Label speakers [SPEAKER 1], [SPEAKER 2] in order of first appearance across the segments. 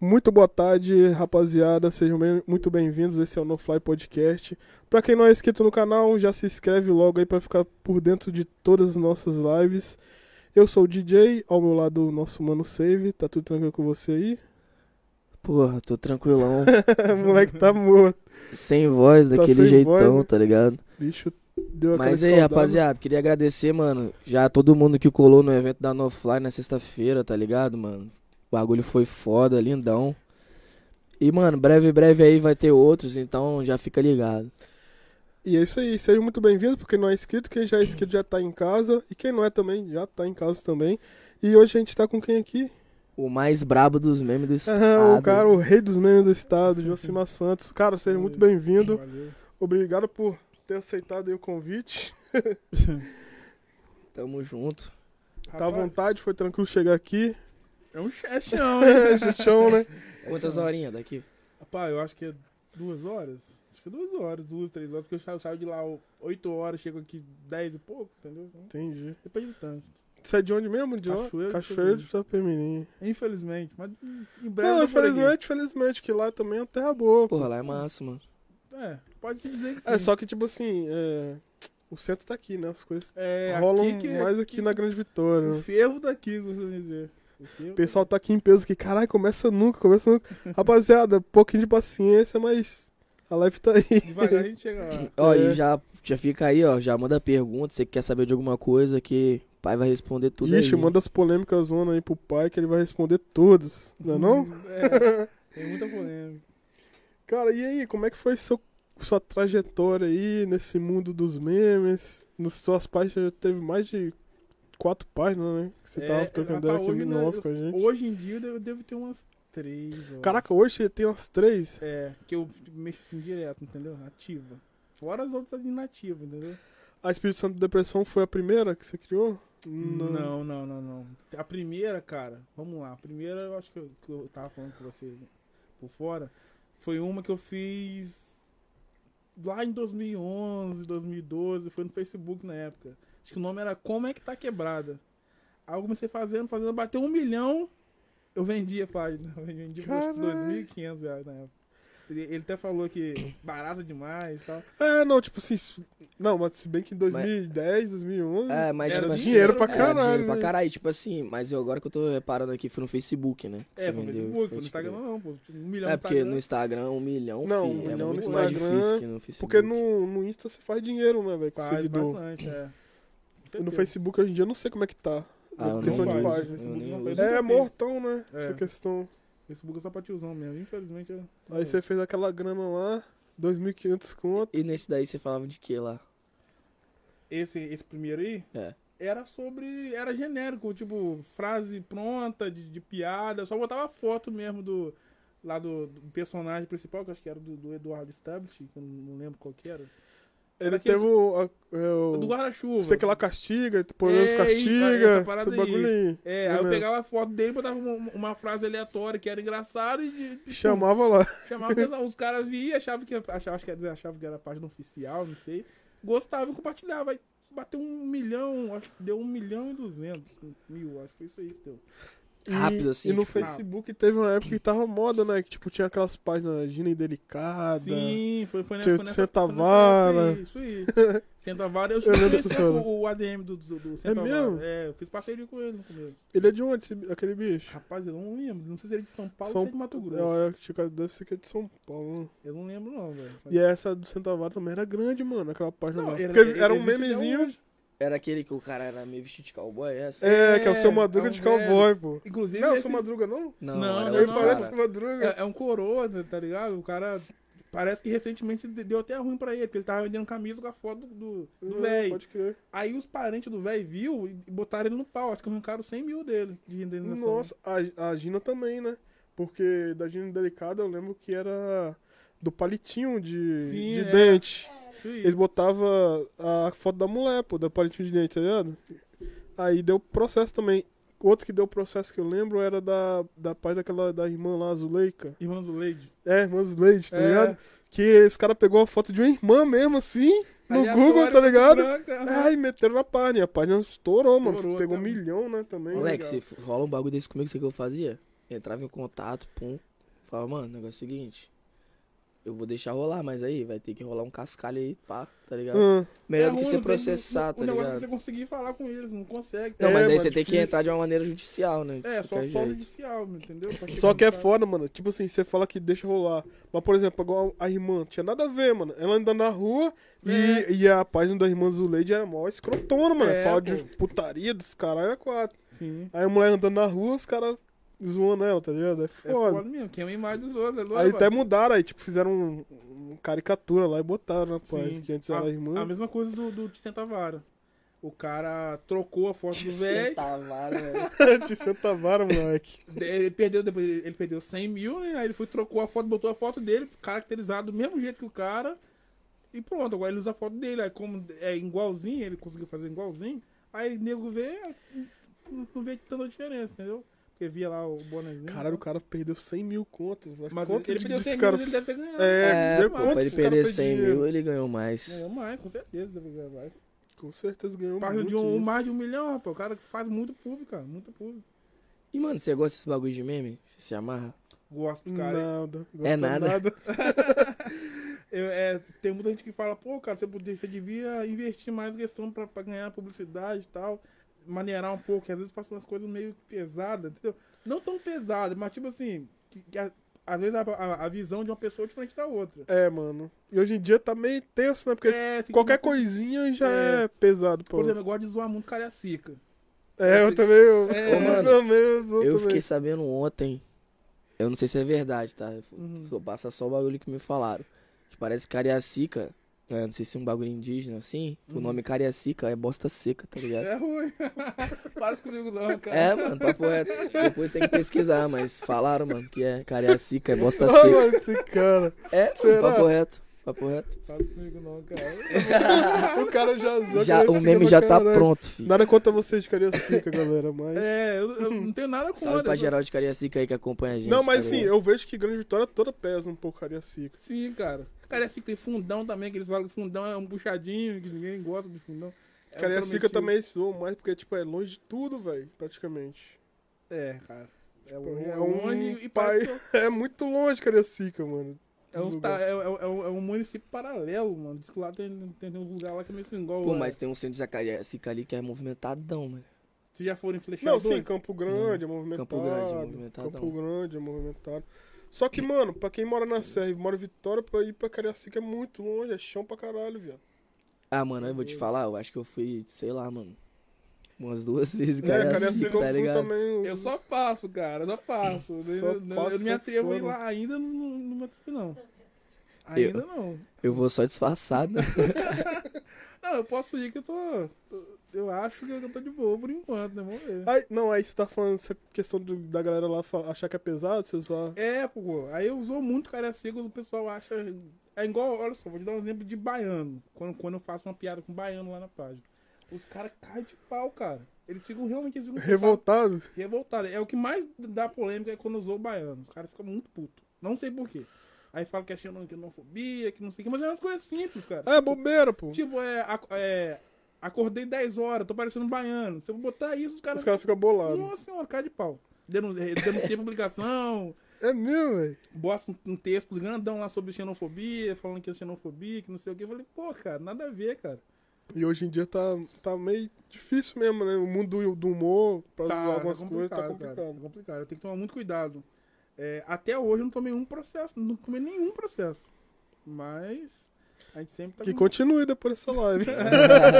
[SPEAKER 1] Muito boa tarde, rapaziada. Sejam bem- muito bem-vindos. Esse é o No Fly Podcast. Pra quem não é inscrito no canal, já se inscreve logo aí pra ficar por dentro de todas as nossas lives. Eu sou o DJ, ao meu lado o nosso mano Save. Tá tudo tranquilo com você aí?
[SPEAKER 2] Porra, tô tranquilão.
[SPEAKER 1] o moleque tá morto.
[SPEAKER 2] sem voz,
[SPEAKER 1] Tá
[SPEAKER 2] daquele
[SPEAKER 1] sem
[SPEAKER 2] jeitão,
[SPEAKER 1] voz, né?
[SPEAKER 2] tá ligado?
[SPEAKER 1] Bicho, deu aquela
[SPEAKER 2] Mas aí,
[SPEAKER 1] escaldada.
[SPEAKER 2] rapaziada, queria agradecer, mano, já todo mundo que colou no evento da NoFly na sexta-feira, tá ligado, mano? O bagulho foi foda, lindão. E, mano, breve, breve aí vai ter outros, então já fica ligado.
[SPEAKER 1] E é isso aí, sejam muito bem-vindos, porque não é inscrito, quem já é inscrito já tá em casa, e quem não é também, já tá em casa também. E hoje a gente tá com quem aqui?
[SPEAKER 2] O mais brabo dos memes do estado.
[SPEAKER 1] Ah, o cara, o rei dos memes do estado, Josimar Santos. Cara, seja muito bem-vindo,
[SPEAKER 3] Valeu.
[SPEAKER 1] obrigado por ter aceitado aí o convite.
[SPEAKER 2] Tamo junto.
[SPEAKER 1] tá à
[SPEAKER 3] Rapaz,
[SPEAKER 1] vontade, foi tranquilo chegar aqui.
[SPEAKER 3] É um chão, hein?
[SPEAKER 1] É, chão, né?
[SPEAKER 2] Quantas horinhas daqui?
[SPEAKER 3] Rapaz, eu acho que é duas horas. Acho que é duas horas, duas, três horas, porque eu saio, saio de lá ó, oito horas, chego aqui dez e pouco, entendeu? Então,
[SPEAKER 1] Entendi.
[SPEAKER 3] depende do trânsito.
[SPEAKER 1] Você é de onde mesmo? De onde?
[SPEAKER 3] Cachoeiro de
[SPEAKER 1] Cachoeiro de Itapemirim.
[SPEAKER 3] Infelizmente, mas hum, em breve.
[SPEAKER 1] Não,
[SPEAKER 3] eu vou
[SPEAKER 1] felizmente, felizmente, que lá também é terra boa. pô.
[SPEAKER 2] Porra, lá é massa, mano.
[SPEAKER 3] por aqui. É, pode se dizer que sim.
[SPEAKER 1] É, só que, tipo assim, é, o centro tá aqui, né? As coisas
[SPEAKER 3] É,
[SPEAKER 1] rolam
[SPEAKER 3] que-
[SPEAKER 1] um mais aqui na Grande Vitória. né?
[SPEAKER 3] O fervo daqui, costumo dizer. O
[SPEAKER 1] O
[SPEAKER 3] fervo
[SPEAKER 1] pessoal tá aqui em peso que, caralho, começa nunca, começa nunca. Rapaziada, um pouquinho de paciência, mas a live tá aí.
[SPEAKER 3] daqui. Devagar a gente chega lá.
[SPEAKER 2] Ó,
[SPEAKER 1] É.
[SPEAKER 2] e já, já fica aí, ó, já manda pergunta, se você quer saber de alguma coisa que o pai vai responder tudo
[SPEAKER 1] Ixi,
[SPEAKER 2] aí.
[SPEAKER 1] manda as polêmicas zona aí pro pai que ele vai responder todas, não é não?
[SPEAKER 3] É, tem muita polêmica.
[SPEAKER 1] Cara, e aí, como é que foi seu, sua trajetória aí nesse mundo dos memes? Nas suas páginas já teve mais de quatro páginas, né? Que você
[SPEAKER 3] É,
[SPEAKER 1] tava trocando ideia
[SPEAKER 3] rapaz,
[SPEAKER 1] aqui
[SPEAKER 3] hoje,
[SPEAKER 1] no
[SPEAKER 3] né,
[SPEAKER 1] off com a gente.
[SPEAKER 3] Hoje em dia eu devo- eu devo ter umas três. eu acho.
[SPEAKER 1] Caraca, hoje você tem umas três?
[SPEAKER 3] É, que eu mexo assim direto, entendeu? Ativa. Fora as outras inativas, entendeu?
[SPEAKER 1] A Espírito Santo Depressão foi a primeira que você criou?
[SPEAKER 3] Não, não, não, não. A primeira, cara, vamos lá. A primeira, eu acho que eu, que eu tava falando com você por fora, foi uma que eu fiz lá em 2011, 2012, foi no Facebook na época. Acho que o nome era Como é que tá quebrada. Aí eu comecei fazendo, fazendo, bateu um milhão, eu vendi a página. Eu vendi por acho que
[SPEAKER 1] Caralho.
[SPEAKER 3] 2.500 reais na época. Ele ele até falou que barato demais e tal.
[SPEAKER 1] É, não, tipo assim. isso- Não, mas se bem que em 2010, 2011.
[SPEAKER 2] É, mas
[SPEAKER 3] Era
[SPEAKER 2] tipo assim,
[SPEAKER 1] dinheiro pra
[SPEAKER 2] é,
[SPEAKER 1] caralho,
[SPEAKER 2] dinheiro pra
[SPEAKER 1] né?
[SPEAKER 2] caralho. Tipo assim, mas eu, agora que eu tô reparando aqui, foi no Facebook, né? que
[SPEAKER 3] É,
[SPEAKER 2] você
[SPEAKER 3] foi no
[SPEAKER 2] vendeu,
[SPEAKER 3] Facebook, foi no
[SPEAKER 2] pode
[SPEAKER 3] Instagram
[SPEAKER 2] crer.
[SPEAKER 3] não, pô. Um milhão
[SPEAKER 2] É,
[SPEAKER 3] no
[SPEAKER 2] porque no
[SPEAKER 3] Instagram.
[SPEAKER 2] Instagram, um
[SPEAKER 1] Não,
[SPEAKER 2] milhão, filho,
[SPEAKER 1] um
[SPEAKER 2] é
[SPEAKER 1] milhão no
[SPEAKER 2] muito mais
[SPEAKER 1] Instagram,
[SPEAKER 2] difícil que no Facebook.
[SPEAKER 1] Porque no, no Insta você faz dinheiro, né, velho? Com
[SPEAKER 3] Faz
[SPEAKER 1] seguidor.
[SPEAKER 3] bastante, é.
[SPEAKER 1] E no Facebook hoje em dia eu não sei como é que tá.
[SPEAKER 2] Ah, eu
[SPEAKER 1] questão
[SPEAKER 2] não
[SPEAKER 1] de
[SPEAKER 2] uso,
[SPEAKER 1] página,
[SPEAKER 2] eu
[SPEAKER 3] Facebook
[SPEAKER 2] nem
[SPEAKER 3] não
[SPEAKER 2] uso.
[SPEAKER 3] faz-
[SPEAKER 1] É,
[SPEAKER 3] nunca
[SPEAKER 1] mortão, né?
[SPEAKER 3] É.
[SPEAKER 1] Essa questão.
[SPEAKER 3] Facebook é só pra tiozão mesmo, infelizmente. eu-
[SPEAKER 1] Aí você fez aquela grana lá, 2.500 conto.
[SPEAKER 2] E nesse daí você falava de que lá?
[SPEAKER 3] Esse, esse primeiro aí
[SPEAKER 2] É.
[SPEAKER 3] era sobre. Era genérico, tipo, frase pronta, de, de piada. Só botava foto mesmo do. Lá do, do personagem principal, que eu acho que era do, do Eduardo Stablish, que eu não lembro qual que era.
[SPEAKER 1] Ele
[SPEAKER 3] aquele-
[SPEAKER 1] teve o. a- é, o-
[SPEAKER 3] Do guarda-chuva.
[SPEAKER 1] Você que lá castiga, põe
[SPEAKER 3] É,
[SPEAKER 1] os
[SPEAKER 3] e-
[SPEAKER 1] castiga.
[SPEAKER 3] essa
[SPEAKER 1] Esse
[SPEAKER 3] parada
[SPEAKER 1] bagulho aí.
[SPEAKER 3] É, aí eu
[SPEAKER 1] Né?
[SPEAKER 3] pegava a foto dele, botava uma, uma frase aleatória que era engraçada e de- de-
[SPEAKER 1] Chamava lá.
[SPEAKER 3] Chamava o pessoal, os caras viam, achavam que, achavam, acho que- quer dizer, achavam que era a página oficial, não sei. Gostavam e compartilhavam. Aí bateu um milhão, acho que deu um milhão e duzentos um mil, acho que foi isso aí que deu.
[SPEAKER 1] E-
[SPEAKER 2] Rápido, assim,
[SPEAKER 1] E no
[SPEAKER 2] tipo-
[SPEAKER 1] Facebook teve uma época que tava moda, né? Que tipo, tinha aquelas páginas Gina e Delicada.
[SPEAKER 3] Sim, foi, foi
[SPEAKER 1] Tinha
[SPEAKER 3] nessa,
[SPEAKER 1] o
[SPEAKER 3] foi nessa,
[SPEAKER 1] Senta
[SPEAKER 3] foi nessa
[SPEAKER 1] Vara.
[SPEAKER 3] época aí, Isso aí. Senta Vara, eu,
[SPEAKER 1] lembro
[SPEAKER 3] eu
[SPEAKER 1] dessa
[SPEAKER 3] conheci
[SPEAKER 1] história.
[SPEAKER 3] o, o ADM do, do, do Senta Vara.
[SPEAKER 1] mesmo?
[SPEAKER 3] É, eu fiz parceria com ele no começo.
[SPEAKER 1] Ele é de onde, esse- aquele bicho?
[SPEAKER 3] Rapaz, eu não lembro. Não sei se ele é de São Paulo
[SPEAKER 1] São-
[SPEAKER 3] ou se é de Mato Grosso.
[SPEAKER 1] Eu acho que o cara deve ser que é de São Paulo. né?
[SPEAKER 3] Eu não lembro não, velho. Mas-
[SPEAKER 1] E essa do Santa Vara também era grande, mano, aquela página
[SPEAKER 3] Não,
[SPEAKER 1] lá.
[SPEAKER 3] ele- né?
[SPEAKER 1] Porque
[SPEAKER 3] ele
[SPEAKER 1] era um
[SPEAKER 3] existe até
[SPEAKER 1] memezinho.
[SPEAKER 3] hoje.
[SPEAKER 2] Era aquele que o cara era meio vestido de cowboy, essa?
[SPEAKER 1] É, que é o seu
[SPEAKER 3] É,
[SPEAKER 1] Madruga
[SPEAKER 3] é um
[SPEAKER 1] de cowboy, pô.
[SPEAKER 3] Inclusive,
[SPEAKER 1] Não é o
[SPEAKER 3] esse-
[SPEAKER 1] seu Madruga, não?
[SPEAKER 2] Não,
[SPEAKER 3] Não,
[SPEAKER 2] era
[SPEAKER 3] não,
[SPEAKER 1] Ele
[SPEAKER 2] outro
[SPEAKER 3] cara.
[SPEAKER 1] parece o Madruga.
[SPEAKER 3] É, é um coroa, tá- tá ligado? O cara parece que recentemente de- deu até ruim pra ele, porque ele tava vendendo camisa com a foto do, do, do
[SPEAKER 1] Hum,
[SPEAKER 3] velho.
[SPEAKER 1] Pode crer.
[SPEAKER 3] Aí os parentes do velho viu e botaram ele no pau. Acho que arrancaram 100 mil dele de indenização.
[SPEAKER 1] Nossa, a, a Gina também, né? Porque da Gina Delicada eu lembro que era do palitinho de,
[SPEAKER 3] Sim,
[SPEAKER 1] de
[SPEAKER 3] é.
[SPEAKER 1] dente.
[SPEAKER 3] Isso aí.
[SPEAKER 1] Eles botavam a foto da mulher, pô, da palitinho de dente, tá ligado? Aí deu processo também. Outro que deu processo que eu lembro era da, da parte daquela da irmã lá, Zuleika.
[SPEAKER 3] Irmã do Leide.
[SPEAKER 1] É, irmã Zuleika, tá
[SPEAKER 3] É.
[SPEAKER 1] ligado? Que os caras pegou a foto de uma irmã mesmo, assim, no
[SPEAKER 3] Aleatório,
[SPEAKER 1] Google, tá ligado?
[SPEAKER 3] branca.
[SPEAKER 1] Ai, meteram na página. e A página estourou, mano.
[SPEAKER 3] Estourou
[SPEAKER 1] Pegou um
[SPEAKER 3] também.
[SPEAKER 1] milhão, né, também.
[SPEAKER 2] Moleque, se f- rola um bagulho desse comigo, sabe o que eu fazia? Entrava em contato, pum, Falava, mano, negócio é o seguinte. Eu vou deixar rolar, mas aí vai ter que rolar um cascalho aí, pá, tá ligado?
[SPEAKER 1] Hum,
[SPEAKER 2] Melhor do
[SPEAKER 3] é
[SPEAKER 2] que
[SPEAKER 3] ruim, não
[SPEAKER 2] você
[SPEAKER 3] tem-
[SPEAKER 2] processar,
[SPEAKER 3] O
[SPEAKER 2] tá
[SPEAKER 3] negócio é
[SPEAKER 2] ligado?
[SPEAKER 3] você conseguir falar com eles, não consegue. tá
[SPEAKER 2] Não,
[SPEAKER 1] É,
[SPEAKER 2] mas aí
[SPEAKER 1] mano,
[SPEAKER 2] você tem que
[SPEAKER 1] difícil.
[SPEAKER 2] entrar de uma maneira judicial, né? de
[SPEAKER 3] É, só
[SPEAKER 2] qualquer
[SPEAKER 3] só
[SPEAKER 2] jeito.
[SPEAKER 3] judicial, entendeu? Pra
[SPEAKER 1] Só que é
[SPEAKER 3] chegar no
[SPEAKER 1] foda, mano. Tipo assim, você fala que deixa rolar. Mas, por exemplo, igual a irmã, tinha nada a ver, mano. Ela andando na rua e, e a página da irmã Zuleide era mó escrotona, mano.
[SPEAKER 3] É,
[SPEAKER 1] Fala
[SPEAKER 3] pô.
[SPEAKER 1] de putaria dos caralho é quatro.
[SPEAKER 3] cara. Sim.
[SPEAKER 1] Aí a mulher andando na rua, os caras zoando ela, tá ligado? É
[SPEAKER 3] É foda
[SPEAKER 1] foda.
[SPEAKER 3] mesmo, queima a imagem dos outros, é louco.
[SPEAKER 1] aí até
[SPEAKER 3] mano.
[SPEAKER 1] mudaram, aí tipo, fizeram um, um caricatura lá e botaram na página.
[SPEAKER 3] Sim.
[SPEAKER 1] Que antes era a irmã.
[SPEAKER 3] A mesma coisa do, do Ticenta Vara. O cara trocou a foto do velho,
[SPEAKER 2] tá
[SPEAKER 1] Te senta vara, moleque.
[SPEAKER 3] ele perdeu, depois ele ele perdeu 100 mil, né? Aí ele foi, trocou a foto, botou a foto dele, caracterizado do mesmo jeito que o cara, e pronto, agora ele usa a foto dele. Aí como é igualzinho, ele conseguiu fazer igualzinho, aí o nego vê, não não vê tanta diferença, entendeu? Porque via lá o bonezinho.
[SPEAKER 1] Caralho, o cara perdeu 100 mil contos. velho.
[SPEAKER 3] mas
[SPEAKER 1] Quanto
[SPEAKER 3] ele
[SPEAKER 1] de-
[SPEAKER 3] perdeu
[SPEAKER 1] é desse
[SPEAKER 3] 100 mil,
[SPEAKER 1] cara-
[SPEAKER 3] ele deve ter ganhado.
[SPEAKER 1] É,
[SPEAKER 2] É,
[SPEAKER 1] deu
[SPEAKER 2] pô,
[SPEAKER 1] quanto
[SPEAKER 2] pra ele
[SPEAKER 1] esse cara
[SPEAKER 2] perder
[SPEAKER 1] fez
[SPEAKER 2] 100
[SPEAKER 1] dinheiro? É.
[SPEAKER 2] mil, ele ganhou mais.
[SPEAKER 3] Ganhou mais, com certeza deve ganhar mais.
[SPEAKER 1] Com certeza ganhou
[SPEAKER 3] Parte
[SPEAKER 1] muito.
[SPEAKER 3] de um,
[SPEAKER 1] dinheiro.
[SPEAKER 3] mais de um milhão, rapaz. O cara que faz muito público, cara. Muito público.
[SPEAKER 2] E, mano, você gosta desses bagulho de meme? Você se amarra?
[SPEAKER 3] Gosto, cara.
[SPEAKER 1] Nada.
[SPEAKER 2] É nada.
[SPEAKER 3] Eu, é, tem muita gente que fala, pô, cara, você, podia, você devia investir mais questão pra, pra ganhar publicidade e tal. Maneirar um pouco, que às vezes faz umas coisas meio pesadas, entendeu? Não tão pesadas, mas tipo assim, que, que a- às vezes a, a- a visão de uma pessoa é diferente da outra.
[SPEAKER 1] É, mano. E hoje em dia tá meio tenso, né? Porque
[SPEAKER 3] É, assim,
[SPEAKER 1] qualquer coisinha já é,
[SPEAKER 3] É.
[SPEAKER 1] pesado, pô.
[SPEAKER 3] Por exemplo, eu gosto de zoar muito cariacica.
[SPEAKER 1] é, eu também. Eu,
[SPEAKER 3] É,
[SPEAKER 1] eu
[SPEAKER 2] mano,
[SPEAKER 1] também, eu sou
[SPEAKER 2] Eu
[SPEAKER 1] também.
[SPEAKER 2] fiquei sabendo ontem. Eu não sei se é verdade, tá? Eu f-
[SPEAKER 3] Uhum.
[SPEAKER 2] Só passa só o bagulho que me falaram. Que parece Cariacica. né, Não sei se é um bagulho indígena assim.
[SPEAKER 1] Uhum.
[SPEAKER 2] O nome Cariacica é bosta seca, tá ligado?
[SPEAKER 3] É ruim. Para isso comigo não, cara.
[SPEAKER 2] É, mano, papo reto. Depois tem que pesquisar, mas falaram, mano, que é Cariacica, é bosta
[SPEAKER 1] Ah,
[SPEAKER 2] seca.
[SPEAKER 1] mano, esse cara.
[SPEAKER 2] É, mano,
[SPEAKER 1] Será?
[SPEAKER 2] papo reto. Papo reto.
[SPEAKER 3] Para isso comigo não, cara.
[SPEAKER 1] o cara já zoa
[SPEAKER 2] Já,
[SPEAKER 1] com
[SPEAKER 2] o
[SPEAKER 1] esse
[SPEAKER 2] meme
[SPEAKER 1] cara
[SPEAKER 2] já
[SPEAKER 1] é pra
[SPEAKER 2] tá
[SPEAKER 1] caralho.
[SPEAKER 2] pronto, filho.
[SPEAKER 1] Nada contra vocês de Cariacica, galera, mas...
[SPEAKER 3] É, eu, eu não tenho nada contra.
[SPEAKER 2] Salve pra
[SPEAKER 3] eu só-
[SPEAKER 2] geral de Cariacica aí que acompanha a gente.
[SPEAKER 1] não, mas
[SPEAKER 2] tá
[SPEAKER 1] sim,
[SPEAKER 2] ligado?
[SPEAKER 1] eu vejo que Grande Vitória toda pesa um pouco Cariacica.
[SPEAKER 3] Sim, cara. Cara, é assim que tem fundão também, que eles falam que fundão é um puxadinho, que ninguém gosta de fundão. É
[SPEAKER 1] Cariacica
[SPEAKER 3] totalmente-
[SPEAKER 1] assim também soa mais, porque, tipo, é longe de tudo, velho, praticamente.
[SPEAKER 3] É, cara. É,
[SPEAKER 1] Tipo,
[SPEAKER 3] longe,
[SPEAKER 1] é
[SPEAKER 3] é
[SPEAKER 1] um
[SPEAKER 3] longe e
[SPEAKER 1] pai-
[SPEAKER 3] parece que é-
[SPEAKER 1] É muito longe Cariacica, mano.
[SPEAKER 3] é um,
[SPEAKER 1] lugar.
[SPEAKER 3] esta- é, é- é um- é um município paralelo, mano. Diz que lá tem, tem, tem uns lugares lá que é meio igual.
[SPEAKER 2] Pô,
[SPEAKER 3] lá.
[SPEAKER 2] mas tem um centro de Cariacica ali que é movimentadão, mano.
[SPEAKER 3] Vocês já foram em Flechador?
[SPEAKER 1] Não, sim, Campo Grande é movimentado.
[SPEAKER 2] Campo Grande é movimentado.
[SPEAKER 1] Campo Grande é movimentado. Só que, mano, pra quem mora na Serra e mora em Vitória, pra ir pra Cariacica é muito longe, é chão pra caralho, viado.
[SPEAKER 2] Ah, mano, eu vou te falar, eu acho que eu fui, sei lá, mano. Umas duas vezes,
[SPEAKER 1] É,
[SPEAKER 2] cara.
[SPEAKER 1] Cariacica eu
[SPEAKER 2] tá
[SPEAKER 1] fui
[SPEAKER 2] ligado?
[SPEAKER 1] também.
[SPEAKER 3] Eu só passo, cara. Eu só passo.
[SPEAKER 1] Só
[SPEAKER 3] eu, eu- eu
[SPEAKER 1] passa
[SPEAKER 3] não me atrevo a ir
[SPEAKER 1] fora.
[SPEAKER 3] lá. Ainda não, não, não me atrevo, não. Ainda não.
[SPEAKER 2] Eu vou só disfarçado, né?
[SPEAKER 3] Não, eu posso ir que eu tô... tô- Eu acho que eu tô de boa por enquanto, né? Vamos ver.
[SPEAKER 1] Aí, não, aí você tá falando essa questão do- da galera lá fa- achar que é pesado, você só.
[SPEAKER 3] É, pô. Aí usou muito cariacica, o pessoal acha. É igual, olha só, vou te dar um exemplo de baiano. Quando, quando eu faço uma piada com baiano lá na página. Os caras caem de pau, cara. Eles ficam realmente eles ficam
[SPEAKER 1] Revoltado?
[SPEAKER 3] cansados, revoltados. É o que mais dá polêmica é quando usou o baiano. Os caras ficam muito putos. Não sei porquê. Aí fala que é xenofobia, que não sei o que, mas é umas coisas simples, cara.
[SPEAKER 1] É, bobeira, pô.
[SPEAKER 3] Tipo, é, ac- é, Acordei 10 horas, tô parecendo um baiano. Se eu botar isso, os caras.
[SPEAKER 1] Os caras ficam bolados.
[SPEAKER 3] Nossa senhora, cara de pau. Denun- Denuncia a publicação.
[SPEAKER 1] É meu, velho.
[SPEAKER 3] Bosta um- um texto grandão lá sobre xenofobia, falando que é xenofobia, que não sei o que. Eu falei, pô, cara, nada a ver, cara.
[SPEAKER 1] E hoje em dia tá, tá meio difícil mesmo, né? O mundo do- do humor, pra zoar algumas coisas, tá complicado.
[SPEAKER 3] Cara, tá complicado. Eu tenho que tomar muito cuidado. É, até hoje eu não tomei um processo, não tomei nenhum processo. Mas a gente sempre tá
[SPEAKER 1] Que
[SPEAKER 3] com-
[SPEAKER 1] continue depois dessa live.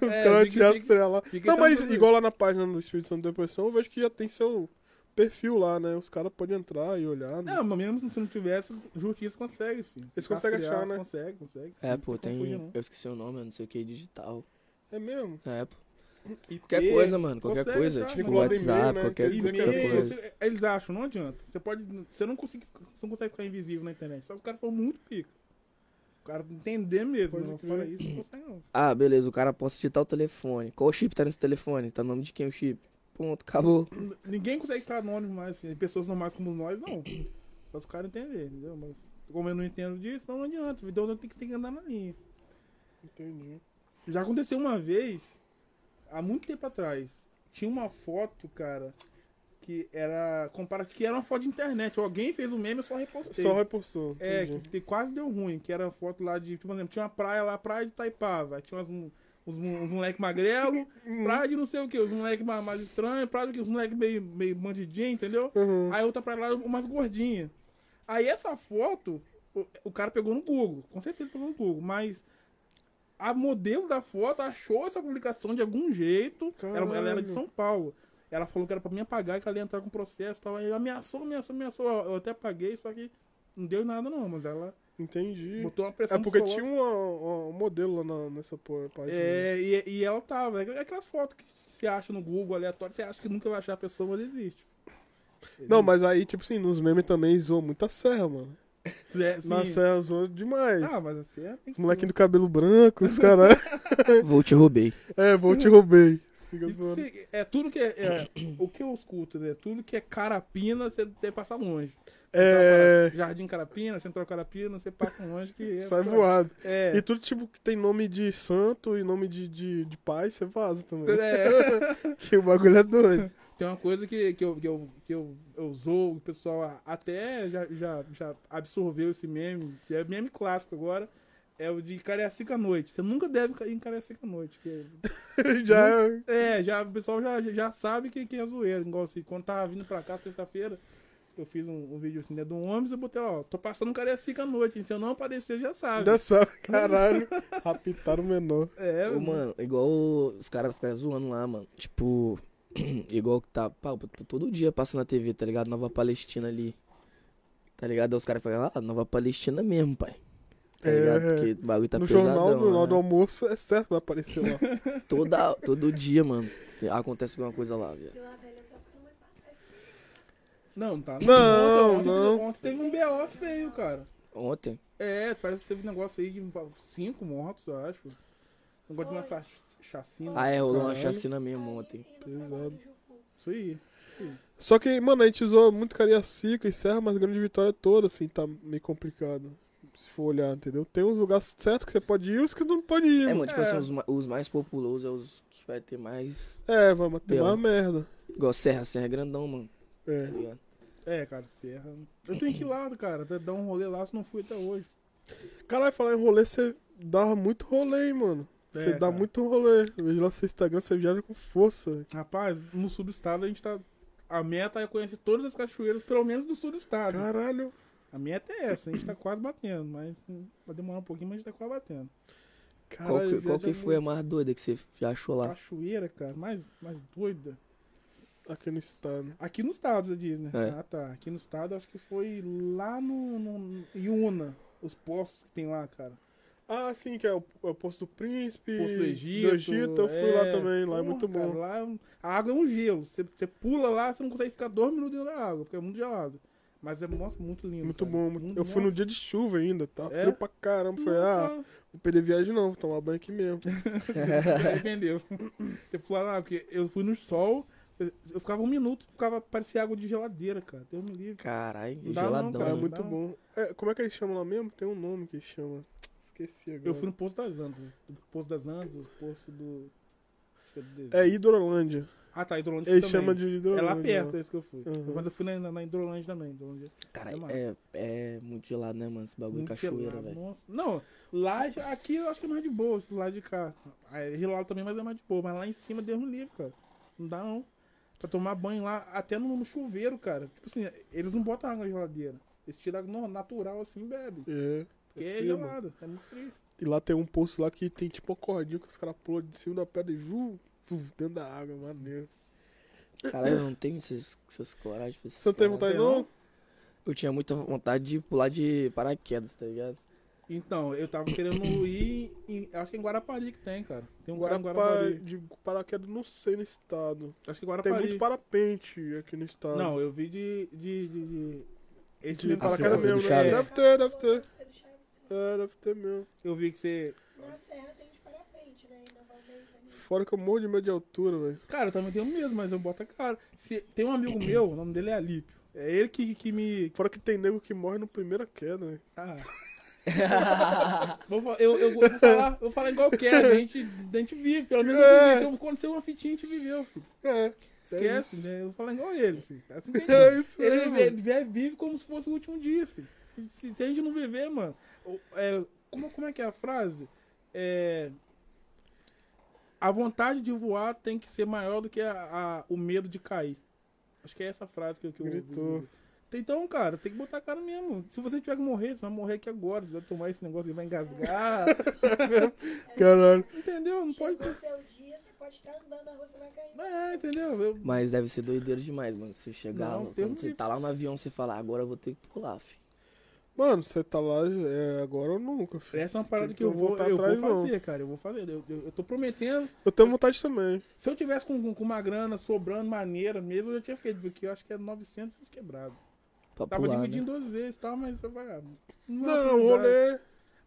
[SPEAKER 1] Os
[SPEAKER 3] É,
[SPEAKER 1] caras
[SPEAKER 3] fica-
[SPEAKER 1] te
[SPEAKER 3] fica-
[SPEAKER 1] rastream lá.
[SPEAKER 3] fica
[SPEAKER 1] Não, mas
[SPEAKER 3] tranquilo.
[SPEAKER 1] igual lá na página do Espírito Santo Depressão, eu vejo que já tem seu perfil lá, né? Os caras podem entrar e olhar. né?
[SPEAKER 3] Não, mas mesmo se não tivesse, justiça consegue, filho.
[SPEAKER 1] Eles conseguem
[SPEAKER 3] Rastrear,
[SPEAKER 1] achar, né?
[SPEAKER 3] Consegue, consegue.
[SPEAKER 2] É,
[SPEAKER 3] Não
[SPEAKER 2] pô,
[SPEAKER 3] confunde,
[SPEAKER 2] tem.
[SPEAKER 3] não.
[SPEAKER 2] Eu esqueci o nome, eu não sei o que, digital.
[SPEAKER 1] É mesmo?
[SPEAKER 2] É, pô.
[SPEAKER 3] IP,
[SPEAKER 2] Qualquer coisa, mano, qualquer
[SPEAKER 3] consegue
[SPEAKER 2] coisa.
[SPEAKER 3] achar,
[SPEAKER 2] Tipo,
[SPEAKER 1] mano. Encola
[SPEAKER 2] WhatsApp,
[SPEAKER 1] e-mail, né?
[SPEAKER 2] qualquer,
[SPEAKER 1] Tem
[SPEAKER 2] qualquer
[SPEAKER 1] e-mail,
[SPEAKER 2] coisa.
[SPEAKER 3] você- é, eles acham, não adianta. Você pode. Você não consegue, você não consegue ficar invisível na internet. Só que o cara foi muito pica. O cara entender mesmo.
[SPEAKER 1] Pode
[SPEAKER 3] Não,
[SPEAKER 1] crer.
[SPEAKER 3] fora isso, não consegue não.
[SPEAKER 2] Ah, beleza, o cara posta digitar o telefone. Qual chip tá nesse telefone? Tá no nome de quem o chip? Ponto, acabou.
[SPEAKER 3] N- Ninguém consegue ficar anônimo mais. filho. Pessoas normais como nós, não. Só se o cara entender, entendeu? Mas como eu não entendo disso, não adianta. Então eu tenho que, tem que andar na linha.
[SPEAKER 1] Entendi.
[SPEAKER 3] Já aconteceu uma vez, há muito tempo atrás, tinha uma foto, cara, que era comparativo, que era uma foto de internet. Alguém fez um meme, eu só repostei.
[SPEAKER 1] Só repostou.
[SPEAKER 3] É,
[SPEAKER 1] entendi.
[SPEAKER 3] que, que quase deu ruim, que era uma foto lá de, tipo, por exemplo, tinha uma praia lá, praia de Taipava, tinha umas, mu- uns, mu- uns moleque magrelo,
[SPEAKER 1] Uhum.
[SPEAKER 3] praia de não sei o que, os moleque ma- mais estranho, praia que os moleque meio, meio bandidinho, entendeu?
[SPEAKER 1] Uhum.
[SPEAKER 3] Aí outra praia lá, umas gordinhas. Aí essa foto, o, o cara pegou no Google, com certeza pegou no Google, mas a modelo da foto achou essa publicação de algum jeito, ela, ela era
[SPEAKER 1] Caralho.
[SPEAKER 3] de São Paulo. Ela falou que era pra mim apagar, que ela ia entrar com processo e tal. Aí ameaçou, ameaçou, ameaçou. Eu até paguei, só que não deu nada não, mas ela
[SPEAKER 1] Entendi.
[SPEAKER 3] botou uma
[SPEAKER 1] É
[SPEAKER 3] pressão
[SPEAKER 1] porque tinha
[SPEAKER 3] psicológica.
[SPEAKER 1] um, ó, ó, um modelo lá na- nessa porra, página. né?
[SPEAKER 3] É, e, e ela tava. É aquelas fotos que você acha no Google aleatório, você acha que nunca vai achar a pessoa, mas existe.
[SPEAKER 1] Não, mas aí, tipo assim, nos memes também zoou muita serra, mano.
[SPEAKER 3] É, sim.
[SPEAKER 1] Na serra zoou demais.
[SPEAKER 3] Ah, mas assim é. tem
[SPEAKER 1] Os
[SPEAKER 3] que
[SPEAKER 1] molequinhos do cabelo branco, os caras.
[SPEAKER 2] Vou te roubei.
[SPEAKER 1] é, vou te roubei. Siga
[SPEAKER 3] Isso
[SPEAKER 1] zoando.
[SPEAKER 3] se- é tudo que é, é, o que eu escuto, né? Tudo que é carapina, você tem que passar longe. Você
[SPEAKER 1] É.
[SPEAKER 3] tá pra Jardim Carapina, Central Carapina, você passa longe que é
[SPEAKER 1] Sai
[SPEAKER 3] pra-
[SPEAKER 1] voado.
[SPEAKER 3] É.
[SPEAKER 1] E tudo tipo que tem nome de santo e nome de, de, de pai, você vaza também.
[SPEAKER 3] É.
[SPEAKER 1] Que o bagulho é doido.
[SPEAKER 3] Tem uma coisa que, que, eu, que, eu, que eu, eu zoo, o pessoal a- até já, já, já absorveu esse meme, que é meme clássico agora, é o de Cariacica à noite. Você nunca deve cair em Cariacica à noite. que é-
[SPEAKER 1] Já.
[SPEAKER 3] é, já, o pessoal já, já sabe que, que é zoeira. Igual assim, quando tava vindo pra cá sexta-feira, eu fiz um, um vídeo assim, né, de um ônibus, eu botei lá, ó, tô passando um Cariacica à noite, hein? se eu não aparecer, já sabe.
[SPEAKER 1] Já sabe, caralho. Raptaram o menor.
[SPEAKER 3] É,
[SPEAKER 2] Ô, mano, igual os caras ficam zoando lá, mano. Tipo, igual que tá. pá, todo dia passa na TV, tá ligado? Nova Palestina ali. Tá ligado? Aí os caras ficam lá, ah, Nova Palestina mesmo, pai. Tá
[SPEAKER 1] É,
[SPEAKER 2] ligado?
[SPEAKER 1] é.
[SPEAKER 2] Porque o bagulho tá
[SPEAKER 1] no
[SPEAKER 2] pesadão.
[SPEAKER 1] jornal do,
[SPEAKER 2] né?
[SPEAKER 1] do almoço é certo que vai aparecer lá.
[SPEAKER 2] Toda, todo dia, mano. tem- Acontece alguma coisa lá, velho.
[SPEAKER 3] Não, não tá.
[SPEAKER 1] Não,
[SPEAKER 3] ontem,
[SPEAKER 1] não.
[SPEAKER 3] Ontem, ontem teve um BO feio, cara.
[SPEAKER 2] Ontem.
[SPEAKER 3] É, parece que teve um negócio aí de cinco mortos, eu acho. Um negócio de uma cha- chacina.
[SPEAKER 2] Ah, é, rolou uma
[SPEAKER 3] Caralho.
[SPEAKER 2] chacina mesmo ontem.
[SPEAKER 1] Pesado.
[SPEAKER 3] Isso aí.
[SPEAKER 1] Só que, mano, a gente usou muito Cariacica e Serra, mas Grande Vitória toda, assim, tá meio complicado. Se for olhar, entendeu? Tem uns lugares certos que você pode ir e os que não pode ir.
[SPEAKER 2] É,
[SPEAKER 1] mano.
[SPEAKER 2] mano, tipo
[SPEAKER 3] É.
[SPEAKER 2] assim, os, ma- os mais populosos é os que vai ter mais.
[SPEAKER 1] É, vamos ter
[SPEAKER 2] Pela.
[SPEAKER 1] uma merda.
[SPEAKER 2] Igual Serra, Serra é grandão, mano.
[SPEAKER 1] É.
[SPEAKER 2] Tá ligado?
[SPEAKER 3] É, cara, Serra. Eu tenho que ir lá, cara, até dar um rolê lá, se não fui até hoje.
[SPEAKER 1] Caralho, falar em rolê, você dava muito rolê, hein, mano.
[SPEAKER 3] É,
[SPEAKER 1] Você dá
[SPEAKER 3] cara.
[SPEAKER 1] muito rolê. Eu Vejo lá seu Instagram, você viaja com força.
[SPEAKER 3] Rapaz, no sul do estado a gente tá. A meta é conhecer todas as cachoeiras, pelo menos do sul do estado.
[SPEAKER 1] Caralho.
[SPEAKER 3] A meta é essa, a gente tá quase batendo, mas hum, vai demorar um pouquinho, mas a gente tá quase batendo.
[SPEAKER 2] Qual
[SPEAKER 1] Caralho,
[SPEAKER 2] que, qual que
[SPEAKER 1] viaja
[SPEAKER 2] foi a
[SPEAKER 1] muito.
[SPEAKER 2] mais doida que você já achou lá?
[SPEAKER 3] Cachoeira, cara, mais, mais doida.
[SPEAKER 1] Aqui no estado.
[SPEAKER 3] Aqui no estado, você diz, né?
[SPEAKER 2] É.
[SPEAKER 3] Ah, tá. Aqui no estado, acho que foi lá no, no Iuna, os postos que tem lá, cara.
[SPEAKER 1] Ah, sim, que é o, é o Poço do Príncipe.
[SPEAKER 3] Poço do Egito.
[SPEAKER 1] Egito, eu fui lá também. Lá é
[SPEAKER 3] Porra,
[SPEAKER 1] muito bom.
[SPEAKER 3] cara, lá é um- a água é um gelo. Você, você pula lá, você não consegue ficar dois minutos dentro da água, porque é muito gelado. Mas é nossa, muito lindo.
[SPEAKER 1] Muito
[SPEAKER 3] cara.
[SPEAKER 1] bom. muito- Eu fui no
[SPEAKER 3] nossa.
[SPEAKER 1] dia de chuva ainda, tá?
[SPEAKER 3] É?
[SPEAKER 1] Frio pra caramba. Falei, ah,
[SPEAKER 3] Nossa, É
[SPEAKER 1] vou perder viagem não, vou tomar banho aqui mesmo.
[SPEAKER 3] arrependeu. Você pula lá, porque eu fui no sol, eu, eu ficava um minuto, ficava, parecia água de geladeira, cara. Deus me livre.
[SPEAKER 2] Caralho,
[SPEAKER 3] Não dá não,
[SPEAKER 2] geladão.
[SPEAKER 1] Ah, é
[SPEAKER 3] cara,
[SPEAKER 2] né?
[SPEAKER 1] muito
[SPEAKER 3] Não.
[SPEAKER 1] bom. É, como é que eles chamam lá mesmo? Tem um nome que eles chamam. Esqueci agora.
[SPEAKER 3] Eu fui no Poço das Andas. do Poço das Andas, Poço do... acho que do
[SPEAKER 1] É Hidrolândia.
[SPEAKER 3] Ah, tá, Hidrolândia
[SPEAKER 1] Eles
[SPEAKER 3] também.
[SPEAKER 1] chamam de
[SPEAKER 3] É
[SPEAKER 1] Hidrolândia.
[SPEAKER 3] lá perto, é isso que eu fui.
[SPEAKER 1] Uhum.
[SPEAKER 3] Mas eu fui na, na, na Hidrolândia também. Hidrolândia.
[SPEAKER 2] Caralho,
[SPEAKER 3] massa.
[SPEAKER 2] é, é muito gelado, né, mano? Esse bagulho
[SPEAKER 3] Muito
[SPEAKER 2] cachoeira,
[SPEAKER 3] gelado,
[SPEAKER 2] velho.
[SPEAKER 3] nossa. Não, lá já- aqui eu acho que é mais de boa, esse lado de cá. Ah, É gelado também, mas é mais de boa. Mas lá em cima Deus me livre, cara. Não dá não. Pra tomar banho lá, até no, no chuveiro, cara. Tipo assim, eles não botam água na geladeira. Eles tiram água no- natural assim e bebem.
[SPEAKER 1] É.
[SPEAKER 3] Porque é
[SPEAKER 1] frio,
[SPEAKER 3] gelado, é muito frio.
[SPEAKER 1] E lá tem um poço lá que tem tipo uma cordinha que os caras pulam de cima da pedra e vu, vu, dentro da água, maneiro.
[SPEAKER 2] Caralho, eu não tenho esses, essas coragem. pra esses
[SPEAKER 1] Você não tem
[SPEAKER 2] caras.
[SPEAKER 1] vontade
[SPEAKER 3] tem
[SPEAKER 1] não?
[SPEAKER 3] não?
[SPEAKER 2] Eu tinha muita vontade de pular de paraquedas, tá ligado?
[SPEAKER 3] Então, eu tava querendo ir em, acho que é em Guarapari que tem, cara. Tem um Guarapari.
[SPEAKER 1] Guarapari, de paraquedas não sei no estado.
[SPEAKER 3] Acho que
[SPEAKER 1] Tem
[SPEAKER 3] é Guarapari.
[SPEAKER 1] muito parapente aqui no estado.
[SPEAKER 3] Não, eu vi de. de, de, de- Esse
[SPEAKER 1] de
[SPEAKER 3] mesmo
[SPEAKER 2] Afro-
[SPEAKER 1] paraquedas
[SPEAKER 3] paraquedas
[SPEAKER 2] Afro do
[SPEAKER 1] mesmo, né?
[SPEAKER 2] Chaves.
[SPEAKER 1] Deve ter, deve ter. É, deve ter mesmo.
[SPEAKER 3] Eu vi que você.
[SPEAKER 4] Na serra tem de parapente, né? E na Valdeira, né?
[SPEAKER 1] Fora que eu morro de medo de altura, velho.
[SPEAKER 3] Cara, eu também tenho medo, mas eu boto a cara. Se... Tem um amigo meu, o nome dele é Alípio. É ele que, que me.
[SPEAKER 1] Fora que tem nego que morre na primeira queda, velho.
[SPEAKER 3] Ah, Vou, fa- eu, eu vou falar, eu vou falar igual eu quero, a gente, a gente vive, pelo menos
[SPEAKER 1] É.
[SPEAKER 3] aconteceu, aconteceu uma fitinha, a gente viveu, filho.
[SPEAKER 1] É.
[SPEAKER 3] Esquece, né? Eu vou falar igual ele, filho. É assim que ele
[SPEAKER 1] É isso
[SPEAKER 3] Ele
[SPEAKER 1] mesmo.
[SPEAKER 3] vive, vive- vive como se fosse o último dia, filho. Se, se a gente não viver, mano. o- é, como, como é que é a frase? É, a vontade de voar tem que ser maior do que a- a- o medo de cair. Acho que é essa frase que, eu- que eu ouvi.
[SPEAKER 1] Gritou.
[SPEAKER 3] Então, cara, tem que botar a cara mesmo. Se você tiver que morrer, você vai morrer aqui agora. Você vai tomar esse negócio que vai engasgar.
[SPEAKER 1] Caralho.
[SPEAKER 3] entendeu? Não pode.
[SPEAKER 4] Chegou seu dia, você pode estar andando na rua, você vai cair.
[SPEAKER 3] É, entendeu? Eu-
[SPEAKER 2] Mas deve ser doideiro demais, mano. Você chegar,
[SPEAKER 3] Não,
[SPEAKER 2] lá,
[SPEAKER 3] um Deus
[SPEAKER 2] quando
[SPEAKER 3] me
[SPEAKER 2] você
[SPEAKER 3] livre.
[SPEAKER 2] tá lá no avião, você fala, agora eu vou ter que pular, filho.
[SPEAKER 1] Mano, você tá lá é, agora ou nunca, filho.
[SPEAKER 3] Essa é uma parada
[SPEAKER 1] Tem
[SPEAKER 3] que eu
[SPEAKER 1] que
[SPEAKER 3] vou,
[SPEAKER 1] voltar
[SPEAKER 3] eu vou
[SPEAKER 1] atrás, não.
[SPEAKER 3] fazer, cara. Eu vou fazer. Eu, eu, eu tô prometendo.
[SPEAKER 1] Eu tenho vontade também.
[SPEAKER 3] Se eu tivesse com, com uma grana sobrando, maneira mesmo, eu já tinha feito. Porque eu acho que é 900 quebrado.
[SPEAKER 2] Pra
[SPEAKER 3] Tava
[SPEAKER 2] pular, né?
[SPEAKER 3] dividindo duas vezes e tal, mas eu falei, ah, não, é uma
[SPEAKER 1] Não, o
[SPEAKER 3] prioridade.
[SPEAKER 1] rolê.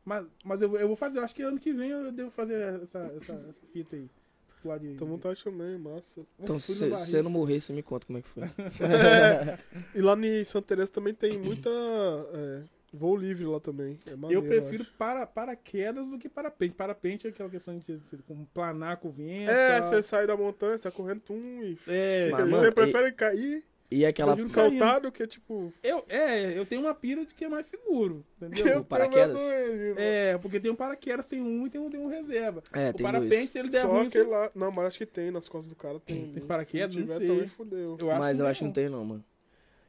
[SPEAKER 3] Mas, mas eu, vou- eu vou fazer. Eu acho que ano que vem eu devo fazer essa, essa, essa fita aí. Pular de...
[SPEAKER 1] Tenho vontade também, massa.
[SPEAKER 2] tá- Então,
[SPEAKER 3] Nossa, fui
[SPEAKER 2] se
[SPEAKER 3] no
[SPEAKER 2] você-
[SPEAKER 3] barril.
[SPEAKER 2] se você não morrer, você me conta como é que foi.
[SPEAKER 1] E lá em Santa Teresa também tem muita. é, voo livre lá também. É maneiro,
[SPEAKER 3] Eu prefiro
[SPEAKER 1] acho.
[SPEAKER 3] para, paraquedas do que parapente. Parapente é aquela questão de, de, como planar com o vento.
[SPEAKER 1] É,
[SPEAKER 3] tal.
[SPEAKER 1] você sai da montanha, sai correndo, tum, e.
[SPEAKER 3] É,
[SPEAKER 2] Mas,
[SPEAKER 1] Quer dizer,
[SPEAKER 2] mano,
[SPEAKER 1] você
[SPEAKER 2] e-
[SPEAKER 1] prefere cair
[SPEAKER 2] E aquela.
[SPEAKER 3] Eu juro Caindo.
[SPEAKER 1] saltado que, tipo.
[SPEAKER 3] eu, é, eu tenho uma pira de que é mais seguro, entendeu?
[SPEAKER 1] eu tenho
[SPEAKER 2] paraquedas?
[SPEAKER 1] medo dele, mano.
[SPEAKER 3] É, porque tem um paraquedas, tem um e tem um, tem um reserva.
[SPEAKER 2] É,
[SPEAKER 3] o
[SPEAKER 2] tem
[SPEAKER 3] parapente,
[SPEAKER 2] dois.
[SPEAKER 3] se ele der
[SPEAKER 1] Só
[SPEAKER 3] ruim,
[SPEAKER 1] aquele
[SPEAKER 3] você-
[SPEAKER 1] lá. Não, mas acho que tem nas costas do cara. Tem,
[SPEAKER 3] Tem paraquedas?
[SPEAKER 1] Se não
[SPEAKER 3] Não
[SPEAKER 1] tiver,
[SPEAKER 3] sei.
[SPEAKER 1] também fudeu.
[SPEAKER 3] Eu acho
[SPEAKER 2] Mas
[SPEAKER 3] que
[SPEAKER 2] eu acho um que não
[SPEAKER 3] não.
[SPEAKER 2] tem, não, mano.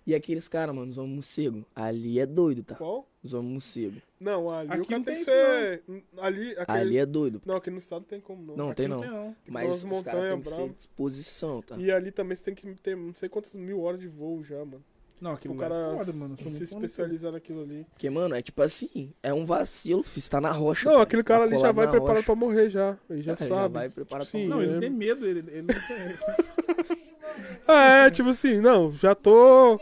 [SPEAKER 2] E aqueles caras, mano, os homens morcego. Ali é doido, tá?
[SPEAKER 1] Qual?
[SPEAKER 2] Os homens morcego.
[SPEAKER 1] Não, ali
[SPEAKER 3] Aqui
[SPEAKER 1] o cara
[SPEAKER 3] não
[SPEAKER 1] tem
[SPEAKER 3] tem
[SPEAKER 1] que
[SPEAKER 3] isso,
[SPEAKER 1] ser. Ali. Aquele...
[SPEAKER 2] Ali é doido.
[SPEAKER 1] Não, aqui no estado não tem como não.
[SPEAKER 2] Não,
[SPEAKER 3] Aqui
[SPEAKER 2] tem
[SPEAKER 3] não
[SPEAKER 2] não.
[SPEAKER 3] tem, não.
[SPEAKER 2] Mas
[SPEAKER 1] Aquelas
[SPEAKER 2] os caras
[SPEAKER 1] montanhas
[SPEAKER 2] têm que ser
[SPEAKER 1] bravas.
[SPEAKER 2] disposição, tá?
[SPEAKER 1] E ali também você tem que ter não sei quantas mil horas de voo já, mano. Tipo,
[SPEAKER 3] Não, aquilo
[SPEAKER 1] o
[SPEAKER 3] lá
[SPEAKER 1] cara
[SPEAKER 3] é foda, mano. Eu sou
[SPEAKER 1] se
[SPEAKER 3] muito fã do
[SPEAKER 1] especializar naquilo ali.
[SPEAKER 2] Porque, mano, é tipo assim, é um vacilo, fi, você tá na rocha.
[SPEAKER 1] Não,
[SPEAKER 2] tá?
[SPEAKER 1] aquele cara
[SPEAKER 2] Tá
[SPEAKER 1] ali já
[SPEAKER 2] colado
[SPEAKER 1] vai
[SPEAKER 2] na
[SPEAKER 1] preparado
[SPEAKER 2] rocha.
[SPEAKER 1] pra morrer já. Ele já
[SPEAKER 2] É,
[SPEAKER 1] sabe.
[SPEAKER 2] já vai preparado pra
[SPEAKER 1] sim,
[SPEAKER 3] Não, ele
[SPEAKER 1] é.
[SPEAKER 3] não tem medo, ele, ele não tem.
[SPEAKER 1] É, tipo assim, não, já tô.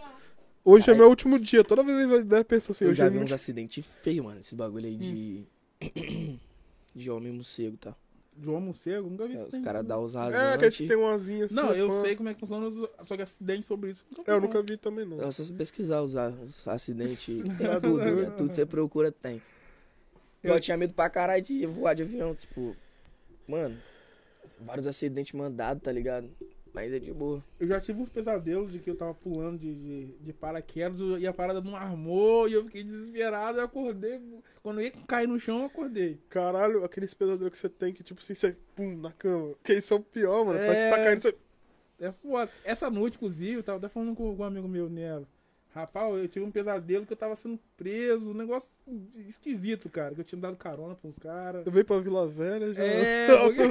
[SPEAKER 1] Hoje é
[SPEAKER 2] Aí-
[SPEAKER 1] meu último dia. Toda vez ele vai deve pensar assim,
[SPEAKER 2] Eu
[SPEAKER 1] hoje
[SPEAKER 2] já
[SPEAKER 1] é
[SPEAKER 2] vi
[SPEAKER 1] meu
[SPEAKER 2] uns
[SPEAKER 1] último
[SPEAKER 2] acidentes feios, mano, esse bagulho aí de.
[SPEAKER 1] Hum.
[SPEAKER 2] de homem morcego, tá?
[SPEAKER 3] João Morcego, nunca vi
[SPEAKER 2] É,
[SPEAKER 3] isso.
[SPEAKER 2] os
[SPEAKER 3] tem-
[SPEAKER 2] caras dão os rasantes.
[SPEAKER 1] É, aquele que tem um asinho assim.
[SPEAKER 3] Não, eu
[SPEAKER 1] pá.
[SPEAKER 3] sei como é que um- funciona, os- só que acidente sobre isso.
[SPEAKER 1] É, eu nunca vi também, não.
[SPEAKER 2] É só você pesquisar os, a- os acidentes. Tem tudo, né? Tudo que você procura tem. Eu, tinha medo pra caralho de voar de avião, tipo. Mano, vários acidentes mandados, tá ligado? Mas é de boa.
[SPEAKER 3] Eu já tive uns pesadelos de que eu tava pulando de, de, de paraquedas e a parada não armou e eu fiquei desesperado. Eu acordei. Quando eu ia cair no chão, eu acordei.
[SPEAKER 1] Caralho, aqueles pesadelos que você tem que, tipo assim, você pum na cama. Que isso é o pior, mano.
[SPEAKER 3] É.
[SPEAKER 1] Parece que tá caindo. Você...
[SPEAKER 3] É foda. Essa noite, inclusive, eu tava até falando com um amigo meu, Nero. Rapaz, eu tive um pesadelo que eu tava sendo preso, um negócio esquisito, cara. Que eu tinha dado carona pra uns caras.
[SPEAKER 1] Eu veio pra Vila Velha já.
[SPEAKER 3] É,
[SPEAKER 1] Nossa,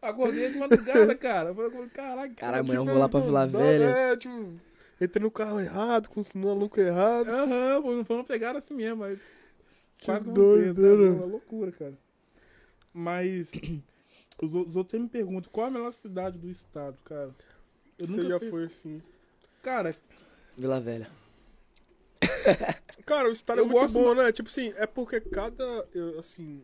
[SPEAKER 3] Acordei de madrugada, cara. Eu falei, caraca.
[SPEAKER 2] Cara,
[SPEAKER 1] que
[SPEAKER 2] amanhã eu vou lá pra Vila
[SPEAKER 1] não,
[SPEAKER 2] Velha.
[SPEAKER 1] É, tipo, entrei no carro errado, com os malucos errados.
[SPEAKER 3] Aham, pô, não foram pegar assim mesmo. Aí,
[SPEAKER 1] Que
[SPEAKER 3] quase que eu fui preso, né?
[SPEAKER 1] doideira.
[SPEAKER 3] Uma loucura, cara. Mas os, ou- os outros sempre me perguntam qual a melhor cidade do estado, cara. Eu
[SPEAKER 1] Você
[SPEAKER 3] nunca
[SPEAKER 1] já
[SPEAKER 3] sei-
[SPEAKER 1] foi assim.
[SPEAKER 3] Cara,
[SPEAKER 2] Vila Velha.
[SPEAKER 1] Cara, o estado é
[SPEAKER 3] Eu
[SPEAKER 1] muito
[SPEAKER 3] gosto
[SPEAKER 1] bom, né? Tipo assim, é porque cada. eu, assim,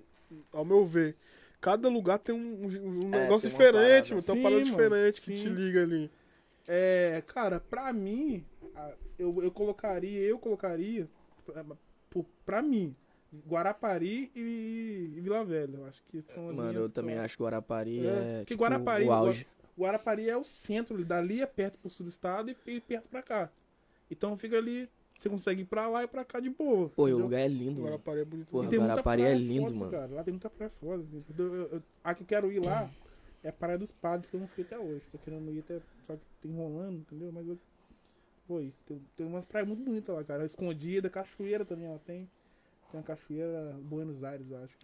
[SPEAKER 1] ao meu ver, cada lugar tem um, um- um
[SPEAKER 2] É,
[SPEAKER 1] negócio
[SPEAKER 2] tem uma
[SPEAKER 1] diferente,
[SPEAKER 2] parada.
[SPEAKER 1] mano. Tem uma
[SPEAKER 3] Sim,
[SPEAKER 1] parada
[SPEAKER 3] mano,
[SPEAKER 1] diferente que te
[SPEAKER 3] sim.
[SPEAKER 1] liga ali.
[SPEAKER 3] É, cara, pra mim, a- eu, eu colocaria, eu colocaria, pra, por- pra mim, Guarapari e, e Vila Velha. Eu acho que são as
[SPEAKER 2] Mano,
[SPEAKER 3] minhas
[SPEAKER 2] eu também
[SPEAKER 3] que-
[SPEAKER 2] acho que
[SPEAKER 1] É,
[SPEAKER 2] Guarapari é.
[SPEAKER 3] Porque
[SPEAKER 2] tipo,
[SPEAKER 3] tá- Guarapari,
[SPEAKER 2] o auge.
[SPEAKER 3] Guarapari é o centro, dali é perto pro sul do estado e, e perto pra cá. Então fica ali, você consegue ir pra lá e pra cá de boa.
[SPEAKER 2] Pô, e o
[SPEAKER 3] entendeu?
[SPEAKER 2] lugar é lindo,
[SPEAKER 1] Agora
[SPEAKER 2] mano.
[SPEAKER 1] parei bonito.
[SPEAKER 2] Porra,
[SPEAKER 3] E tem muita
[SPEAKER 2] Guarapari é
[SPEAKER 3] praia
[SPEAKER 2] lindo,
[SPEAKER 3] foda,
[SPEAKER 2] mano.
[SPEAKER 3] Cara. Lá tem muita praia foda. assim. Eu, eu, eu- a que eu quero ir lá é a Praia dos Padres, que eu não fui até hoje. Tô querendo ir até. Só que tá enrolando, entendeu? Mas eu vou ir. Tem, tem umas praias muito bonitas lá, cara. Escondida, cachoeira também ela tem. Tem uma cachoeira Buenos Aires, eu acho.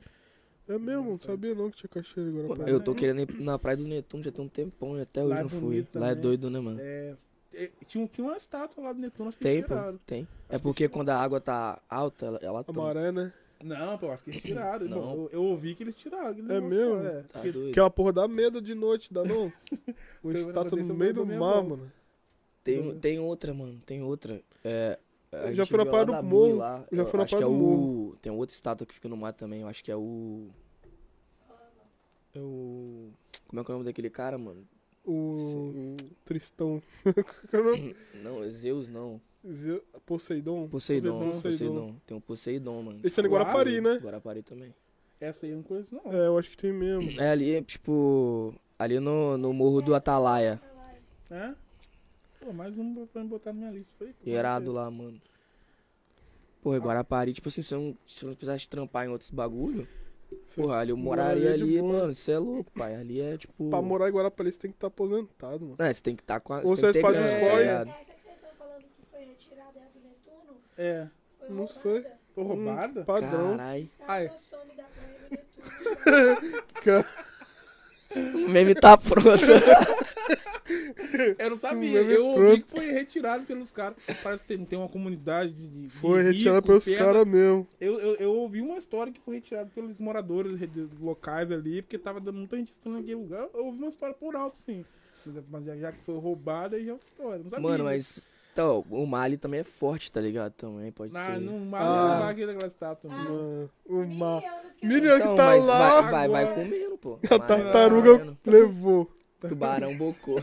[SPEAKER 1] É mesmo, não sabia não que tinha cachoeira agora.
[SPEAKER 2] Pô,
[SPEAKER 1] parei.
[SPEAKER 2] eu tô querendo ir na Praia do Netuno já tem um tempão e até hoje
[SPEAKER 3] Lá é
[SPEAKER 2] não fui.
[SPEAKER 3] bonito
[SPEAKER 2] Lá é
[SPEAKER 3] também.
[SPEAKER 2] doido, né, mano?
[SPEAKER 3] É. é, tinha, tinha uma estátua lá do Netuno, acho que
[SPEAKER 2] Tem, pô,
[SPEAKER 3] tiraram.
[SPEAKER 2] tem. É porque quando a água tá alta, ela, ela
[SPEAKER 1] A
[SPEAKER 2] toma.
[SPEAKER 1] maré, né?
[SPEAKER 3] Não, pô, acho que eles tiraram.
[SPEAKER 2] Não.
[SPEAKER 3] Bom, eu, eu ouvi que eles tiraram. aquele
[SPEAKER 1] É
[SPEAKER 3] negócio lá,
[SPEAKER 1] mesmo?
[SPEAKER 3] é.
[SPEAKER 2] Tá
[SPEAKER 3] Porque-
[SPEAKER 2] doido.
[SPEAKER 1] Aquela porra dá medo de noite, dá não? Uma
[SPEAKER 3] Você vai
[SPEAKER 1] estátua
[SPEAKER 3] acontecer,
[SPEAKER 1] no
[SPEAKER 3] eu
[SPEAKER 1] meio do
[SPEAKER 3] vou dar minha
[SPEAKER 1] mar,
[SPEAKER 3] volta.
[SPEAKER 1] mano.
[SPEAKER 2] Tem, tem outra, mano. Tem outra. É, a
[SPEAKER 1] Eu já
[SPEAKER 2] gente
[SPEAKER 1] fui na
[SPEAKER 2] viu
[SPEAKER 1] Praia
[SPEAKER 2] lá
[SPEAKER 1] do
[SPEAKER 2] da
[SPEAKER 1] Morro,
[SPEAKER 2] Bui Lá.
[SPEAKER 1] eu já
[SPEAKER 2] Eu
[SPEAKER 1] fui na
[SPEAKER 2] acho
[SPEAKER 1] Praia
[SPEAKER 2] que
[SPEAKER 1] do
[SPEAKER 2] é o. Tem outra estátua que fica no mar também. Eu acho que é o. É o. Como é que é o nome daquele cara, mano?
[SPEAKER 1] O...
[SPEAKER 2] O-
[SPEAKER 1] Tristão.
[SPEAKER 2] Não, Zeus não.
[SPEAKER 1] Ze- Poseidon?
[SPEAKER 2] Poseidon, Poseidon. Tem um Poseidon, mano.
[SPEAKER 1] Esse é em
[SPEAKER 3] Uau.
[SPEAKER 1] Guarapari, né?
[SPEAKER 2] Guarapari também.
[SPEAKER 3] Essa aí eu não conheço, não.
[SPEAKER 1] É, eu acho que tem mesmo.
[SPEAKER 2] É ali, tipo. Ali no, no morro do Atalaia.
[SPEAKER 3] É? Pô, mais um pra me botar na minha lista. Falei, pô,
[SPEAKER 2] Irado lá, mano. Porra, Guarapari, tipo assim, se eu não, se eu não precisasse trampar em outros bagulho,
[SPEAKER 1] Você
[SPEAKER 2] porra, ali eu
[SPEAKER 1] moraria
[SPEAKER 2] moraria
[SPEAKER 1] de
[SPEAKER 2] ali,
[SPEAKER 1] boa.
[SPEAKER 2] mano. Isso é louco, pai. Ali é tipo.
[SPEAKER 1] é Pra morar em Guarapari, você tem que estar aposentado, mano.
[SPEAKER 2] Não, você tem que estar com a.
[SPEAKER 1] Ou
[SPEAKER 2] tem que
[SPEAKER 1] você
[SPEAKER 2] ter
[SPEAKER 1] faz
[SPEAKER 2] grana,
[SPEAKER 3] uns
[SPEAKER 2] tá
[SPEAKER 3] corre.
[SPEAKER 1] é
[SPEAKER 2] ligado?
[SPEAKER 4] Essa que vocês estão falando que foi retirada é a do Netuno?
[SPEAKER 3] É.
[SPEAKER 4] Foi
[SPEAKER 1] Não
[SPEAKER 4] roubada? Tá
[SPEAKER 1] sei.
[SPEAKER 3] Foi roubada?
[SPEAKER 1] Hum, padrão.
[SPEAKER 2] Caralho.
[SPEAKER 1] Ai.
[SPEAKER 4] Estátua some da praia do Netuno.
[SPEAKER 2] O meme tá pronto.
[SPEAKER 3] Eu não sabia.
[SPEAKER 1] meme
[SPEAKER 3] Eu ouvi
[SPEAKER 1] pronto.
[SPEAKER 3] que foi retirado pelos caras. Parece que tem, tem uma comunidade de. de
[SPEAKER 1] Foi
[SPEAKER 3] rico,
[SPEAKER 1] retirado pelos
[SPEAKER 3] pedra.
[SPEAKER 1] caras mesmo.
[SPEAKER 3] Eu, eu, eu ouvi uma história que foi retirado pelos moradores re- de- locais ali, porque tava dando muita gente estranha naquele lugar. Eu ouvi uma história por alto, sim. Mas, é, mas já, já que foi roubada, aí já é outra história. Não sabia.
[SPEAKER 2] mano, mas. Então, o Mali também é forte, tá ligado? Também pode
[SPEAKER 3] Ah,
[SPEAKER 2] ter.
[SPEAKER 3] não
[SPEAKER 1] Ah.
[SPEAKER 3] mata ah. aquela estátua. não.
[SPEAKER 1] Ah, o mar.
[SPEAKER 4] Mil anos que eu
[SPEAKER 1] Miriam que
[SPEAKER 2] Então,
[SPEAKER 1] tá
[SPEAKER 2] mas
[SPEAKER 1] lá.
[SPEAKER 2] vai, vai, vai
[SPEAKER 3] agora.
[SPEAKER 2] comendo, pô.
[SPEAKER 1] A
[SPEAKER 2] Mali vai
[SPEAKER 1] tartaruga
[SPEAKER 2] comendo.
[SPEAKER 1] levou.
[SPEAKER 2] Tubarão bocou.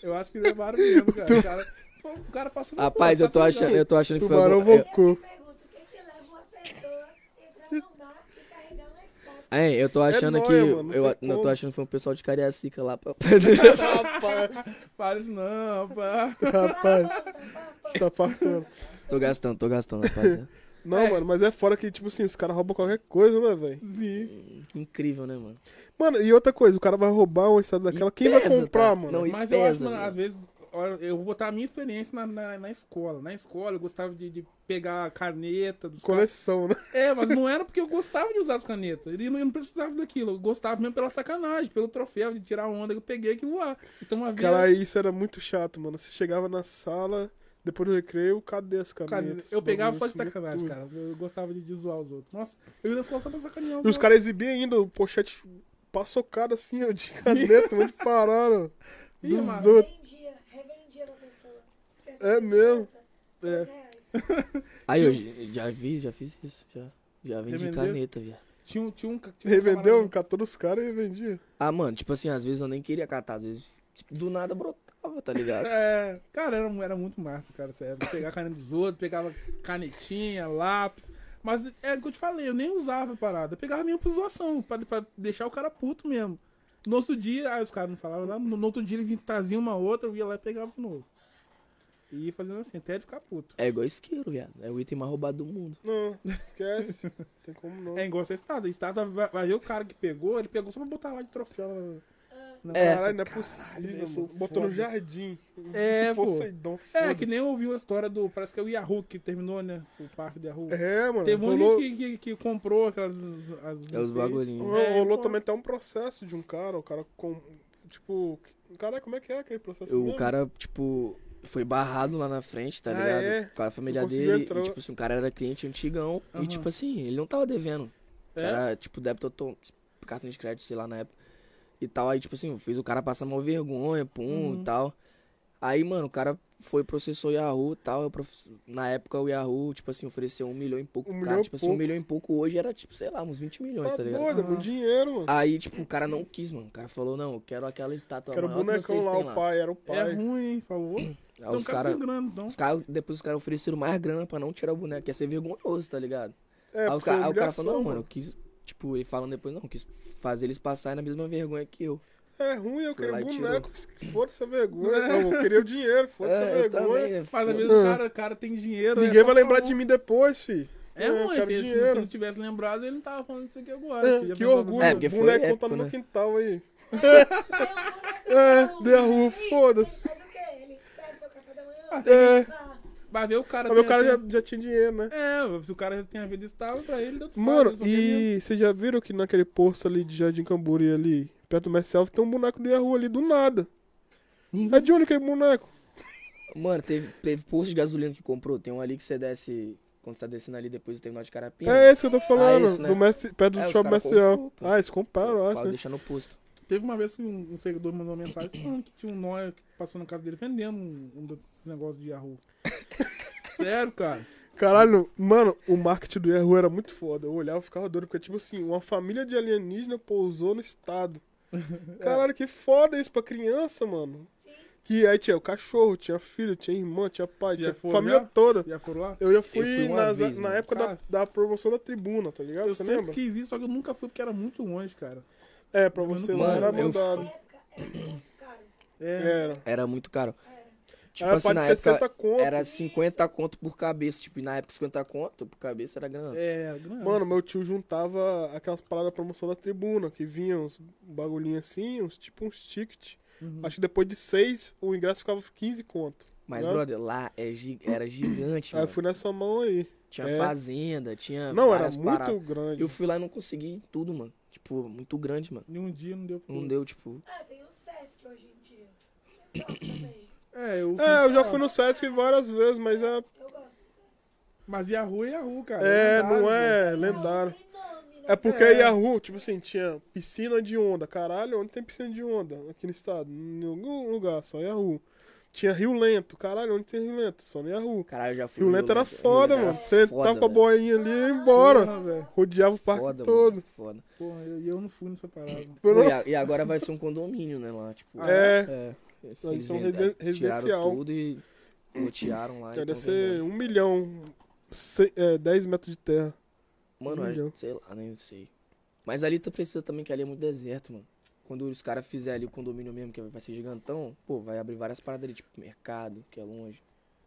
[SPEAKER 3] Eu acho que levaram mesmo, cara. O cara, pô, o cara passou
[SPEAKER 2] Rapaz,
[SPEAKER 3] tá
[SPEAKER 2] eu tô achando, eu tô achando que foi
[SPEAKER 1] Tubarão
[SPEAKER 2] algum- eu-
[SPEAKER 4] Eu
[SPEAKER 1] bocou.
[SPEAKER 4] te pergunto, o que que leva uma pessoa entrar no mar e carregar uma estátua?
[SPEAKER 2] Hein, eu tô achando
[SPEAKER 1] É nóia,
[SPEAKER 2] que.
[SPEAKER 1] mano, não
[SPEAKER 2] eu
[SPEAKER 1] tem
[SPEAKER 2] eu
[SPEAKER 1] como.
[SPEAKER 2] tô achando que foi um pessoal de Cariacica lá pra.
[SPEAKER 3] Fala isso não, pá.
[SPEAKER 1] Rapaz,
[SPEAKER 4] Tá papão.
[SPEAKER 1] tá fartando.
[SPEAKER 2] tô gastando, tô gastando, rapaziada.
[SPEAKER 1] Não, mano, mas é fora que, tipo assim, os caras roubam qualquer coisa, né, velho?
[SPEAKER 3] Sim.
[SPEAKER 2] Incrível, né, mano?
[SPEAKER 1] Mano, e outra coisa, o cara vai roubar uma estátua daquela,
[SPEAKER 2] E
[SPEAKER 1] quem vai
[SPEAKER 2] pesa,
[SPEAKER 1] comprar,
[SPEAKER 2] tá?
[SPEAKER 1] mano?
[SPEAKER 2] Não, e
[SPEAKER 3] Mas eu acho,
[SPEAKER 2] pesa,
[SPEAKER 3] mano,
[SPEAKER 1] né?
[SPEAKER 2] velho.
[SPEAKER 3] às vezes, olha, eu vou botar a minha experiência na, na, na escola. Na escola, eu gostava de, de pegar a caneta dos caras.
[SPEAKER 1] Coleção, né?
[SPEAKER 3] É, mas não era porque eu gostava de usar as canetas. Ele não, eu não precisava daquilo. Eu gostava mesmo pela sacanagem, pelo troféu de tirar a onda que eu peguei aquilo lá. Então uma vez.
[SPEAKER 1] Cara, isso era muito chato, mano. Você chegava na sala, depois do recreio, cadê as
[SPEAKER 3] cara,
[SPEAKER 1] canetas?
[SPEAKER 3] eu pegava só
[SPEAKER 1] Bagulho
[SPEAKER 3] de sacanagem,
[SPEAKER 1] sumiu tudo.
[SPEAKER 3] cara. Eu gostava de, de zoar os outros. Nossa, eu ia na escola só pra sacanear. os
[SPEAKER 1] E os
[SPEAKER 3] outros.
[SPEAKER 1] caras exibiam ainda o pochete passocado assim, ó, de caneta, onde pararam.
[SPEAKER 3] Ih,
[SPEAKER 1] Dos
[SPEAKER 3] mano.
[SPEAKER 1] outros.
[SPEAKER 4] Revendia, revendia pra pessoa.
[SPEAKER 1] É mesmo?
[SPEAKER 3] É.
[SPEAKER 2] Aí eu j- já vi, já fiz isso. Já, já vendi
[SPEAKER 3] Vendeu?
[SPEAKER 2] caneta, viado.
[SPEAKER 3] Tinha um. Tinha um, ca- tinha um
[SPEAKER 1] Revendeu,
[SPEAKER 3] camarada-
[SPEAKER 1] catou os caras e revendia.
[SPEAKER 2] Ah, mano, tipo assim, às vezes eu nem queria catar, às vezes tipo, do nada brotava, tá ligado?
[SPEAKER 3] É, cara, era, era muito massa, cara. Sério. Pegar a caneta dos outros, pegava canetinha, lápis. Mas é o que eu te falei, eu nem usava a parada. Eu pegava mesmo pra zoação, pra, pra deixar o cara puto mesmo. No outro dia, aí os caras não falavam nada. No, no outro dia ele vinha, trazia uma outra, eu ia lá e pegava de novo. E ia fazendo assim, até ele ficar puto.
[SPEAKER 2] É igual isqueiro, viado. É o item mais roubado do mundo.
[SPEAKER 1] Não, esquece. Não tem como não.
[SPEAKER 3] É igual essa estátua. A estátua vai, vai ver o cara que pegou, ele pegou só pra botar lá de troféu. na- na-
[SPEAKER 2] É.
[SPEAKER 1] Caralho, não é possível.
[SPEAKER 3] eu sou
[SPEAKER 1] mano. Botou no
[SPEAKER 3] foda.
[SPEAKER 1] jardim.
[SPEAKER 3] É, pô.
[SPEAKER 1] Poseidon,
[SPEAKER 3] É,
[SPEAKER 1] foda-se.
[SPEAKER 3] que nem ouviu a história do. Parece que é o Yahoo que terminou, né? O parque do Yahoo.
[SPEAKER 1] É, mano.
[SPEAKER 3] Teve muita
[SPEAKER 1] rolou-
[SPEAKER 3] um gente que, que, que comprou aquelas. As,
[SPEAKER 2] É os bagulhinhos.
[SPEAKER 1] Ro-
[SPEAKER 3] É,
[SPEAKER 1] rolou
[SPEAKER 3] pô.
[SPEAKER 1] também até um processo de um cara, o cara com. Tipo, cara, como é que é aquele processo?
[SPEAKER 2] O
[SPEAKER 1] mesmo?
[SPEAKER 2] cara, tipo, foi barrado lá na frente, tá
[SPEAKER 1] Ah,
[SPEAKER 2] ligado?
[SPEAKER 1] é?
[SPEAKER 2] Com a família
[SPEAKER 1] Não conseguiu
[SPEAKER 2] dele.
[SPEAKER 1] entrar.
[SPEAKER 2] E, tipo assim, o cara era cliente antigão.
[SPEAKER 3] Aham.
[SPEAKER 2] E, tipo assim, ele não tava devendo.
[SPEAKER 3] É?
[SPEAKER 2] Era, tipo, débito autom- cartão de crédito, sei lá, na época. E tal. Aí, tipo assim, fez o cara passar mal vergonha, pum,
[SPEAKER 3] Uhum.
[SPEAKER 2] e tal. Aí, mano, o cara foi, processou o Yahoo e tal. eu prof- Na época, o Yahoo, tipo assim, ofereceu um milhão e pouco.
[SPEAKER 1] Um
[SPEAKER 2] pro
[SPEAKER 1] milhão
[SPEAKER 2] cara,
[SPEAKER 1] e
[SPEAKER 2] tipo assim, um
[SPEAKER 1] pouco.
[SPEAKER 2] milhão e pouco hoje era, tipo, sei lá, uns 20 milhões,
[SPEAKER 1] Tá
[SPEAKER 2] tá ligado?
[SPEAKER 1] doido, é muito
[SPEAKER 3] Aham.
[SPEAKER 1] dinheiro, mano.
[SPEAKER 2] Aí, tipo, o cara não quis, mano. O cara falou, não, eu quero aquela estátua
[SPEAKER 1] que era o
[SPEAKER 2] maior que
[SPEAKER 1] bonecão
[SPEAKER 2] vocês
[SPEAKER 1] lá,
[SPEAKER 2] têm
[SPEAKER 1] o
[SPEAKER 2] lá.
[SPEAKER 1] pai, um era o pai.
[SPEAKER 3] É ruim, hein? Falou.
[SPEAKER 2] Aí
[SPEAKER 3] Então
[SPEAKER 2] os
[SPEAKER 3] o cara
[SPEAKER 2] caras...
[SPEAKER 3] tem grana, então.
[SPEAKER 2] Os caras, depois os caras ofereceram mais grana pra não tirar o boneco. Ia ser vergonhoso, tá ligado?
[SPEAKER 1] É,
[SPEAKER 2] aí, o
[SPEAKER 1] foi
[SPEAKER 2] cara, aí o cara
[SPEAKER 1] humilhação,
[SPEAKER 2] falou, não, mano, eu quis. Tipo, ele falando depois, não, eu quis fazer eles passarem na mesma vergonha que eu.
[SPEAKER 1] É ruim, eu
[SPEAKER 2] Foi
[SPEAKER 1] queria
[SPEAKER 2] lá e
[SPEAKER 1] boneco. Foda-se a vergonha. Não, eu queria o dinheiro, foda-se a
[SPEAKER 2] É, eu
[SPEAKER 1] vergonha.
[SPEAKER 2] também,
[SPEAKER 3] Mas
[SPEAKER 2] foda-
[SPEAKER 3] às vezes o cara, o cara tem dinheiro.
[SPEAKER 1] Ninguém
[SPEAKER 3] é
[SPEAKER 1] vai
[SPEAKER 3] só
[SPEAKER 1] lembrar
[SPEAKER 3] falou.
[SPEAKER 1] de mim depois, fi.
[SPEAKER 3] É
[SPEAKER 1] Eu
[SPEAKER 3] ruim,
[SPEAKER 1] quero
[SPEAKER 3] se, se
[SPEAKER 1] dinheiro.
[SPEAKER 3] não tivesse lembrado, ele não tava falando disso aqui agora.
[SPEAKER 1] É,
[SPEAKER 3] Ele já
[SPEAKER 1] que
[SPEAKER 3] pensava- assim,
[SPEAKER 1] orgulho,
[SPEAKER 2] É,
[SPEAKER 1] é,
[SPEAKER 2] porque foi
[SPEAKER 1] bonecão
[SPEAKER 2] épico,
[SPEAKER 1] tá no meu
[SPEAKER 2] né?
[SPEAKER 1] quintal aí.
[SPEAKER 4] É,
[SPEAKER 1] dei a rua, foda-se.
[SPEAKER 4] Mas o que? Ele serve seu café da manhã?
[SPEAKER 1] É,
[SPEAKER 4] Ah,
[SPEAKER 3] Vai ver o cara.
[SPEAKER 1] mas meu
[SPEAKER 3] tem-
[SPEAKER 1] cara já,
[SPEAKER 3] tem-
[SPEAKER 1] já tinha dinheiro, né?
[SPEAKER 3] É, se o cara já tem a vida estável, pra ele deu
[SPEAKER 1] Mano, e vocês já viram que naquele posto ali de Jardim Camburi ali, perto do Mestre Alves, tem um boneco do Yahoo ali do nada. É de onde aquele boneco?
[SPEAKER 2] Mano, teve, teve posto de gasolina que comprou. Tem um ali que você desce. Quando você tá descendo ali depois do terminal de carapina.
[SPEAKER 1] É esse que eu tô falando,
[SPEAKER 2] Ah, esse, né?
[SPEAKER 1] do mestre, perto do
[SPEAKER 2] É, os
[SPEAKER 1] shopping
[SPEAKER 2] cara
[SPEAKER 1] Mestre Alves.
[SPEAKER 2] comprou, pô.
[SPEAKER 1] Ah, eles compraram, eu acho.
[SPEAKER 2] Pode
[SPEAKER 1] né?
[SPEAKER 2] deixar no posto.
[SPEAKER 3] Teve uma vez que um, um seguidor mandou uma mensagem falando que tinha um nóia que passou na casa dele vendendo um, um desses negócios de Yahoo. Sério, cara.
[SPEAKER 1] Caralho, mano, o marketing do Yahoo era muito foda. Eu olhava e ficava doido, porque, tipo assim, uma família de alienígena pousou no estado. Caralho, que foda isso pra criança, mano.
[SPEAKER 4] Sim,
[SPEAKER 1] Que aí tinha o cachorro, tinha filho, tinha irmã, tinha pai,
[SPEAKER 3] Já
[SPEAKER 1] tinha
[SPEAKER 3] foi,
[SPEAKER 1] família
[SPEAKER 3] já?
[SPEAKER 1] toda.
[SPEAKER 3] Já foram lá?
[SPEAKER 1] Eu já fui,
[SPEAKER 2] fui uma
[SPEAKER 1] nas-
[SPEAKER 2] vez,
[SPEAKER 1] na
[SPEAKER 2] mano.
[SPEAKER 1] época da,
[SPEAKER 3] Cara.
[SPEAKER 1] da promoção da tribuna, tá ligado?
[SPEAKER 3] Eu
[SPEAKER 1] Você
[SPEAKER 3] sempre
[SPEAKER 1] lembra?
[SPEAKER 3] quis ir, só que eu nunca fui porque era muito longe, cara.
[SPEAKER 1] É, pra
[SPEAKER 3] Eu
[SPEAKER 1] você
[SPEAKER 3] não-
[SPEAKER 1] lá
[SPEAKER 2] Mano,
[SPEAKER 1] era
[SPEAKER 2] eu
[SPEAKER 1] mandado.
[SPEAKER 4] na época era muito caro.
[SPEAKER 3] É.
[SPEAKER 1] Era.
[SPEAKER 2] Era muito caro. Tipo
[SPEAKER 1] era
[SPEAKER 2] assim,
[SPEAKER 1] pra
[SPEAKER 2] na
[SPEAKER 1] de 60
[SPEAKER 2] época
[SPEAKER 1] conto.
[SPEAKER 2] era 50 conto por cabeça. Tipo, e na época 50 conto por cabeça era grana.
[SPEAKER 3] É, grande.
[SPEAKER 1] Mano, meu tio juntava aquelas paradas da promoção da tribuna, que vinha uns bagulhinhos assim, uns tipo uns ticket.
[SPEAKER 3] Uhum.
[SPEAKER 1] Acho que depois de seis, o ingresso ficava 15 conto.
[SPEAKER 2] Mas,
[SPEAKER 1] Não.
[SPEAKER 2] brother, lá é gi- era gigante,
[SPEAKER 1] Aí eu
[SPEAKER 2] mano.
[SPEAKER 1] fui nessa mão aí.
[SPEAKER 2] Tinha
[SPEAKER 1] é.
[SPEAKER 2] fazenda, tinha
[SPEAKER 1] Não, era
[SPEAKER 2] várias
[SPEAKER 1] muito
[SPEAKER 2] paradas.
[SPEAKER 1] grande.
[SPEAKER 2] Eu fui lá e não consegui em tudo, mano. Tipo, muito grande, mano.
[SPEAKER 3] Nenhum dia não deu pra
[SPEAKER 2] Não deu, tipo.
[SPEAKER 4] Ah,
[SPEAKER 1] É.
[SPEAKER 4] tem o Sesc hoje em dia. um Eu gosto também.
[SPEAKER 3] É, eu,
[SPEAKER 1] É, eu já fui no Sesc várias vezes, mas é,
[SPEAKER 4] Eu gosto do Sesc.
[SPEAKER 3] Mas Yahoo é Yahoo, cara.
[SPEAKER 1] é
[SPEAKER 3] lendário,
[SPEAKER 1] não
[SPEAKER 3] mano.
[SPEAKER 1] é
[SPEAKER 4] Não,
[SPEAKER 1] lendário.
[SPEAKER 4] tem nome, né?
[SPEAKER 1] É porque
[SPEAKER 3] É.
[SPEAKER 1] a Yahoo, tipo assim, tinha piscina de onda. Caralho, onde tem piscina de onda? Aqui no estado? Em algum lugar, só Yahoo. Tinha Rio Lento. Caralho, onde tem Rio Lento? Só no Yahoo.
[SPEAKER 2] Caralho, eu já fui.
[SPEAKER 1] Rio
[SPEAKER 2] no
[SPEAKER 1] Lento era
[SPEAKER 2] Rio
[SPEAKER 1] foda,
[SPEAKER 2] Lento
[SPEAKER 1] mano.
[SPEAKER 2] era
[SPEAKER 1] Você
[SPEAKER 2] foda,
[SPEAKER 1] tava com a
[SPEAKER 2] velho.
[SPEAKER 1] boinha ali e ia embora.
[SPEAKER 3] Porra, velho.
[SPEAKER 1] Rodeava o parque
[SPEAKER 2] Foda,
[SPEAKER 1] todo.
[SPEAKER 2] mano. Foda.
[SPEAKER 3] Porra, eu, eu não fui nessa parada. É,
[SPEAKER 1] Eu
[SPEAKER 2] Pô,
[SPEAKER 1] não-
[SPEAKER 2] E, a- e agora vai ser um condomínio, né, lá, tipo.
[SPEAKER 3] Ah,
[SPEAKER 1] É,
[SPEAKER 2] É.
[SPEAKER 1] Aí são
[SPEAKER 2] vend-
[SPEAKER 1] residen-
[SPEAKER 2] tiraram
[SPEAKER 1] residencial.
[SPEAKER 2] tudo e lotearam lá. e
[SPEAKER 1] já
[SPEAKER 2] tão
[SPEAKER 1] deve ser
[SPEAKER 2] vendendo.
[SPEAKER 1] um milhão, se- é, 10 metros de terra.
[SPEAKER 2] Mano,
[SPEAKER 1] um
[SPEAKER 2] acho-
[SPEAKER 1] milhão.
[SPEAKER 2] sei lá, nem sei. Mas ali tu precisa também, que ali é muito deserto, mano. Quando os caras fizerem ali o condomínio mesmo, que vai ser gigantão, pô, vai abrir várias paradas ali, tipo mercado, que é longe,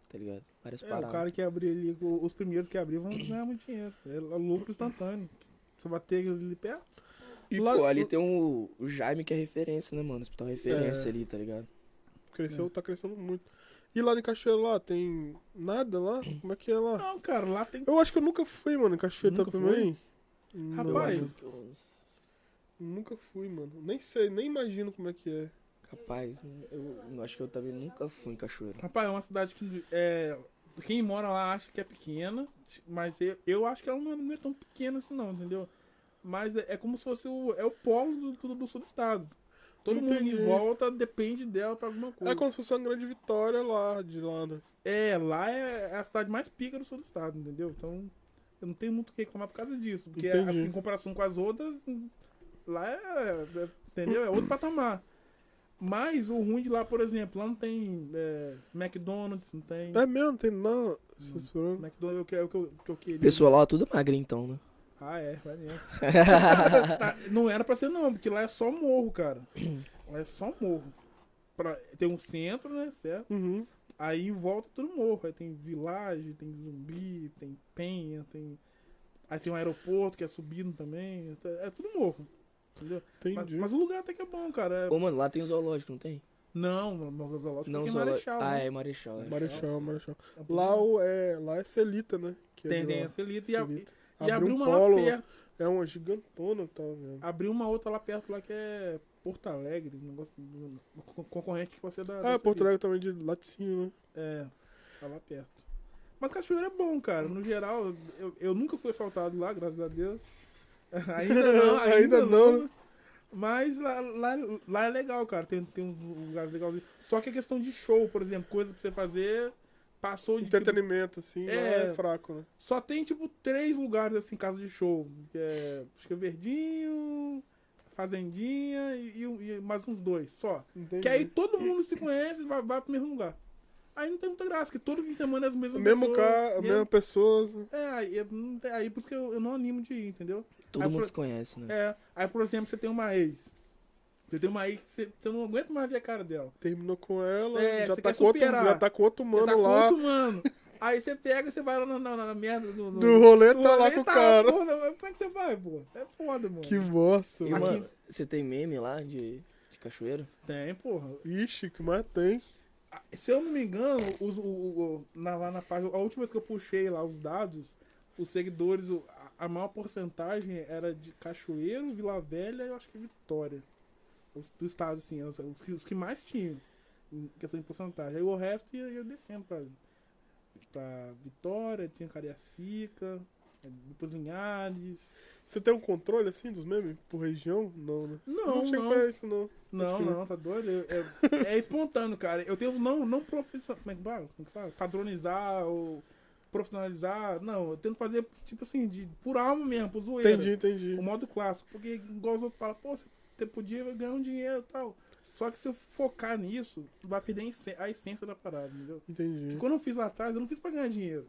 [SPEAKER 2] tá ligado? Várias
[SPEAKER 3] É,
[SPEAKER 2] paradas.
[SPEAKER 3] o cara que abrir ali, o- os primeiros que abrir vão ganhar muito dinheiro. É lucro instantâneo. Você bater ali perto.
[SPEAKER 2] E,
[SPEAKER 3] lá-
[SPEAKER 2] pô, ali tem um, o Jaime que é referência, né, mano? Hospital
[SPEAKER 1] É.
[SPEAKER 2] referência ali, tá ligado?
[SPEAKER 1] Cresceu, tá crescendo muito. E lá em Cachoeira lá, tem nada lá? Como é que é lá?
[SPEAKER 3] Não, cara, lá tem.
[SPEAKER 1] Eu acho que eu nunca fui, mano, em Cachoeira
[SPEAKER 3] Nunca
[SPEAKER 1] também. Não,
[SPEAKER 2] Eu
[SPEAKER 3] Rapaz.
[SPEAKER 2] acho que eu-
[SPEAKER 1] Nunca fui, mano. Nem sei, nem imagino como é que é.
[SPEAKER 2] Capaz, né? eu, eu acho que eu também nunca fui em Cachoeira.
[SPEAKER 1] Ah,
[SPEAKER 3] Rapaz, é uma cidade que. É, quem mora lá acha que é pequena, mas eu, eu acho que ela não é, não é tão pequena assim, não, entendeu? Mas é, é como se fosse o, é o polo do, do, do sul do estado. Todo mundo
[SPEAKER 1] Entendi.
[SPEAKER 3] em volta depende dela pra alguma coisa.
[SPEAKER 1] É como se fosse uma grande vitória lá, de lá, né?
[SPEAKER 3] É, lá é é a cidade mais pica do sul do estado, entendeu? Então, eu não tenho muito o que reclamar por causa disso. Porque a-
[SPEAKER 1] Entendi.
[SPEAKER 3] em comparação com as outras, lá é, é- Entendeu? É outro patamar. Mas o ruim de lá, por exemplo, lá não tem é, McDonald's, não tem.
[SPEAKER 1] É mesmo, não tem nada. Vocês foram-
[SPEAKER 3] McDonald's é o que, é o que eu, que eu queria.
[SPEAKER 2] Pessoal lá, tudo magrinho então, né?
[SPEAKER 3] Ah, é, vai dentro. Tá, não era pra ser, não, porque lá é só morro, cara. Lá é só morro. Pra, tem um centro, né? Certo?
[SPEAKER 1] Uhum.
[SPEAKER 3] Aí em volta tudo morro. Aí tem vilagem, tem zumbi, tem penha, tem. Aí tem um aeroporto que é subindo também. É, é tudo morro. Entendeu? Mas,
[SPEAKER 1] Entendi.
[SPEAKER 3] mas o lugar até que é bom, cara. É-
[SPEAKER 2] Ô, mano, lá tem zoológico, não tem?
[SPEAKER 3] Não, mas o zoológico
[SPEAKER 2] Não,
[SPEAKER 3] tem
[SPEAKER 2] zoológico.
[SPEAKER 3] Marechal.
[SPEAKER 2] Ah,
[SPEAKER 3] né?
[SPEAKER 2] é Marechal. é.
[SPEAKER 1] Marechal, Marechal.
[SPEAKER 3] É bom.
[SPEAKER 1] Lá, o- é, lá é Celita, né? Que é
[SPEAKER 3] tem,
[SPEAKER 1] de
[SPEAKER 3] tem
[SPEAKER 1] lá.
[SPEAKER 3] essa elite. E, a- e-
[SPEAKER 1] Celita.
[SPEAKER 3] e abriu
[SPEAKER 1] um
[SPEAKER 3] uma
[SPEAKER 1] polo,
[SPEAKER 3] lá perto.
[SPEAKER 1] É uma gigantona, tá vendo?
[SPEAKER 3] Abriu uma outra lá perto, lá que é Porto Alegre. Um negócio, um co- concorrente que você dá.
[SPEAKER 1] Ah, Porto Alegre também de laticínio, né?
[SPEAKER 3] É, tá lá perto. Mas cachoeira é bom, cara. No geral, eu, eu nunca fui assaltado lá, graças a Deus. Ainda não, ainda,
[SPEAKER 1] Ainda não,
[SPEAKER 3] não. Mas lá, lá, lá é legal, cara. Tem, tem uns lugares legais. Só que a questão de show, por exemplo, coisa pra você fazer, passou de. Tipo,
[SPEAKER 1] Entretenimento, assim, lá é,
[SPEAKER 3] É.
[SPEAKER 1] fraco, né?
[SPEAKER 3] só tem, tipo, três lugares assim, casa de show. Que é, acho que é Verdinho, Fazendinha e, e um- e mais uns dois só.
[SPEAKER 1] Entendi.
[SPEAKER 3] Que aí todo mundo se conhece e vai, vai pro mesmo lugar. Aí não tem muita graça, que todo fim de semana é as
[SPEAKER 1] O
[SPEAKER 3] mesmas
[SPEAKER 1] mesmo
[SPEAKER 3] pessoas,
[SPEAKER 1] cara, a
[SPEAKER 3] mesmo-
[SPEAKER 1] mesma pessoas.
[SPEAKER 3] É, aí, é- não tem- aí por isso que eu, eu não animo de ir, entendeu?
[SPEAKER 2] Todo
[SPEAKER 3] Aí,
[SPEAKER 2] mundo
[SPEAKER 3] por-
[SPEAKER 2] se conhece, né?
[SPEAKER 3] É, aí por exemplo, você tem uma ex. Você tem uma ex que você, você não aguenta mais ver a cara dela.
[SPEAKER 1] Terminou com ela,
[SPEAKER 3] É,
[SPEAKER 1] já,
[SPEAKER 3] você
[SPEAKER 1] tá
[SPEAKER 3] quer
[SPEAKER 1] com outro,
[SPEAKER 3] superar.
[SPEAKER 1] já tá com outro
[SPEAKER 3] Você
[SPEAKER 1] mano
[SPEAKER 3] tá com
[SPEAKER 1] lá.
[SPEAKER 3] outro mano. Aí você pega, você vai lá na, na- na merda do...
[SPEAKER 1] Do rolê
[SPEAKER 3] do
[SPEAKER 1] tá lá
[SPEAKER 3] rolê,
[SPEAKER 1] com o
[SPEAKER 3] tá
[SPEAKER 1] cara.
[SPEAKER 3] Pô, não, mas como é que você vai, pô? É foda, mano.
[SPEAKER 1] Que bosta.
[SPEAKER 2] E,
[SPEAKER 1] mano.
[SPEAKER 2] mano, você tem meme lá de, de cachoeiro?
[SPEAKER 3] Tem, porra.
[SPEAKER 1] Ixi, que mais tem.
[SPEAKER 3] Ah, Se eu não me engano, os, o, o- o- na, lá na página, a última vez que eu puxei lá os dados, os seguidores, o- a, a maior porcentagem era de Cachoeiro, Vila Velha e eu acho que Vitória. Os, do estado, assim, os, os que- os que mais tinham, em questão de porcentagem. Aí o resto ia, ia descendo pra, pra Vitória, tinha Cariacica, é, depois Linhares.
[SPEAKER 1] Você tem um controle assim dos memes por região? Não, né?
[SPEAKER 3] Não,
[SPEAKER 1] chega
[SPEAKER 3] não.
[SPEAKER 1] pra isso, não.
[SPEAKER 3] Não,
[SPEAKER 1] crer.
[SPEAKER 3] não, tá doido? Eu- eu- É, espontâneo, cara. Eu tenho não, não profissional. Como é que fala? Como é que fala? Padronizar ou profissionalizar. Não, eu tento fazer, tipo assim, de, por alma mesmo, por zoeira.
[SPEAKER 1] Entendi, entendi.
[SPEAKER 3] O modo clássico. Porque igual os outros falam, pô, você você podia ganhar um dinheiro e tal. Só que se eu focar nisso, vai perder a essen- a essência da parada, entendeu?
[SPEAKER 1] Entendi.
[SPEAKER 3] Porque quando eu fiz lá atrás, eu não fiz pra ganhar dinheiro.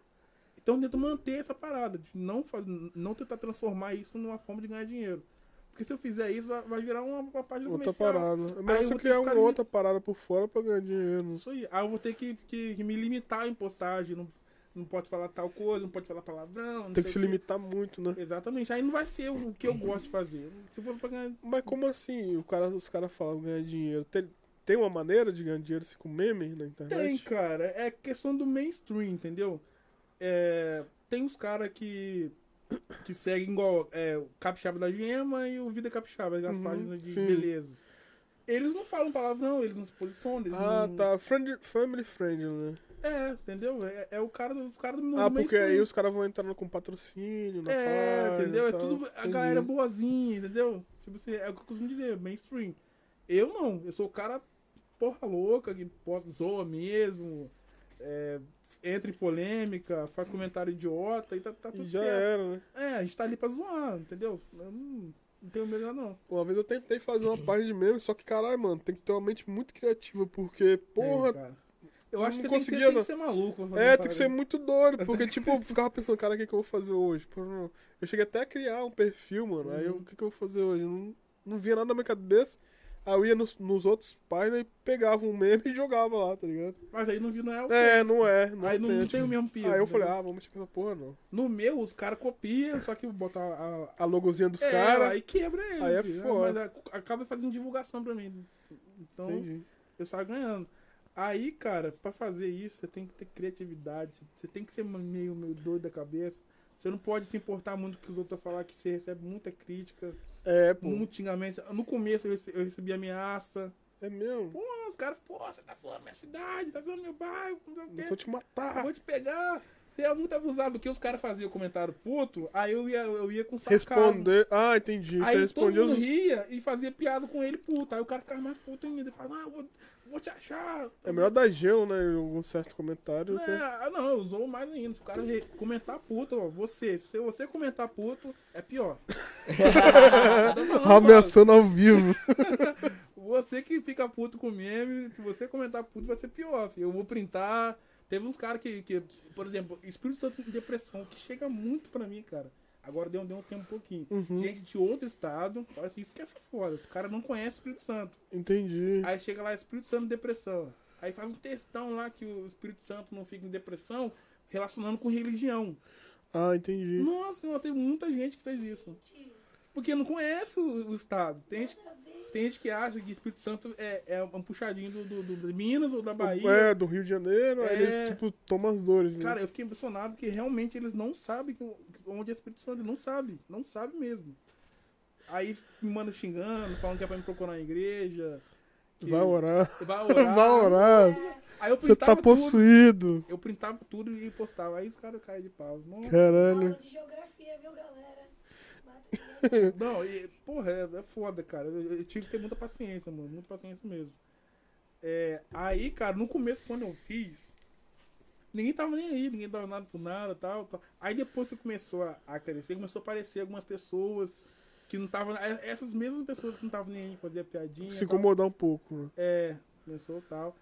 [SPEAKER 3] Então eu tento manter essa parada, de não, faz- não tentar transformar isso numa forma de ganhar dinheiro. Porque se eu fizer isso, vai, vai virar uma, uma página
[SPEAKER 1] Outra
[SPEAKER 3] comercial.
[SPEAKER 1] parada. É
[SPEAKER 3] Aí
[SPEAKER 1] melhor você
[SPEAKER 3] eu vou
[SPEAKER 1] criar
[SPEAKER 3] ter que
[SPEAKER 1] uma
[SPEAKER 3] ficar ali-
[SPEAKER 1] outra parada por fora pra ganhar dinheiro.
[SPEAKER 3] Isso aí. Aí eu vou ter que, que- que me limitar em postagem. Não, não pode falar tal coisa, não pode falar palavrão. não
[SPEAKER 1] Tem que se
[SPEAKER 3] sei o quê.
[SPEAKER 1] limitar muito, né?
[SPEAKER 3] Exatamente. Aí não vai ser o que eu gosto de fazer. Se fosse pra ganhar.
[SPEAKER 1] Mas como assim o cara, os caras falam ganhar dinheiro? Tem, tem uma maneira de ganhar dinheiro se com meme na
[SPEAKER 3] Tem,
[SPEAKER 1] internet?
[SPEAKER 3] cara. É questão do mainstream, entendeu? É, tem uns caras que. que seguem igual é, o Capixaba da Gema e o Vida Capixaba, as
[SPEAKER 1] Uhum,
[SPEAKER 3] páginas de
[SPEAKER 1] sim.
[SPEAKER 3] beleza. Eles não falam palavrão, eles não se posicionam. Eles
[SPEAKER 1] Ah,
[SPEAKER 3] não...
[SPEAKER 1] tá. Friend, family friend, né?
[SPEAKER 3] É, entendeu? É, é o cara dos caras do
[SPEAKER 1] ah,
[SPEAKER 3] do
[SPEAKER 1] porque aí
[SPEAKER 3] mainstream.
[SPEAKER 1] os caras vão entrando com patrocínio na
[SPEAKER 3] É,
[SPEAKER 1] página e
[SPEAKER 3] entendeu? É
[SPEAKER 1] tal.
[SPEAKER 3] tudo. A
[SPEAKER 1] Entendi.
[SPEAKER 3] galera é boazinha, entendeu? Tipo assim, é o que eu costumo dizer, mainstream. Eu não, eu sou o cara porra louca, que posta- zoa mesmo, é, entra em polêmica, faz comentário idiota e tá, tá
[SPEAKER 1] E
[SPEAKER 3] tudo
[SPEAKER 1] já
[SPEAKER 3] certo.
[SPEAKER 1] era, né?
[SPEAKER 3] É. a gente tá ali pra zoar, entendeu? Eu não, não tenho medo de nada, não.
[SPEAKER 1] Uma vez eu tentei fazer uma página de meme, só que caralho, mano, tem que ter uma mente muito criativa, porque, porra,
[SPEAKER 3] Tem, cara. Eu
[SPEAKER 1] não
[SPEAKER 3] acho que você tem
[SPEAKER 1] conseguia,
[SPEAKER 3] que, ter- tem
[SPEAKER 1] não.
[SPEAKER 3] que ser maluco. pra fazer
[SPEAKER 1] É,
[SPEAKER 3] uma
[SPEAKER 1] tem que
[SPEAKER 3] parada
[SPEAKER 1] ser muito doido, porque, tipo, eu ficava pensando, cara, o que, que eu vou fazer hoje? Pô, não. Eu cheguei até a criar um perfil, mano, aí
[SPEAKER 3] Uhum.
[SPEAKER 1] eu, o que, que eu vou fazer hoje? Não, não via nada na minha cabeça, aí eu ia nos, nos outros páginas e pegava um meme e jogava lá, tá ligado?
[SPEAKER 3] Mas aí no vídeo não é o
[SPEAKER 1] É, não é, não
[SPEAKER 3] Aí não, não
[SPEAKER 1] tipo,
[SPEAKER 3] tem um né? o mesmo piso.
[SPEAKER 1] Aí eu
[SPEAKER 3] entendeu?
[SPEAKER 1] falei, ah, vamos mexer com essa porra, não.
[SPEAKER 3] No meu, os caras copiam, só que botar a,
[SPEAKER 1] A logozinha dos
[SPEAKER 3] É,
[SPEAKER 1] caras,
[SPEAKER 3] aí quebra eles.
[SPEAKER 1] aí é
[SPEAKER 3] filho.
[SPEAKER 1] foda.
[SPEAKER 3] Mas a- acaba fazendo divulgação pra mim. Então,
[SPEAKER 1] entendi.
[SPEAKER 3] eu saio ganhando. Aí, cara, pra fazer isso, você tem que ter criatividade. você- Você tem que ser meio, meio doido da cabeça. Você não pode se importar muito com o que os outros falar que você recebe muita crítica,
[SPEAKER 1] É, pô,
[SPEAKER 3] muito xingamento. No começo eu rece- eu recebi, ameaça.
[SPEAKER 1] é mesmo,
[SPEAKER 3] Pô, os caras, pô, você tá zoando minha cidade, tá zoando meu bairro, não sei o
[SPEAKER 1] não
[SPEAKER 3] quê.
[SPEAKER 1] sou te
[SPEAKER 3] Eu
[SPEAKER 1] matar.
[SPEAKER 3] é. vou te pegar. Você é muito abusado, porque os caras faziam comentário puto, aí eu ia, eu ia com sarcasmo.
[SPEAKER 1] Responder, ah, entendi, você
[SPEAKER 3] Aí todo
[SPEAKER 1] respondeu
[SPEAKER 3] mundo
[SPEAKER 1] os...
[SPEAKER 3] ria e fazia piada com ele puto. Aí o cara ficava mais puto ainda. Ele falava, ah, eu vou, vou te achar.
[SPEAKER 1] É melhor dar gelo, né, em algum certo comentário.
[SPEAKER 3] É,
[SPEAKER 1] né?
[SPEAKER 3] ah, não, eu zoo mais ainda. Se o cara re- comentar puto, ó, você, se você comentar puto, é pior. Tô falando, mano,
[SPEAKER 1] Ameaçando ao vivo.
[SPEAKER 3] Você que fica puto com meme, se você comentar puto, vai ser pior. filho. Eu vou printar. Teve uns caras que, que, por exemplo, Espírito Santo em depressão, que chega muito pra mim, cara. Agora deu, deu um tempo um pouquinho. Gente de outro estado, fala assim, isso que é foda. O cara não conhece Espírito Santo.
[SPEAKER 1] Entendi.
[SPEAKER 3] Aí chega lá, Espírito Santo depressão. Aí faz um textão lá que o Espírito Santo não fica em depressão, relacionando com religião.
[SPEAKER 1] Ah, entendi.
[SPEAKER 3] Nossa, senhora, tem muita gente que fez isso. Porque não conhece o, o Estado. Tem gente, tem gente que acha que Espírito Santo é, é um puxadinho do, do, do- de Minas ou da Bahia.
[SPEAKER 1] É, do Rio de Janeiro, aí
[SPEAKER 3] É.
[SPEAKER 1] eles, tipo, tomam as dores, né?
[SPEAKER 3] Cara, eu fiquei impressionado que realmente eles não sabem que- onde é Espírito Santo. Eles Não sabe, não sabe mesmo. Aí me manda xingando, falando que é pra me procurar na igreja. que
[SPEAKER 1] Vai orar.
[SPEAKER 3] Vai orar.
[SPEAKER 1] Vai orar.
[SPEAKER 3] Aí eu
[SPEAKER 1] Você tá
[SPEAKER 3] printava tudo.
[SPEAKER 1] possuído.
[SPEAKER 3] Eu printava tudo e postava. Aí os caras caem de pau. Não,
[SPEAKER 1] Caralho.
[SPEAKER 4] Aula de geografia, viu, galera? Mata
[SPEAKER 3] não e, porra, é, é foda, cara. Eu, eu tive que ter muita paciência, mano. Muita paciência mesmo. É, aí, cara, no começo, quando eu fiz, ninguém tava nem aí, ninguém dava nada por nada tal. tal. Aí depois que começou a, a crescer, começou a aparecer algumas pessoas que não estavam. Essas mesmas pessoas que não estavam nem aí, fazia piadinha.
[SPEAKER 1] Se
[SPEAKER 3] tal.
[SPEAKER 1] incomodar um pouco, né?
[SPEAKER 3] É, começou tal.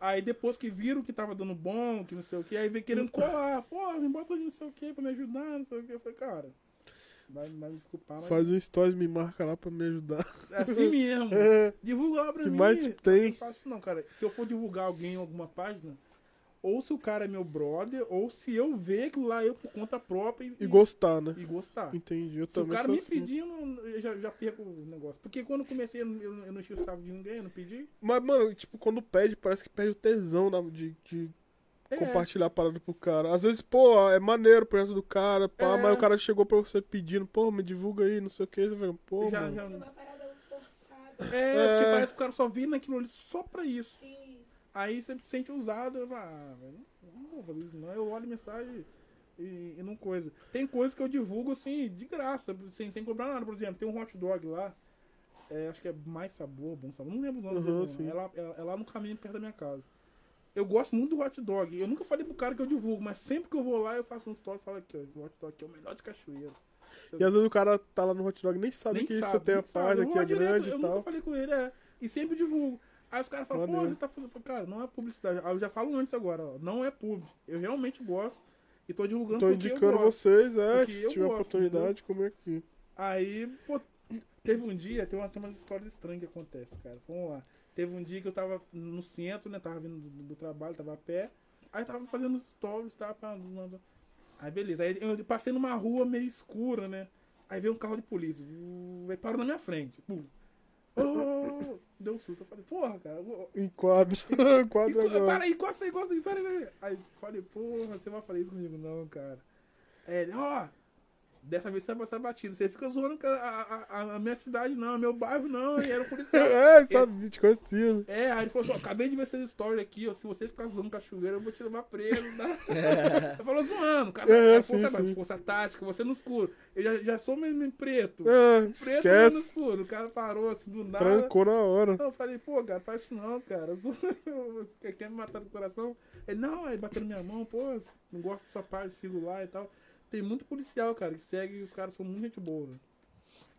[SPEAKER 3] Aí depois que viram que tava dando bom, que não sei o que, aí vem querendo
[SPEAKER 1] Então-
[SPEAKER 3] colar. Pô, me bota de não sei o que pra me ajudar, não sei o que. Eu falei, cara, vai, vai me desculpar, mas
[SPEAKER 1] Faz um stories, me marca lá pra me ajudar.
[SPEAKER 3] é assim mesmo.
[SPEAKER 1] É.
[SPEAKER 3] Divulga lá pra
[SPEAKER 1] Que
[SPEAKER 3] mim. tá
[SPEAKER 1] mais tem?
[SPEAKER 3] Eu não faço isso não, cara. Se eu for divulgar alguém em alguma página, ou se o cara é meu brother, ou se eu ver aquilo lá eu por conta própria e,
[SPEAKER 1] E gostar, né?
[SPEAKER 3] e gostar.
[SPEAKER 1] Entendi. Eu
[SPEAKER 3] Se o
[SPEAKER 1] também
[SPEAKER 3] cara
[SPEAKER 1] sou
[SPEAKER 3] me
[SPEAKER 1] assim.
[SPEAKER 3] pedir, eu, não- eu já, já perco o negócio. Porque quando eu comecei, eu não, eu não- eu não enchi o saco de ninguém, eu não pedi.
[SPEAKER 1] Mas, mano, tipo, quando pede, parece que perde o tesão da- de, de
[SPEAKER 3] É,
[SPEAKER 1] compartilhar a parada pro cara. Às vezes, pô, é maneiro o projeto do cara, pá,
[SPEAKER 3] É.
[SPEAKER 1] mas o cara chegou pra você pedindo, pô, me divulga aí, não sei o que. Você fala, pô,
[SPEAKER 3] já,
[SPEAKER 1] mano.
[SPEAKER 3] já,
[SPEAKER 4] Isso é uma parada forçada.
[SPEAKER 3] É,
[SPEAKER 1] É.
[SPEAKER 3] porque parece que o cara só vive naquilo ali só pra isso.
[SPEAKER 4] Sim.
[SPEAKER 3] Aí você se sente usado, eu falo, ah, velho, não, não vou fazer isso não. Eu olho a mensagem e, e não coisa. Tem coisa que eu divulgo assim, de graça, sem, sem cobrar nada. Por exemplo, tem um hot dog lá, é, acho que é mais sabor, bom sabor, não lembro o nome
[SPEAKER 1] Uhum,
[SPEAKER 3] dele.
[SPEAKER 1] sim.
[SPEAKER 3] não. É lá, é- é lá no caminho perto da minha casa. Eu gosto muito do hot dog. Eu nunca falei pro cara que eu divulgo, mas sempre que eu vou lá, eu faço um story e falo aqui, ó, esse hot dog aqui é o melhor de cachoeira.
[SPEAKER 1] E às vezes o cara tá lá no hot dog nem sabe
[SPEAKER 3] Nem
[SPEAKER 1] que
[SPEAKER 3] sabe,
[SPEAKER 1] você tem a
[SPEAKER 3] nem sabe.
[SPEAKER 1] página
[SPEAKER 3] Eu
[SPEAKER 1] que é
[SPEAKER 3] vou direto,
[SPEAKER 1] grande
[SPEAKER 3] Eu
[SPEAKER 1] e
[SPEAKER 3] nunca
[SPEAKER 1] tal.
[SPEAKER 3] falei com ele, é. E sempre divulgo. Aí os caras falam, pô,
[SPEAKER 1] Maneiro.
[SPEAKER 3] você tá falando. Cara, não é publicidade. Aí eu já falo antes agora, ó. Não é pub. Eu realmente gosto. E tô divulgando
[SPEAKER 1] Tô
[SPEAKER 3] porque eu
[SPEAKER 1] indicando
[SPEAKER 3] gosto.
[SPEAKER 1] vocês, é,
[SPEAKER 3] Porque
[SPEAKER 1] se
[SPEAKER 3] eu
[SPEAKER 1] tiver
[SPEAKER 3] gosto,
[SPEAKER 1] oportunidade, comer aqui.
[SPEAKER 3] Aí, pô, teve um dia, tem uma, tem umas histórias estranhas que acontecem, cara. Vamos lá. Teve um dia que eu tava no centro, né? Tava vindo do, do trabalho, tava a pé. Aí tava fazendo stories, tava. pra- Aí beleza. Aí eu passei numa rua meio escura, né? Aí veio um carro de polícia. Vu, Aí parou na minha frente. Pum. Oh, deu um susto. Eu falei, porra, cara. eu-
[SPEAKER 1] Enquadro. Enquadro
[SPEAKER 3] Enco-
[SPEAKER 1] agora.
[SPEAKER 3] Para aí, encosta aí, encosta aí, para aí, para aí. Aí falei, porra, você vai fazer isso comigo, não, cara. Aí ele, ó, dessa vez você vai passar batido. Você fica zoando com a, a- a- a minha cidade, não, meu bairro, não, e era um policial.
[SPEAKER 1] É, sabe, te conhecido.
[SPEAKER 3] É, aí ele falou assim, ó, acabei de ver seus stories aqui, ó, se você ficar zoando cachoeira, eu vou te levar preso, tá? Ele falou zoando, cara,
[SPEAKER 1] É,
[SPEAKER 3] é, força,
[SPEAKER 1] sim, sim.
[SPEAKER 3] força tática, você no escuro. Eu já, já sou mesmo em preto,
[SPEAKER 1] É,
[SPEAKER 3] preto mas no
[SPEAKER 1] esquece.
[SPEAKER 3] escuro. O cara parou assim, do nada.
[SPEAKER 1] Trancou na hora.
[SPEAKER 3] Não, eu falei, pô, cara, faz isso não, cara. Zo- Quer quer me matar do coração? Ele, não, aí bateu na minha mão, pô, não gosto da sua parte, sigo lá e tal. Tem muito policial, cara, que segue e os caras são muito gente boa, velho.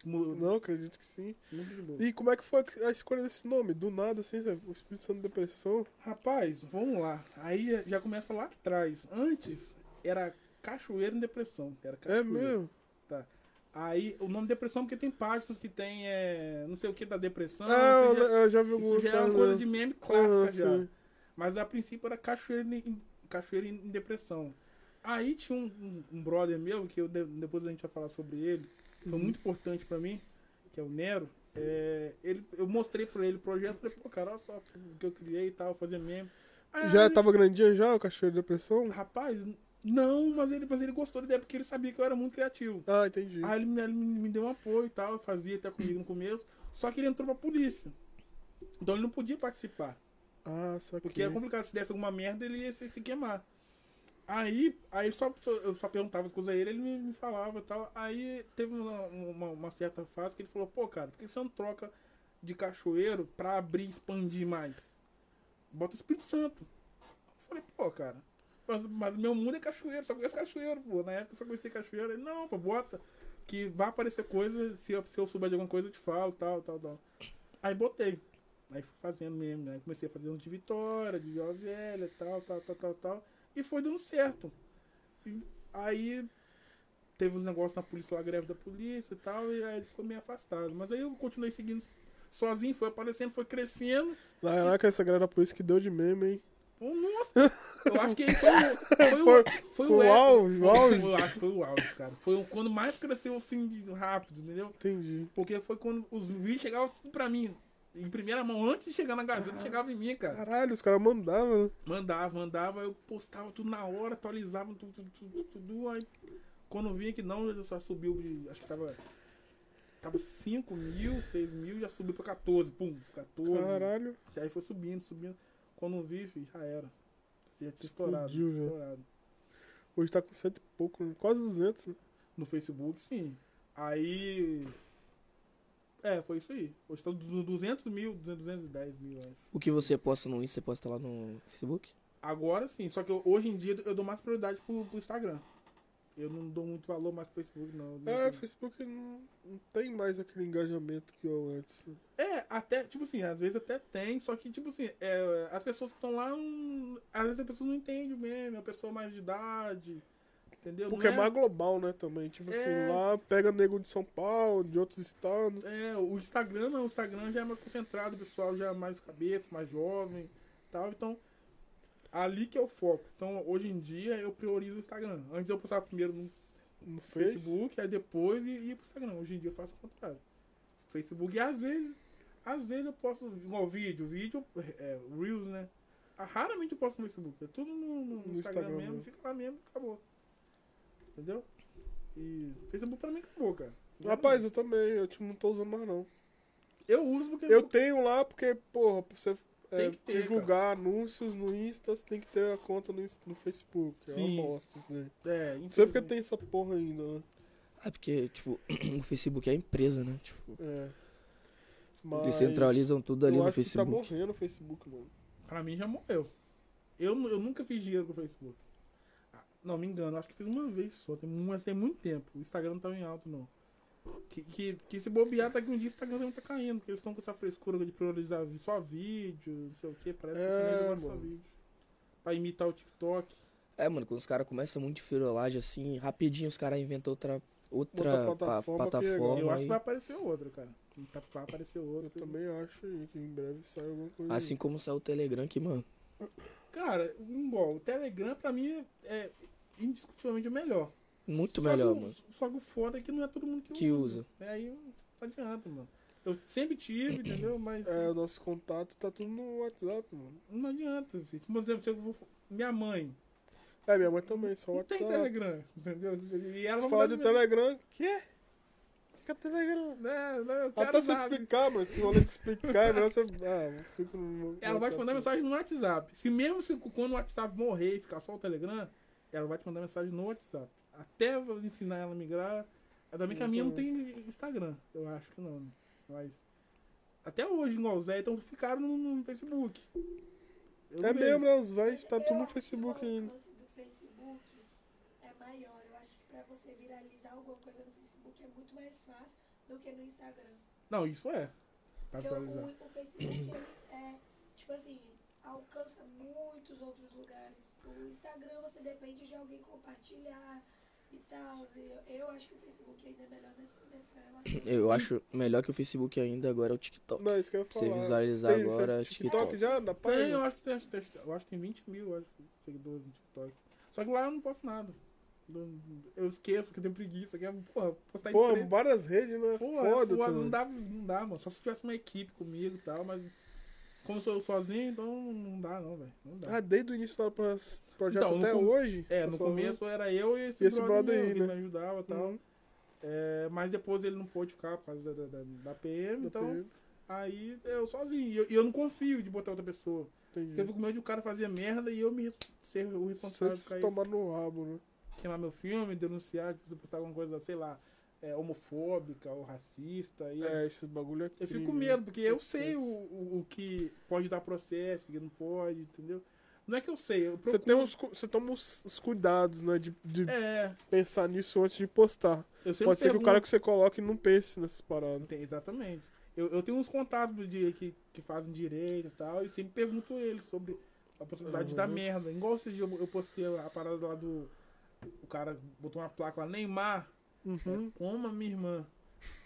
[SPEAKER 3] Mu-
[SPEAKER 1] Não, acredito que sim.
[SPEAKER 3] Muito gente boa.
[SPEAKER 1] E como é que foi a escolha desse nome? Do nada, assim, sabe? o Espírito Santo Depressão.
[SPEAKER 3] Rapaz, vamos lá. Aí é, já começa lá atrás. Antes era cachoeira em depressão. Era
[SPEAKER 1] É
[SPEAKER 3] cachoeira.
[SPEAKER 1] mesmo?
[SPEAKER 3] Aí o nome depressão porque tem pastos que tem é, não sei o que da depressão.
[SPEAKER 1] Ah,
[SPEAKER 3] isso
[SPEAKER 1] eu,
[SPEAKER 3] já-
[SPEAKER 1] eu já vi alguns
[SPEAKER 3] isso já é uma
[SPEAKER 1] caras,
[SPEAKER 3] coisa
[SPEAKER 1] né?
[SPEAKER 3] de meme
[SPEAKER 1] Ah,
[SPEAKER 3] clássica já.
[SPEAKER 1] sim.
[SPEAKER 3] Mas a princípio era cachoeira em, em- cachoeira em em depressão. Aí tinha um, um- um brother meu, que eu de- depois a gente vai falar sobre ele, foi muito importante pra mim, que é o Nero. É, ele, eu mostrei pra ele o projeto, falei, pô, cara, olha só o que eu criei e tal, fazer meme. Aí,
[SPEAKER 1] Já tá-
[SPEAKER 3] ele,
[SPEAKER 1] tava grandinha já, o Cachoeira de Depressão?
[SPEAKER 3] Rapaz, não, mas ele, mas ele gostou da ideia porque ele sabia que eu era muito criativo.
[SPEAKER 1] Ah, entendi.
[SPEAKER 3] Aí ele, me- ele me me deu um apoio e tal, fazia até comigo no começo, só que ele entrou pra polícia. Então ele não podia participar.
[SPEAKER 1] Ah, só que...
[SPEAKER 3] Porque é complicado, se desse alguma merda, ele ia se, se queimar. Aí, aí só, só- eu só perguntava as coisas a ele, ele me, me falava e tal. Aí teve uma, uma, uma certa fase que ele falou, pô, cara, por que você não troca de cachoeiro pra abrir e expandir mais? Bota Espírito Santo. Eu falei, pô, cara, mas, mas meu mundo é cachoeiro, só conheço cachoeiro, pô. Na época eu só conhecia cachoeiro. Ele, não, pô, bota. Que vai aparecer coisa, se eu, se eu souber de alguma coisa, eu te falo, tal, tal, tal. Aí botei. Aí fui fazendo mesmo, né? Comecei a fazer um de Vitória, de Vila Velha, tal, tal, tal, tal, tal. E foi dando certo. E aí teve uns negócios na polícia, lá, a greve da polícia e tal, e aí ele ficou meio afastado. Mas aí eu continuei seguindo sozinho, foi aparecendo, foi crescendo.
[SPEAKER 1] Caraca, essa galera por isso que deu de meme, hein?
[SPEAKER 3] Ô, Nossa! Eu acho que aí foi o. Foi o, foi o,
[SPEAKER 1] foi o
[SPEAKER 3] épico.
[SPEAKER 1] auge, o auge.
[SPEAKER 3] Eu acho que foi o auge, cara. Foi o- quando mais cresceu assim de- rápido, entendeu?
[SPEAKER 1] Entendi.
[SPEAKER 3] Porque foi quando os vídeos chegavam tudo pra mim. Em primeira mão, antes de chegar na Gazeta, chegava em mim, cara.
[SPEAKER 1] Caralho, os caras mandavam, né?
[SPEAKER 3] Mandava, mandava, eu postava tudo na hora, atualizava tudo, tudo, tudo, tudo. Aí quando vinha que não, já só subiu de. Acho que tava. Tava 5 mil, 6 mil, já subiu pra 14. Pum, 14.
[SPEAKER 1] Caralho.
[SPEAKER 3] Aí foi subindo, subindo. Quando vi, filho, já era. Já tinha estourado.
[SPEAKER 1] Explodiu,
[SPEAKER 3] tinha
[SPEAKER 1] já.
[SPEAKER 3] estourado.
[SPEAKER 1] Hoje tá com cento e pouco, né? quase 200, né?
[SPEAKER 3] No Facebook, sim. Aí. É, foi isso aí. Hoje tá du- 200 mil, 210 mil, eu acho.
[SPEAKER 2] O que você posta no Insta, você posta lá no Facebook?
[SPEAKER 3] Agora sim, só que eu- hoje em dia eu dou mais prioridade pro, pro Instagram. Eu não dou muito valor mais pro Facebook, não. Eu não
[SPEAKER 1] É, o
[SPEAKER 3] tenho-
[SPEAKER 1] Facebook não, não tem mais aquele engajamento que eu antes. né?
[SPEAKER 3] É, até, tipo assim, às vezes até tem, só que, tipo assim, é, as pessoas que estão lá, não- às vezes a pessoa não entende mesmo, é uma pessoa mais de idade, entendeu?
[SPEAKER 1] Porque é
[SPEAKER 3] Não
[SPEAKER 1] mais global, né, também. Tipo
[SPEAKER 3] É.
[SPEAKER 1] assim, lá pega nego de São Paulo, de outros estados.
[SPEAKER 3] É, o Instagram não, o Instagram já é mais concentrado, o pessoal já é mais cabeça, mais jovem tal. Então, ali que é o foco. Então, hoje em dia, eu priorizo o Instagram. Antes eu postava primeiro no
[SPEAKER 1] No Facebook.
[SPEAKER 3] Facebook, aí depois e ia pro Instagram. Hoje em dia eu faço o contrário. Facebook, e às vezes, às vezes eu posto igual vídeo, vídeo, é, Reels, né? Ah, Raramente eu posto no Facebook. É tudo no, no Instagram,
[SPEAKER 1] Instagram
[SPEAKER 3] mesmo,
[SPEAKER 1] mesmo.
[SPEAKER 3] fica lá mesmo e acabou. Entendeu? E Facebook pra mim acabou, cara.
[SPEAKER 1] Rapaz, eu também, eu tipo, não tô usando mais não.
[SPEAKER 3] Uhum. eu uso porque
[SPEAKER 1] Eu tenho lá porque, porra, pra você é,
[SPEAKER 3] Tem que ter,
[SPEAKER 1] divulgar anúncios no Insta, você tem que ter a conta no, Inst- no Facebook.
[SPEAKER 3] Sim.
[SPEAKER 1] É uma bosta isso daí.
[SPEAKER 3] É,
[SPEAKER 1] Não sei porque
[SPEAKER 3] infelizmente.
[SPEAKER 1] tem essa porra ainda, né?
[SPEAKER 2] Ah, porque, tipo, o Facebook é a empresa, né? Tipo,
[SPEAKER 1] É.
[SPEAKER 2] descentralizam tudo ali
[SPEAKER 1] eu
[SPEAKER 2] no
[SPEAKER 1] acho Que tá
[SPEAKER 2] Facebook.
[SPEAKER 1] morrendo o Facebook, mano.
[SPEAKER 3] Pra mim já morreu. Eu, nu- eu nunca fiz dinheiro com o Facebook. Ah, Não, me engano, acho que fiz uma vez só, tem, mu- mas tem muito tempo. O Instagram não tá em alto, não. Que, que, que se bobear, tá que um dia o Instagram não tá caindo, porque eles estão com essa frescura de priorizar vi- só vídeo, não sei o que, parece que
[SPEAKER 1] É,
[SPEAKER 3] eles agora só
[SPEAKER 1] mano.
[SPEAKER 3] vídeo. Pra imitar o TikTok.
[SPEAKER 2] É, mano, quando os caras começam muito de firolagem assim, rapidinho os caras inventam outra, outra
[SPEAKER 1] Outra
[SPEAKER 2] pa-
[SPEAKER 1] plataforma que-
[SPEAKER 2] plataforma.
[SPEAKER 3] eu acho
[SPEAKER 2] aí.
[SPEAKER 3] que vai aparecer outra, cara. Tá- Vai aparecer
[SPEAKER 1] Eu
[SPEAKER 3] outra.
[SPEAKER 1] também acho aí que em breve sai alguma coisa.
[SPEAKER 2] Assim como saiu o Telegram que, mano.
[SPEAKER 3] Cara, igual, o Telegram pra mim é indiscutivelmente o melhor.
[SPEAKER 2] Muito
[SPEAKER 3] Só
[SPEAKER 2] melhor,
[SPEAKER 3] que o-
[SPEAKER 2] mano.
[SPEAKER 3] Só que o foda é que não é todo mundo que,
[SPEAKER 2] Que usa.
[SPEAKER 3] É, aí não adianta, mano. Eu sempre tive, entendeu? Mas
[SPEAKER 1] É, o nosso contato tá tudo no WhatsApp, mano.
[SPEAKER 3] não adianta. filho. Por exemplo, se eu vou... minha mãe
[SPEAKER 1] É, minha mãe também, só
[SPEAKER 3] não tem
[SPEAKER 1] WhatsApp.
[SPEAKER 3] Telegram, entendeu? E ela
[SPEAKER 1] Se
[SPEAKER 3] não
[SPEAKER 1] falar
[SPEAKER 3] deve-
[SPEAKER 1] de Telegram, quê? Fica Telegram.
[SPEAKER 3] Né, né, eu quero
[SPEAKER 1] Até se
[SPEAKER 3] nada.
[SPEAKER 1] explicar, mano. Se o rolê te explicar, é melhor você. Ah, eu fico no. no
[SPEAKER 3] Ela vai te mandar
[SPEAKER 1] WhatsApp.
[SPEAKER 3] mensagem no WhatsApp. Se mesmo se, quando o WhatsApp morrer e ficar só o Telegram, ela vai te mandar mensagem no WhatsApp. Até eu ensinar ela a migrar. Ainda bem que a minha não tem Instagram. Eu acho que não. né? Mas. Até hoje, igual os velhos, então ficaram no, no Facebook. Eu
[SPEAKER 1] É
[SPEAKER 3] vejo.
[SPEAKER 1] mesmo, né? Os velhos tá
[SPEAKER 4] Eu
[SPEAKER 1] tudo no
[SPEAKER 4] acho que
[SPEAKER 1] Facebook
[SPEAKER 4] o
[SPEAKER 1] ainda.
[SPEAKER 4] alcance do Facebook é maior. Eu acho que pra você viralizar alguma coisa no Facebook é muito mais fácil do que no Instagram.
[SPEAKER 3] Não, isso é. Pra
[SPEAKER 4] Porque
[SPEAKER 3] atualizar.
[SPEAKER 4] o, o Facebook ele é, tipo assim, alcança muitos outros lugares. O Instagram você depende de alguém compartilhar e tal. Eu, eu acho que o Facebook ainda é melhor nessa, nessa relação.
[SPEAKER 2] Eu acho melhor que o Facebook ainda agora é o TikTok.
[SPEAKER 1] Não, isso que eu ia
[SPEAKER 2] Pra
[SPEAKER 1] falar.
[SPEAKER 2] você visualizar
[SPEAKER 1] Tem-
[SPEAKER 2] agora,
[SPEAKER 1] você-
[SPEAKER 2] TikTok.
[SPEAKER 1] TikTok já na
[SPEAKER 3] Tem,
[SPEAKER 1] página?
[SPEAKER 3] eu acho que tem, acho que tem- eu acho que tem 20 mil eu acho, seguidores no TikTok. Só que lá eu não posto nada. Eu- Eu esqueço que eu tenho preguiça. Que é, porra, postar em
[SPEAKER 1] Pô,
[SPEAKER 3] três-
[SPEAKER 1] várias redes, né?
[SPEAKER 3] Pô, é
[SPEAKER 1] Foda,
[SPEAKER 3] foda,
[SPEAKER 1] foda
[SPEAKER 3] não dá, não dá, mano. Só se tivesse uma equipe comigo e tal, mas. Como sou eu sozinho, então não dá, não, velho. Não dá.
[SPEAKER 1] Ah, desde o início do pro- projeto
[SPEAKER 3] Então, no
[SPEAKER 1] até
[SPEAKER 3] com-
[SPEAKER 1] hoje?
[SPEAKER 3] é,
[SPEAKER 1] Só-
[SPEAKER 3] no
[SPEAKER 1] só-
[SPEAKER 3] começo era eu e esse,
[SPEAKER 1] E esse brother
[SPEAKER 3] meu,
[SPEAKER 1] aí,
[SPEAKER 3] que
[SPEAKER 1] né?
[SPEAKER 3] me ajudava e tal.
[SPEAKER 1] Uhum.
[SPEAKER 3] É, mas depois ele não pôde ficar por causa da, da, da- da PM, então
[SPEAKER 1] Entendi.
[SPEAKER 3] aí eu sozinho. E eu, e eu não confio de botar outra pessoa. Porque eu fico com medo de o cara fazer merda e eu me res- ser o
[SPEAKER 1] Só
[SPEAKER 3] responsável por
[SPEAKER 1] se
[SPEAKER 3] isso.
[SPEAKER 1] tomar no rabo, né?
[SPEAKER 3] queimar meu filme, denunciar, se postar alguma coisa, sei lá, é, homofóbica ou racista. E
[SPEAKER 1] É, esses bagulho é
[SPEAKER 3] Eu fico
[SPEAKER 1] crime,
[SPEAKER 3] com
[SPEAKER 1] né?
[SPEAKER 3] medo, porque eu
[SPEAKER 1] Processo.
[SPEAKER 3] sei o, o, o que pode dar processo, o que não pode, entendeu? Não é que eu sei, eu
[SPEAKER 1] Você,
[SPEAKER 3] procuro...
[SPEAKER 1] tem um- uns, cu- você toma uns, uns cuidados, né? De, de
[SPEAKER 3] É,
[SPEAKER 1] pensar nisso antes de postar.
[SPEAKER 3] eu sempre
[SPEAKER 1] Pode ser que o
[SPEAKER 3] pergunto-
[SPEAKER 1] cara que você coloque não pense nessas paradas.
[SPEAKER 3] Tem- Exatamente. Eu, eu tenho uns contatos de, que, que fazem direito e tal, e sempre pergunto eles sobre a possibilidade de dar
[SPEAKER 1] Uhum.
[SPEAKER 3] merda. Igual esse dia eu, eu postei a parada lá do... O cara botou uma placa lá, Neymar,
[SPEAKER 1] Uhum.
[SPEAKER 3] como a minha irmã.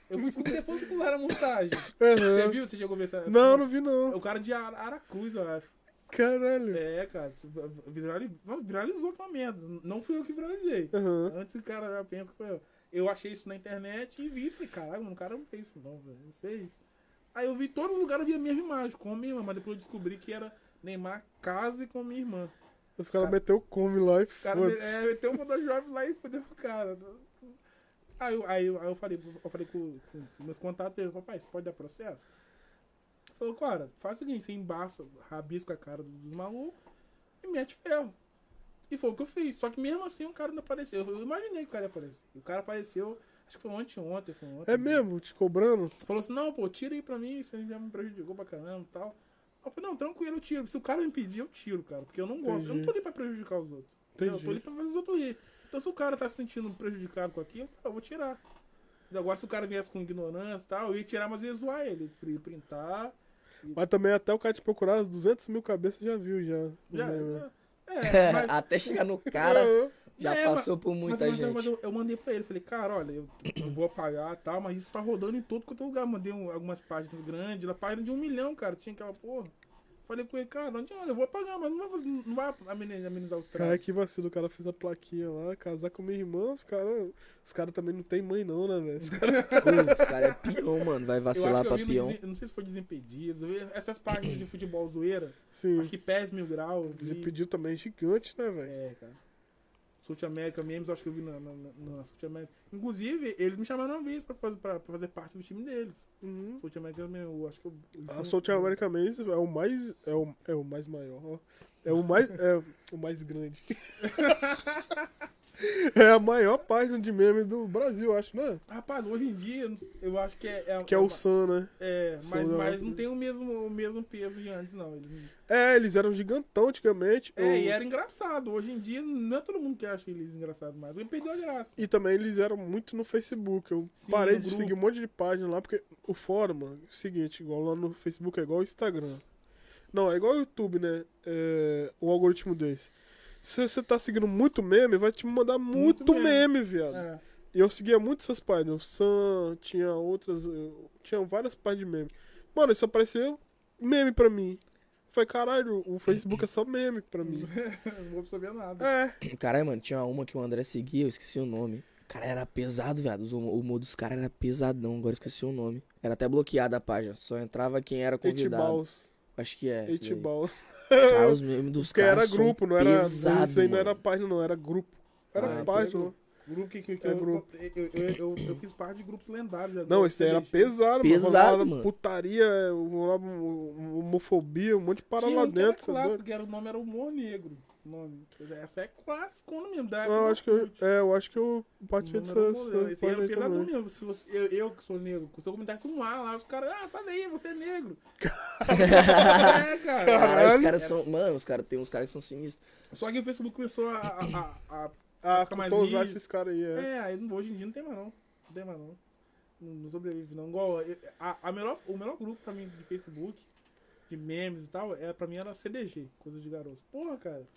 [SPEAKER 3] Eu fui descobrir depois que pularam a montagem. Você
[SPEAKER 1] Aham.
[SPEAKER 3] viu? Você chegou a ver essa...
[SPEAKER 1] Não,
[SPEAKER 3] essa-
[SPEAKER 1] não vi não.
[SPEAKER 3] É o cara de Ara- Aracruz, eu acho.
[SPEAKER 1] Caralho.
[SPEAKER 3] É, cara, isso vi- vi- virali- nossa, viralizou com a merda. Não fui eu que viralizei.
[SPEAKER 1] Aham.
[SPEAKER 3] Antes o cara já pensa que foi eu. Eu achei isso na internet e vi, falei, caralho, mano, o cara não fez isso não, velho. Não fez. Aí eu vi em todo lugar, eu vi a mesma imagem com a minha irmã, mas depois eu descobri que era Neymar case com a minha irmã.
[SPEAKER 1] Os caras
[SPEAKER 3] Cara-
[SPEAKER 1] meteu o come lá e
[SPEAKER 3] O cara me-
[SPEAKER 1] foda-se.
[SPEAKER 3] é, meteu um Photoshop lá e fodeu o cara. Aí, eu- aí, eu- aí eu falei, eu falei com, com meus contatos, eu falei, papai, isso pode dar processo? Ele Falou, cara, faz o seguinte, você embaça, rabisca a cara dos malucos e mete ferro. E foi o que eu fiz. Só que mesmo assim o cara não apareceu. Eu imaginei que o cara ia aparecer. E o cara apareceu, acho que foi ontem, ontem, foi ontem.
[SPEAKER 1] É mesmo? Te cobrando?
[SPEAKER 3] Falou assim, não, pô, tira aí pra mim, você já me prejudicou pra caramba e tal. Eu falei, não, tranquilo, eu tiro. Se o cara me pedir, eu tiro, cara. Porque eu não gosto. Eu não
[SPEAKER 1] Entendi.
[SPEAKER 3] tô ali pra prejudicar os outros. Eu tô ali
[SPEAKER 1] Entendi.
[SPEAKER 3] pra fazer os outros rir. Então se o cara tá se sentindo prejudicado com aquilo, eu vou tirar. Agora se o cara viesse com ignorância e tal, eu ia tirar, mas eu ia zoar ele. Eu ia printar.
[SPEAKER 1] Mas também até o cara te procurar, as 200 mil cabeças já viu já.
[SPEAKER 3] Já,
[SPEAKER 1] Né, né?
[SPEAKER 3] é, mas-
[SPEAKER 2] Até chegar no cara,
[SPEAKER 1] Aham.
[SPEAKER 2] já
[SPEAKER 3] É,
[SPEAKER 2] passou por
[SPEAKER 3] Mas-
[SPEAKER 2] muita
[SPEAKER 3] mas-
[SPEAKER 2] gente.
[SPEAKER 3] mas eu, eu mandei pra ele, falei, cara, olha, eu, eu vou apagar e tal, mas isso tá rodando em todo quanto é lugar. Mandei um- algumas páginas grandes, lá, página de um milhão, cara, tinha aquela porra. Falei com ele, cara, não adianta, eu vou apagar, mas não vai, fazer- não vai ameni- amenizar os
[SPEAKER 1] Cara,
[SPEAKER 3] caras.
[SPEAKER 1] que vacilo, o cara fez a plaquinha lá, casar com minha irmã, os caras os cara também não tem mãe não, né, velho? Os caras
[SPEAKER 2] Pô, os caras é peão, mano. Vai
[SPEAKER 3] Eu acho
[SPEAKER 2] vacilar
[SPEAKER 3] que eu
[SPEAKER 2] pra
[SPEAKER 3] vi, no,
[SPEAKER 2] peão.
[SPEAKER 3] Desen- não sei se foi Desimpedidos, eu vi essas páginas de futebol zoeira,
[SPEAKER 1] Sim,
[SPEAKER 3] acho que pés mil graus. eu vi.
[SPEAKER 1] se pediu também gigante, né, velho?
[SPEAKER 3] É, cara. South America Memes, acho que eu vi na, na, na- na South America. Inclusive, eles me chamaram uma vez pra fazer, pra, pra fazer parte do time deles.
[SPEAKER 1] Uhum.
[SPEAKER 3] South America Memes, eu acho que eu.
[SPEAKER 1] A South America Men's é o mais é o, é o mais maior, ó. É o mais é o mais grande. É a maior página de memes do Brasil, acho, né?
[SPEAKER 3] Rapaz, hoje em dia, eu acho que é.
[SPEAKER 1] Que é o Sam, né?
[SPEAKER 3] É,
[SPEAKER 1] São
[SPEAKER 3] mas, mas
[SPEAKER 1] Leopoldo.
[SPEAKER 3] não tem o mesmo, o mesmo peso de antes, não. Eles...
[SPEAKER 1] É, eles eram gigantão antigamente.
[SPEAKER 3] É,
[SPEAKER 1] Eu-
[SPEAKER 3] e era engraçado. Hoje em dia, não é todo mundo que acha eles engraçados mais. Ele perdeu a graça.
[SPEAKER 1] E também eles eram muito no Facebook. Eu
[SPEAKER 3] Sim,
[SPEAKER 1] parei
[SPEAKER 3] no
[SPEAKER 1] de
[SPEAKER 3] grupo.
[SPEAKER 1] seguir um monte de página lá, porque o fórum, mano, é o seguinte, igual lá no Facebook é igual o Instagram. Não, é igual o YouTube, né? É, o algoritmo deles. Se você tá seguindo muito meme, vai te mandar muito,
[SPEAKER 3] Muito
[SPEAKER 1] meme,
[SPEAKER 3] meme.
[SPEAKER 1] viado.
[SPEAKER 3] É.
[SPEAKER 1] E eu seguia muito essas páginas. O Sam, tinha outras. eu- Tinha várias páginas de meme. Mano, isso apareceu meme pra mim. Falei, caralho, o Facebook é só meme pra mim.
[SPEAKER 3] não vou absorver nada.
[SPEAKER 1] É.
[SPEAKER 2] Caralho, mano, tinha uma que o André seguia, eu esqueci o nome. Cara, era pesado, viado. Os humor, o humor dos caras era pesadão, agora eu esqueci o nome. Era até bloqueada a página, só entrava quem era convidado.
[SPEAKER 1] Etibaus.
[SPEAKER 2] Acho que é. esse daí.
[SPEAKER 1] Etibaus.
[SPEAKER 2] Cara, os memes dos
[SPEAKER 1] Porque
[SPEAKER 2] caras.
[SPEAKER 1] era
[SPEAKER 2] são
[SPEAKER 1] grupo, não era.
[SPEAKER 2] pesado,
[SPEAKER 1] isso aí não
[SPEAKER 2] mano.
[SPEAKER 1] era página, não, era grupo. Era
[SPEAKER 2] Ah, isso
[SPEAKER 1] página. né?
[SPEAKER 3] é grupo. Grupo que, que, que
[SPEAKER 1] É
[SPEAKER 3] eu,
[SPEAKER 1] grupo.
[SPEAKER 3] Eu, eu, eu, eu fiz parte de grupos lendários. já.
[SPEAKER 1] Não, esse daí era pesado,
[SPEAKER 2] Pesado,
[SPEAKER 1] rolava
[SPEAKER 2] mano.
[SPEAKER 1] Putaria, rolava homofobia, um monte de parada
[SPEAKER 3] Tinha
[SPEAKER 1] lá
[SPEAKER 3] um que era
[SPEAKER 1] dentro. tá sabe?
[SPEAKER 3] clássico, que era, o nome era Humor Negro. o Nome. Essa é clássico no mesmo. da
[SPEAKER 1] Não, eu
[SPEAKER 3] época
[SPEAKER 1] acho que
[SPEAKER 3] do
[SPEAKER 1] eu,
[SPEAKER 3] Orkut.
[SPEAKER 1] é, eu acho que eu participei
[SPEAKER 3] Não,
[SPEAKER 1] dessa.
[SPEAKER 3] não, não, não,
[SPEAKER 1] dessa
[SPEAKER 3] Esse aí era
[SPEAKER 1] página
[SPEAKER 3] pesado
[SPEAKER 1] também.
[SPEAKER 3] mesmo. Se você, eu, eu que sou negro, se eu comentasse um A lá, os caras, ah, sai daí, você é negro.
[SPEAKER 2] Caralho,
[SPEAKER 3] é, cara.
[SPEAKER 2] os
[SPEAKER 1] Caralho.
[SPEAKER 2] caras são. Mano, os caras tem uns caras que são sinistros.
[SPEAKER 3] Só que o Facebook começou a. a, a, a-
[SPEAKER 1] Ah,
[SPEAKER 3] Fica mais
[SPEAKER 1] pousar
[SPEAKER 3] liso.
[SPEAKER 1] esses caras aí, é.
[SPEAKER 3] é, aí não- hoje em dia não tem mais não. Não tem mais não. Não, não sobrevive não. Igual, eu- a, a melhor, o melhor grupo pra mim de Facebook, de memes e tal, é, pra mim era CDG, coisa de garoto. Porra, cara.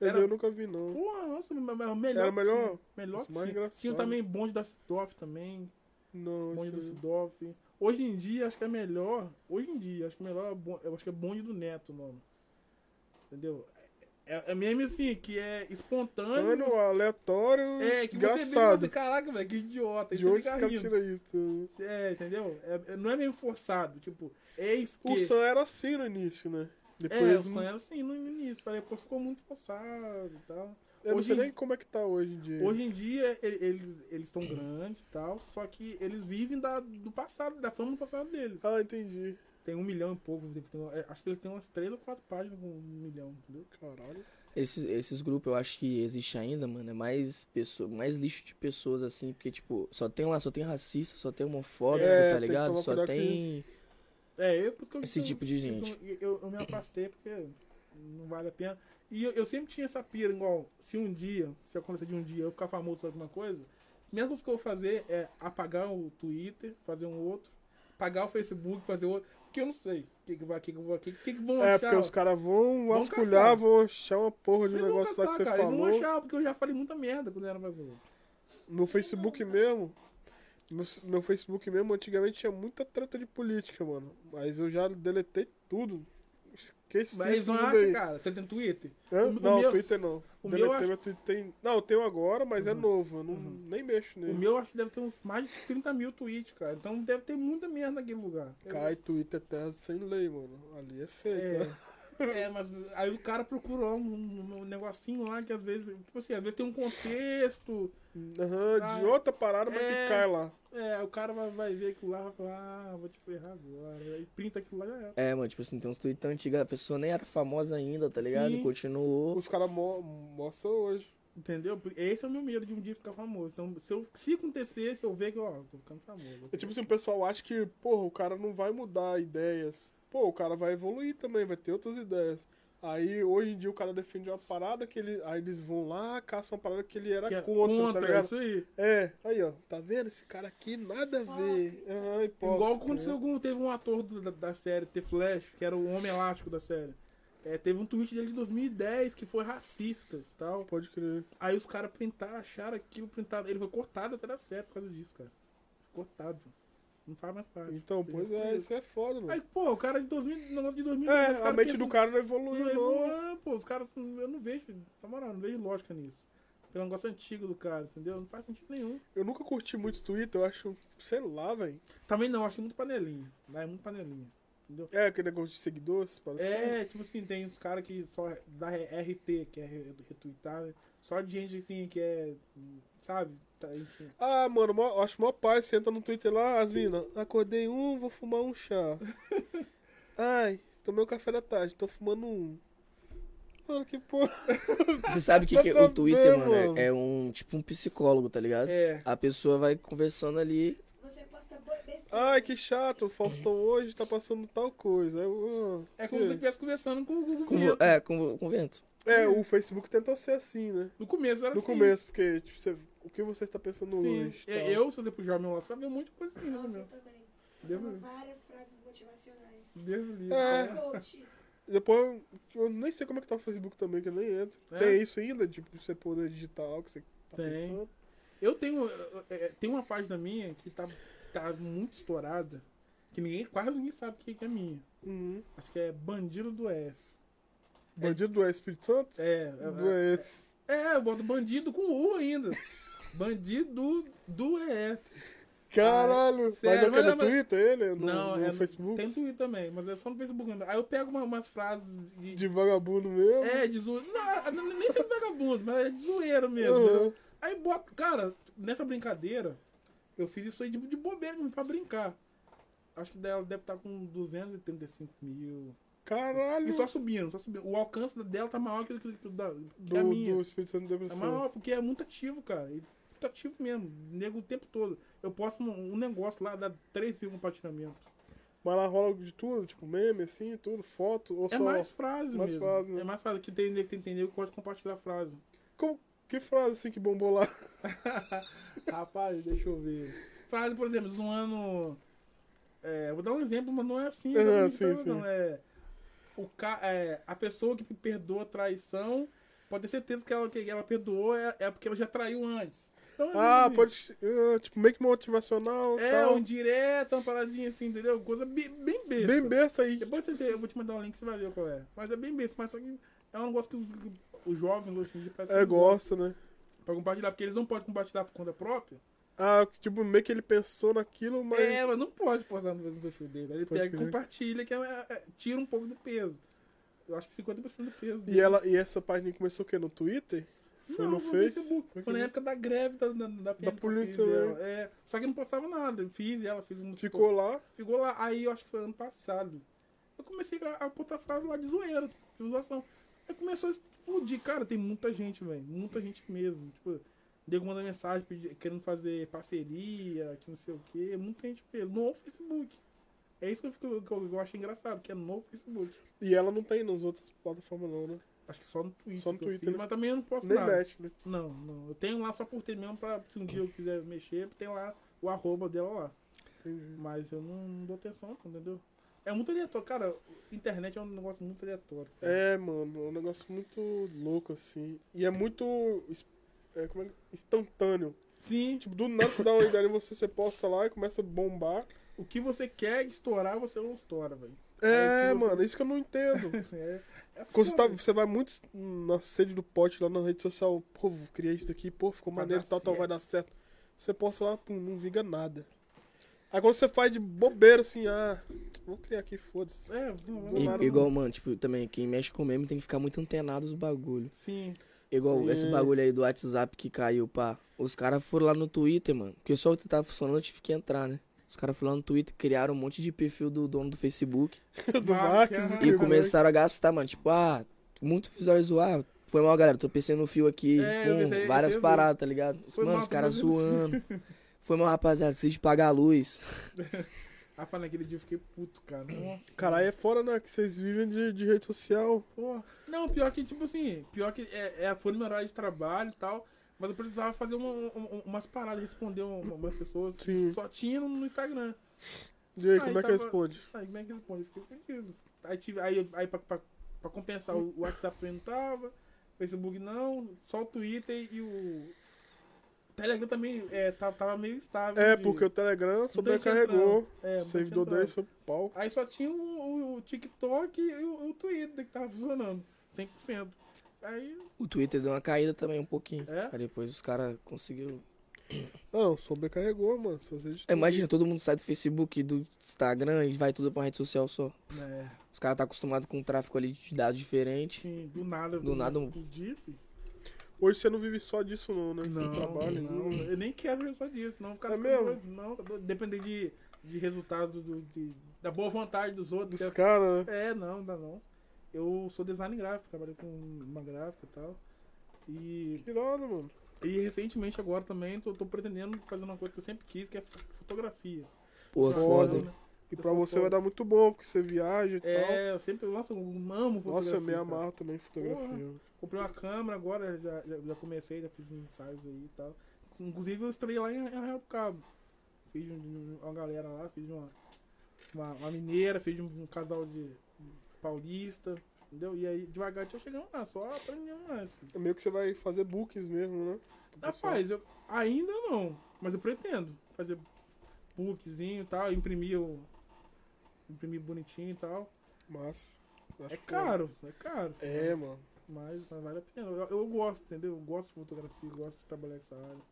[SPEAKER 1] Esse
[SPEAKER 3] Era-
[SPEAKER 1] eu nunca vi, não.
[SPEAKER 3] Porra, nossa, me- me- melhor.
[SPEAKER 1] Era
[SPEAKER 3] que
[SPEAKER 1] melhor?
[SPEAKER 3] tinha, Melhor
[SPEAKER 1] Nossa,
[SPEAKER 3] que
[SPEAKER 1] mais
[SPEAKER 3] tinha.
[SPEAKER 1] é engraçado.
[SPEAKER 3] Tinha também bonde da Sidoff também.
[SPEAKER 1] Não,
[SPEAKER 3] Bonde do
[SPEAKER 1] esse-
[SPEAKER 3] Sidoff. Hoje em dia, acho que é melhor. Hoje em dia, acho que é melhor. é bon- Eu acho que é bonde do Neto, mano. Entendeu? É, é meme assim, que é espontâneo.
[SPEAKER 1] Mano, aleatório,
[SPEAKER 3] é, que você vê e fala
[SPEAKER 1] engraçado.
[SPEAKER 3] assim, caraca, velho, que idiota. Aí
[SPEAKER 1] De
[SPEAKER 3] você
[SPEAKER 1] onde
[SPEAKER 3] fica
[SPEAKER 1] esse cara
[SPEAKER 3] rindo.
[SPEAKER 1] tira isso?
[SPEAKER 3] É, entendeu? É- é- não é meio forçado. Tipo, eis que.
[SPEAKER 1] O Sam era assim no início, né?
[SPEAKER 3] é,
[SPEAKER 1] Depois
[SPEAKER 3] o
[SPEAKER 1] eles
[SPEAKER 3] Sam era assim no início. Aí depois ficou muito forçado e tal.
[SPEAKER 1] Eu não
[SPEAKER 3] hoje
[SPEAKER 1] sei
[SPEAKER 3] em-
[SPEAKER 1] nem como é que tá hoje em dia.
[SPEAKER 3] Hoje em dia, ele- eles eles estão grandes e tal, só que eles vivem da, do passado, da fama do passado deles.
[SPEAKER 1] Ah, entendi.
[SPEAKER 3] Tem um milhão e pouco, deve ter- é, acho que eles têm umas três ou quatro páginas com um milhão, entendeu?
[SPEAKER 1] Caralho.
[SPEAKER 2] Esses, esses grupos eu acho que existe ainda, mano. É mais, pessoa, mais lixo de pessoas assim, porque, tipo, só tem lá, só tem racista, só tem homofóbico,
[SPEAKER 1] É,
[SPEAKER 2] tá
[SPEAKER 1] tem que
[SPEAKER 2] ligado?
[SPEAKER 1] tomar
[SPEAKER 2] Só
[SPEAKER 1] cuidado
[SPEAKER 2] tem.
[SPEAKER 3] É, eu, porque eu,
[SPEAKER 2] Esse
[SPEAKER 3] eu-
[SPEAKER 2] tipo de gente.
[SPEAKER 3] Eu, eu- eu me afastei porque não vale a pena. E eu, eu sempre tinha essa pira, igual, se um dia, se acontecer de um dia eu ficar famoso por alguma coisa, a primeira coisa que eu vou fazer é apagar o Twitter, fazer um outro, apagar o Facebook, fazer outro, porque eu não sei o que que vai, o que que vai, o que que vão
[SPEAKER 1] É,
[SPEAKER 3] achar.
[SPEAKER 1] porque os caras vão
[SPEAKER 3] Vão
[SPEAKER 1] vasculhar,
[SPEAKER 3] caçar.
[SPEAKER 1] vão achar uma porra de um
[SPEAKER 3] Eles vão
[SPEAKER 1] negócio lá que
[SPEAKER 3] caçar,
[SPEAKER 1] você
[SPEAKER 3] cara. Eles não vão
[SPEAKER 1] falou.
[SPEAKER 3] achar, porque eu já falei muita merda quando eu era mais novo.
[SPEAKER 1] Meu Facebook mesmo. Meu, meu Facebook mesmo, antigamente tinha muita treta de política, mano. Mas eu já deletei tudo. Esqueci
[SPEAKER 3] Mas eles
[SPEAKER 1] isso
[SPEAKER 3] não
[SPEAKER 1] tudo
[SPEAKER 3] acham,
[SPEAKER 1] aí.
[SPEAKER 3] cara. Você tem Twitter?
[SPEAKER 1] Hã?
[SPEAKER 3] O- o
[SPEAKER 1] não,
[SPEAKER 3] meu-
[SPEAKER 1] Twitter não.
[SPEAKER 3] o meu
[SPEAKER 1] Deletei
[SPEAKER 3] acho- Uhum.
[SPEAKER 1] meu Twitter. Tem... Não, eu tenho agora, mas é novo. Eu não, nem mexo
[SPEAKER 3] O
[SPEAKER 1] nele.
[SPEAKER 3] meu acho que deve ter uns mais de 30 mil tweets, cara. Então deve ter muita merda naquele lugar.
[SPEAKER 1] Cai Twitter é terra sem lei, mano. Ali é feio,
[SPEAKER 3] É.
[SPEAKER 1] tá?
[SPEAKER 3] É, mas aí o cara procura lá um, um- um negocinho lá que às vezes, tipo assim, às vezes tem um contexto.
[SPEAKER 1] Aham, de outra parada, mas que
[SPEAKER 3] É.
[SPEAKER 1] cai lá.
[SPEAKER 3] É, o cara vai, vai ver aquilo lá e vai falar, ah, vou te ferrar agora. Aí printa aquilo lá e já era.
[SPEAKER 2] É, mano, tipo assim, tem uns tweets antigos, a pessoa nem era famosa ainda, tá ligado?
[SPEAKER 3] Sim.
[SPEAKER 2] Continuou.
[SPEAKER 1] Os caras mo mostram hoje.
[SPEAKER 3] Entendeu? Esse é o meu medo de um dia ficar famoso. Então, se, eu, se acontecer, se eu ver que, ó, tô ficando famoso.
[SPEAKER 1] É tipo assim, o pessoal acha que, porra, o cara não vai mudar ideias. Pô, o cara vai evoluir também, vai ter outras ideias. Aí, hoje em dia, o cara defende uma parada que ele... Aí eles vão lá, caçam uma parada que ele era
[SPEAKER 3] Que é
[SPEAKER 1] contra, tá ligado?
[SPEAKER 3] isso aí.
[SPEAKER 1] É, aí, ó. Tá vendo? Esse cara aqui, nada a ver. Aham, hipócrita.
[SPEAKER 3] Igual aconteceu com. Teve um ator do- da, da série The Flash, que era o Homem Elástico da série. É, teve um tweet dele de 2010 que foi racista e tal.
[SPEAKER 1] É, Pode crer.
[SPEAKER 3] Aí os caras printaram, acharam aquilo, printaram. Ele foi cortado até da série por causa disso, cara. Cortado. Não faz mais parte.
[SPEAKER 1] Então,
[SPEAKER 3] Foi
[SPEAKER 1] pois é,
[SPEAKER 3] excluído.
[SPEAKER 1] isso é foda, mano.
[SPEAKER 3] Aí, pô, o cara de 2000, negócio de 2010. os
[SPEAKER 1] É, a
[SPEAKER 3] cara
[SPEAKER 1] mente
[SPEAKER 3] pensa-
[SPEAKER 1] do cara não
[SPEAKER 3] não, é
[SPEAKER 1] evoluiu, não.
[SPEAKER 3] evoluiu, "Ah, pô, os caras, eu não vejo, na moral, não vejo lógica nisso. Pelo negócio antigo do cara, entendeu? Não faz sentido nenhum.
[SPEAKER 1] Eu nunca curti muito Twitter, eu acho, sei lá, velho.
[SPEAKER 3] Também não, acho muito panelinha. Lá é muito panelinha. Entendeu?
[SPEAKER 1] É, aquele negócio de seguidores, parece.
[SPEAKER 3] É, tipo assim, tem uns caras que só dá RT, que é re- retweetar, né? só de gente assim que é, sabe? Tá, enfim.
[SPEAKER 1] Ah, mano, mó- eu acho mó pai, você entra no Twitter lá, as minas, acordei um, vou fumar um chá. Ai, tomei um café da tarde, tô fumando um. Mano, que porra.
[SPEAKER 2] Você sabe o que, que é
[SPEAKER 1] Nada a
[SPEAKER 2] o Twitter,
[SPEAKER 1] ver,
[SPEAKER 2] mano? É-
[SPEAKER 1] mano.
[SPEAKER 2] É um tipo um psicólogo, tá ligado?
[SPEAKER 3] É.
[SPEAKER 2] A pessoa vai conversando ali.
[SPEAKER 4] Você posta boi- besteira.
[SPEAKER 1] Ai, que chato. O Faustão hoje tá passando tal coisa. Eu, ah,
[SPEAKER 3] É como se você
[SPEAKER 1] que-
[SPEAKER 3] estivesse conversando com o Google
[SPEAKER 2] Com, vo-
[SPEAKER 3] Vinheta.
[SPEAKER 2] é, com, vo- com vento.
[SPEAKER 1] É, o Facebook tentou ser assim, né?
[SPEAKER 3] No começo era
[SPEAKER 1] No
[SPEAKER 3] assim.
[SPEAKER 1] começo, porque tipo, você- o que você está pensando
[SPEAKER 3] Sim.
[SPEAKER 1] hoje?
[SPEAKER 3] É,
[SPEAKER 1] tal.
[SPEAKER 3] eu, se você puxar meu laço, vai ver um monte de coisa assim, né,
[SPEAKER 4] Nossa, eu
[SPEAKER 3] meu?
[SPEAKER 4] também.
[SPEAKER 3] Deus
[SPEAKER 4] Tava
[SPEAKER 3] me livre.
[SPEAKER 4] várias frases motivacionais.
[SPEAKER 3] Deus me livre.
[SPEAKER 1] É.
[SPEAKER 4] Coach,
[SPEAKER 1] Depois, eu, eu nem sei como é que tá o Facebook também, que eu nem entro.
[SPEAKER 3] É?
[SPEAKER 1] Tem isso ainda, de você poder digitar algo que você tá
[SPEAKER 3] Tem.
[SPEAKER 1] pensando?
[SPEAKER 3] Eu tenho. é, é, Tem uma página minha que tá, que tá muito estourada. Que ninguém, quase ninguém sabe o que que é minha.
[SPEAKER 1] Uhum.
[SPEAKER 3] Acho que é Bandido do S.
[SPEAKER 1] Bandido do Espírito Santo?
[SPEAKER 3] É.
[SPEAKER 1] Do
[SPEAKER 3] é,
[SPEAKER 1] S.
[SPEAKER 3] é, eu boto bandido com U ainda. Bandido do ES.
[SPEAKER 1] Caralho! Mas
[SPEAKER 3] sério,
[SPEAKER 1] é que é
[SPEAKER 3] mas-
[SPEAKER 1] no
[SPEAKER 3] mas-
[SPEAKER 1] Twitter ele? É No,
[SPEAKER 3] Não,
[SPEAKER 1] no
[SPEAKER 3] é no-
[SPEAKER 1] Facebook?
[SPEAKER 3] Tem no Twitter também, mas é só no Facebook. ainda. Aí eu pego uma- umas frases de.
[SPEAKER 1] De vagabundo mesmo?
[SPEAKER 3] É, de zoeira. Não, não- nem sempre vagabundo, mas é de zoeira mesmo.
[SPEAKER 1] Aham.
[SPEAKER 3] entendeu? Aí bota. Cara, nessa brincadeira, eu fiz isso aí de, de bobeira mesmo, pra brincar. Acho que daí ela deve estar com 235 mil.
[SPEAKER 1] Caralho!
[SPEAKER 3] E só subindo, só subindo. O alcance dela tá maior que, que, que, da- que
[SPEAKER 1] do,
[SPEAKER 3] é a minha.
[SPEAKER 1] do Espírito Santo da
[SPEAKER 3] É
[SPEAKER 1] Depressão.
[SPEAKER 3] maior, porque é muito ativo, cara. E muito ativo mesmo. Nego o tempo todo. Eu posto um, um negócio lá, dá 3 mil compartilhamentos.
[SPEAKER 1] Mas lá rola de tudo, tipo meme, assim, tudo, foto, ou
[SPEAKER 3] É
[SPEAKER 1] só...
[SPEAKER 3] mais frase
[SPEAKER 1] mais
[SPEAKER 3] mesmo.
[SPEAKER 1] frase, né?
[SPEAKER 3] É mais frase. Que tem nego que entendeu que pode compartilhar frase.
[SPEAKER 1] Como- Que frase assim que bombou lá?
[SPEAKER 3] Rapaz, deixa eu ver. Frase, por exemplo, zoando. É, vou dar um exemplo, mas não é assim.
[SPEAKER 1] É,
[SPEAKER 3] exatamente
[SPEAKER 1] sim,
[SPEAKER 3] isso, não.
[SPEAKER 1] sim.
[SPEAKER 3] É, o ca... é, a pessoa que perdoa a traição, pode ter certeza que ela, que ela perdoou é, é porque ela já traiu antes. Então,
[SPEAKER 1] Ah,
[SPEAKER 3] assim,
[SPEAKER 1] pode. ah, tipo, meio que motivacional.
[SPEAKER 3] É,
[SPEAKER 1] tal.
[SPEAKER 3] um direto, uma paradinha assim, entendeu? Coisa bem, bem é besta.
[SPEAKER 1] Bem besta aí.
[SPEAKER 3] Depois você, eu vou te mandar um link, você vai ver qual é. Mas é bem besta, mas só que é um negócio que os, que os jovens hoje em dia parece que
[SPEAKER 1] É,
[SPEAKER 3] eles
[SPEAKER 1] gosta, né?
[SPEAKER 3] gostam Pra compartilhar, porque eles não podem compartilhar por conta própria.
[SPEAKER 1] Ah, tipo, meio que ele pensou naquilo, mas.
[SPEAKER 3] É, mas não pode postar no mesmo perfil dele. Ele
[SPEAKER 1] Pode
[SPEAKER 3] pega e
[SPEAKER 1] crer.
[SPEAKER 3] compartilha, que é, é- tira um pouco do peso. Eu acho que 50% do peso
[SPEAKER 1] E, ela, e essa página começou o quê? No Twitter? Foi
[SPEAKER 3] Não,
[SPEAKER 1] no
[SPEAKER 3] foi
[SPEAKER 1] Face?
[SPEAKER 3] Facebook.
[SPEAKER 1] Foi que
[SPEAKER 3] Foi, na
[SPEAKER 1] não-
[SPEAKER 3] época da greve da, da, da, PM que eu
[SPEAKER 1] polícia,
[SPEAKER 3] fiz
[SPEAKER 1] né?
[SPEAKER 3] ela. É, só que eu não postava nada. Eu Fiz ela, fiz um
[SPEAKER 1] Ficou lá.
[SPEAKER 3] Ficou lá, aí eu acho que foi ano passado. Eu comecei a, a postar frase lá de zoeira, de zoação. Aí começou a explodir, cara, tem muita gente, velho. Muita gente mesmo. Tipo, nego manda mensagem pedi- querendo fazer parceria, que não sei o quê. Muita gente mesmo. No Facebook. É isso que eu, fico, que eu, que eu acho engraçado, que é no Facebook.
[SPEAKER 1] E ela não tem nas outras plataformas, não, né?
[SPEAKER 3] Acho que só no Twitter.
[SPEAKER 1] Só no
[SPEAKER 3] que eu
[SPEAKER 1] Twitter,
[SPEAKER 3] fiz,
[SPEAKER 1] né?
[SPEAKER 3] Mas também eu não posso
[SPEAKER 1] Nem
[SPEAKER 3] nada.
[SPEAKER 1] mete, né?
[SPEAKER 3] Não, não. Eu tenho lá só por ter mesmo, pra se um dia eu quiser mexer, tem lá o arroba dela lá.
[SPEAKER 1] Entendi.
[SPEAKER 3] Mas eu não, não dou atenção, não, entendeu? É muito aleatório, cara. Internet é um negócio muito aleatório. cara.
[SPEAKER 1] É, mano, é um negócio muito louco, assim. E é muito. es- é, como é que- instantâneo.
[SPEAKER 3] Sim,
[SPEAKER 1] Tipo,
[SPEAKER 3] tipo,
[SPEAKER 1] do nada você dá uma ideia em você, você posta lá e começa a bombar.
[SPEAKER 3] o que você quer estourar, você não estoura, velho.
[SPEAKER 1] É,
[SPEAKER 3] Aí que você-
[SPEAKER 1] mano, isso que eu não entendo.
[SPEAKER 3] É, é
[SPEAKER 1] Quando você, tá-
[SPEAKER 3] foda.
[SPEAKER 1] você vai muito na sede do pote lá na rede social, pô, vou criar isso aqui, pô, ficou
[SPEAKER 3] Vai
[SPEAKER 1] maneiro,
[SPEAKER 3] dar
[SPEAKER 1] tal, tal,
[SPEAKER 3] certo.
[SPEAKER 1] vai dar certo. Você posta lá, pum, não vinga nada. Aí quando você faz de bobeira assim, ah, vou criar aqui, foda-se.
[SPEAKER 3] É, não, não,
[SPEAKER 1] Do
[SPEAKER 2] I-
[SPEAKER 1] nada,
[SPEAKER 2] igual, mano, tipo, também, quem mexe com meme tem que ficar muito antenado os bagulho.
[SPEAKER 3] Sim, é.
[SPEAKER 2] Igual
[SPEAKER 1] Sim.
[SPEAKER 2] esse bagulho aí do WhatsApp que caiu, pá. Os caras foram lá no Twitter, mano. Porque só o que tava funcionando, eu tive que entrar, né? Os caras foram lá no Twitter, criaram um monte de perfil do dono do Facebook.
[SPEAKER 1] Do né?
[SPEAKER 3] Ah,
[SPEAKER 1] Marques.
[SPEAKER 3] que
[SPEAKER 2] E
[SPEAKER 1] do-
[SPEAKER 2] começaram a gastar, mano. Tipo, ah, muito visualizar. Foi mal, galera. Tô pensando no fio aqui
[SPEAKER 3] É, eu
[SPEAKER 2] com
[SPEAKER 3] pensei-
[SPEAKER 2] várias
[SPEAKER 3] eu vi.
[SPEAKER 2] paradas, tá ligado?
[SPEAKER 3] Foi
[SPEAKER 2] mano,
[SPEAKER 3] mal,
[SPEAKER 2] os caras
[SPEAKER 3] tô fazendo
[SPEAKER 2] zoando. Foi mal, rapaziada. Vocês de pagar a luz.
[SPEAKER 3] rapaz, Ah, naquele dia eu fiquei puto, cara. Nossa,
[SPEAKER 1] Caralho, é fora, né? Que vocês vivem de, de rede social.
[SPEAKER 3] porra. Não, pior que, tipo assim, pior que é, é, foi no meu horário de trabalho e tal. Mas eu precisava fazer uma- um- um- umas paradas, responder um- umas pessoas.
[SPEAKER 1] Sim.
[SPEAKER 3] Só tinha no- no Instagram.
[SPEAKER 1] E aí,
[SPEAKER 3] Ah,
[SPEAKER 1] como é
[SPEAKER 3] e
[SPEAKER 1] que
[SPEAKER 3] tava-
[SPEAKER 1] responde?
[SPEAKER 3] Aí como é que responde? Eu fiquei fudido. Aí, tive, aí, aí pra, pra, pra compensar, o o WhatsApp também não tava, Facebook não, só o Twitter e o. o Telegram também é, tá- tava, meio estável.
[SPEAKER 1] É,
[SPEAKER 3] de-
[SPEAKER 1] porque o Telegram
[SPEAKER 3] não tinha
[SPEAKER 1] sobrecarregou.
[SPEAKER 3] entrado. É, não tinha
[SPEAKER 1] servidor
[SPEAKER 3] entrado.
[SPEAKER 1] 10 foi pro pau.
[SPEAKER 3] Aí só tinha o, o- o TikTok e o, o Twitter que tava funcionando, 100%. Aí,
[SPEAKER 2] O Twitter deu uma caída também um pouquinho.
[SPEAKER 3] É?
[SPEAKER 2] Aí depois os caras conseguiram.
[SPEAKER 1] Ah, Não, sobrecarregou, mano. essas redes
[SPEAKER 2] É, Imagina, todo mundo sai do Facebook e do Instagram e vai tudo pra uma rede social só.
[SPEAKER 3] né,
[SPEAKER 2] Os caras tá acostumado com um tráfego ali de dados diferente.
[SPEAKER 3] tinha, do nada,
[SPEAKER 2] Do nada, um-
[SPEAKER 3] explodir, filho.
[SPEAKER 1] Hoje você não vive só disso, não, né? Você
[SPEAKER 3] Não,
[SPEAKER 1] trabalha,
[SPEAKER 3] não,
[SPEAKER 1] né?
[SPEAKER 3] eu nem quero ver só disso, não ficar
[SPEAKER 1] É
[SPEAKER 3] ficando
[SPEAKER 1] mesmo?
[SPEAKER 3] doido, não, tá doido. depender de, de resultado do, de- da boa vontade dos
[SPEAKER 1] Dos
[SPEAKER 3] outros. que é-
[SPEAKER 1] caras, né?
[SPEAKER 3] É, não, dá não. Eu sou design gráfico, trabalhei com uma gráfica e tal. E,
[SPEAKER 1] Que nada, mano.
[SPEAKER 3] e recentemente agora também tô, tô pretendendo fazer uma coisa que eu sempre quis, que é fo- fotografia. né?
[SPEAKER 2] Pô, é
[SPEAKER 1] Foda. né?
[SPEAKER 2] foda.
[SPEAKER 1] E pra você vai dar muito bom, porque você viaja e tal.
[SPEAKER 3] É, eu sempre, nossa, eu amo fotografia.
[SPEAKER 1] Nossa, eu me
[SPEAKER 3] cara.
[SPEAKER 1] amarro também em fotografia.
[SPEAKER 3] Porra.
[SPEAKER 1] mano.
[SPEAKER 3] Comprei uma câmera agora, já, já, já comecei, já fiz uns ensaios aí e tal. Inclusive eu estrei lá em Arraial do Cabo. Fiz um- um- uma galera lá, fiz uma, uma, uma mineira, fiz um, um casal de paulista, entendeu? E aí devagar eu chegando lá, só aprendendo mais.
[SPEAKER 1] É meio que você vai fazer bookings mesmo, né? Pro pessoal.
[SPEAKER 3] Rapaz, eu ainda não, mas eu pretendo fazer bookzinho e tal, imprimir o. Imprimir bonitinho e tal.
[SPEAKER 1] Mas. acho
[SPEAKER 3] É
[SPEAKER 1] que-
[SPEAKER 3] caro, é caro.
[SPEAKER 1] É, mano.
[SPEAKER 3] Mas, mas vale a pena. Eu, eu gosto, entendeu? Eu gosto de fotografia, eu gosto de trabalhar com essa área.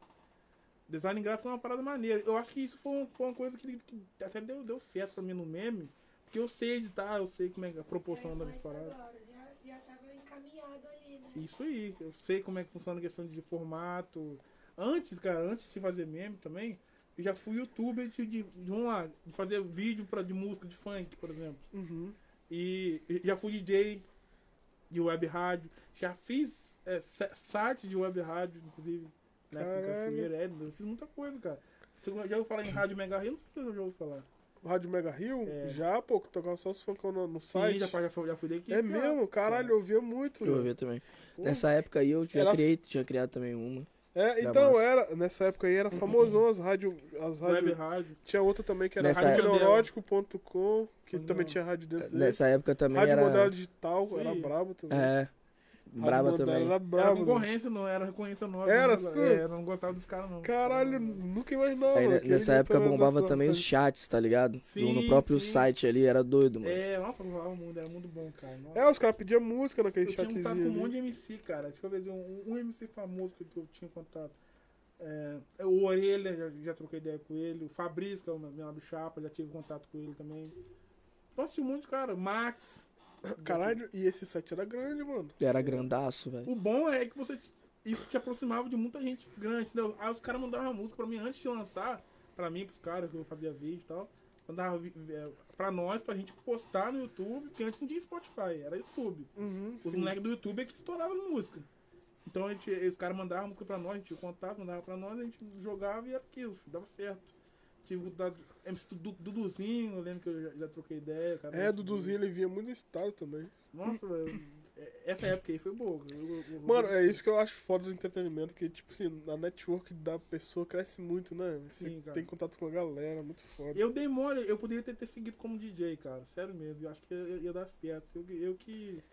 [SPEAKER 3] Design gráfico é uma parada maneira. Eu acho que isso foi, um- foi uma coisa que, que até deu, deu certo pra mim no meme. Porque eu sei editar, eu sei como é que é a proporção das paradas.
[SPEAKER 4] Agora, já, já tava encaminhado ali, né?
[SPEAKER 3] Isso aí, eu sei como é que funciona a questão de formato. Antes, cara, antes de fazer meme também, eu já fui youtuber de, de, de vamos lá, de fazer vídeo pra, de música de funk, por exemplo.
[SPEAKER 1] Uhum.
[SPEAKER 3] E e já fui DJ de web rádio. Já fiz é, sa- site de web rádio, inclusive. Na época
[SPEAKER 1] Caralho.
[SPEAKER 3] que eu fui, é, eu fiz muita coisa, cara. Você já ouviu falar em rádio Mega Rio? Não sei se você já ouviu falar.
[SPEAKER 1] O Rádio Mega Rio?
[SPEAKER 3] É.
[SPEAKER 1] Já, pô, que tocava só os funkão no, no
[SPEAKER 3] Sim,
[SPEAKER 1] site.
[SPEAKER 3] já, já, fui- já fui daqui.
[SPEAKER 1] é mesmo? Caralho, eu ouvia muito.
[SPEAKER 2] Eu
[SPEAKER 1] mano.
[SPEAKER 2] ouvi também.
[SPEAKER 1] Porra.
[SPEAKER 2] Nessa época aí eu já
[SPEAKER 1] Era-
[SPEAKER 2] criei, tinha criado também uma.
[SPEAKER 1] É,
[SPEAKER 2] Era
[SPEAKER 1] então
[SPEAKER 2] massa.
[SPEAKER 1] era. Nessa época aí era famosão as rádio. As
[SPEAKER 3] Web
[SPEAKER 1] rádio
[SPEAKER 3] rádio.
[SPEAKER 1] tinha outra também que era
[SPEAKER 2] Nessa- É,
[SPEAKER 1] radioneurótico.com, que
[SPEAKER 3] Não.
[SPEAKER 1] também tinha rádio dentro dele.
[SPEAKER 2] Nessa época também
[SPEAKER 1] É, né? Rádio
[SPEAKER 2] era.
[SPEAKER 1] Mandela Digital,
[SPEAKER 3] Isso
[SPEAKER 1] era
[SPEAKER 3] aí.
[SPEAKER 1] brabo também.
[SPEAKER 2] É.
[SPEAKER 1] Rádio
[SPEAKER 2] Brava
[SPEAKER 1] Mandela
[SPEAKER 2] também.
[SPEAKER 1] Era
[SPEAKER 3] Era
[SPEAKER 1] brabo. mano.
[SPEAKER 3] concorrência, não era recorrência nossa.
[SPEAKER 1] Era,
[SPEAKER 3] não,
[SPEAKER 1] sim.
[SPEAKER 3] é, eu não gostava dos caras, não.
[SPEAKER 1] Caralho, nunca imaginava.
[SPEAKER 2] Aí,
[SPEAKER 1] mano,
[SPEAKER 2] né,
[SPEAKER 1] que
[SPEAKER 2] nessa
[SPEAKER 1] ele um
[SPEAKER 2] época
[SPEAKER 1] tava
[SPEAKER 2] bombava
[SPEAKER 1] dançando.
[SPEAKER 2] também os chats, tá ligado?
[SPEAKER 3] Sim,
[SPEAKER 2] no próprio
[SPEAKER 3] sim.
[SPEAKER 2] site ali, era doido, mano.
[SPEAKER 3] É, nossa, eu rolava o mundo, era muito bom, cara. Nossa.
[SPEAKER 1] É, os caras pediam música naquele
[SPEAKER 3] Eu tinha
[SPEAKER 1] chatzinho.
[SPEAKER 3] contato com um
[SPEAKER 1] ali.
[SPEAKER 3] monte de MC, cara. Deixa eu ver, um, um MC famoso que eu tinha contato. É, é o Orelha, já, já troquei ideia com ele. O Fabrício, que é o meu amigo chapa, já tive contato com ele também. Nossa, tinha um monte de cara. Max.
[SPEAKER 1] Caralho, e esse site era grande, mano.
[SPEAKER 2] Era grandaço, velho.
[SPEAKER 3] O bom é que você isso te aproximava de muita gente grande, entendeu? Aí os caras mandavam música pra mim antes de lançar, pra mim, pros caras que eu fazia vídeo e tal. Mandava vi- é, pra nós, pra gente postar no YouTube, que antes não tinha Spotify, era YouTube.
[SPEAKER 1] Uhum,
[SPEAKER 3] Os
[SPEAKER 1] sim.
[SPEAKER 3] moleques do YouTube é que estouravam as músicas. Então a gente, os caras mandavam música pra nós, a gente tinha contato, mandava pra nós, a gente jogava e era aquilo, filho, dava certo. Tive o da MC Dudu- Duduzinho, eu lembro que eu já, já troquei ideia. cara.
[SPEAKER 1] É, Duduzinho ele vinha muito estado também.
[SPEAKER 3] Nossa, velho, é- essa época aí foi boa. cara. Eu- eu- eu-
[SPEAKER 1] Mano, é isso que eu acho foda do entretenimento, que, tipo assim, a network da pessoa cresce muito, né? Você
[SPEAKER 3] Sim, cara.
[SPEAKER 1] tem contato com a galera, é muito foda.
[SPEAKER 3] Eu dei mole, eu poderia ter, ter seguido como DJ, cara, sério mesmo, eu acho que ia, ia dar certo. Eu, que- eu que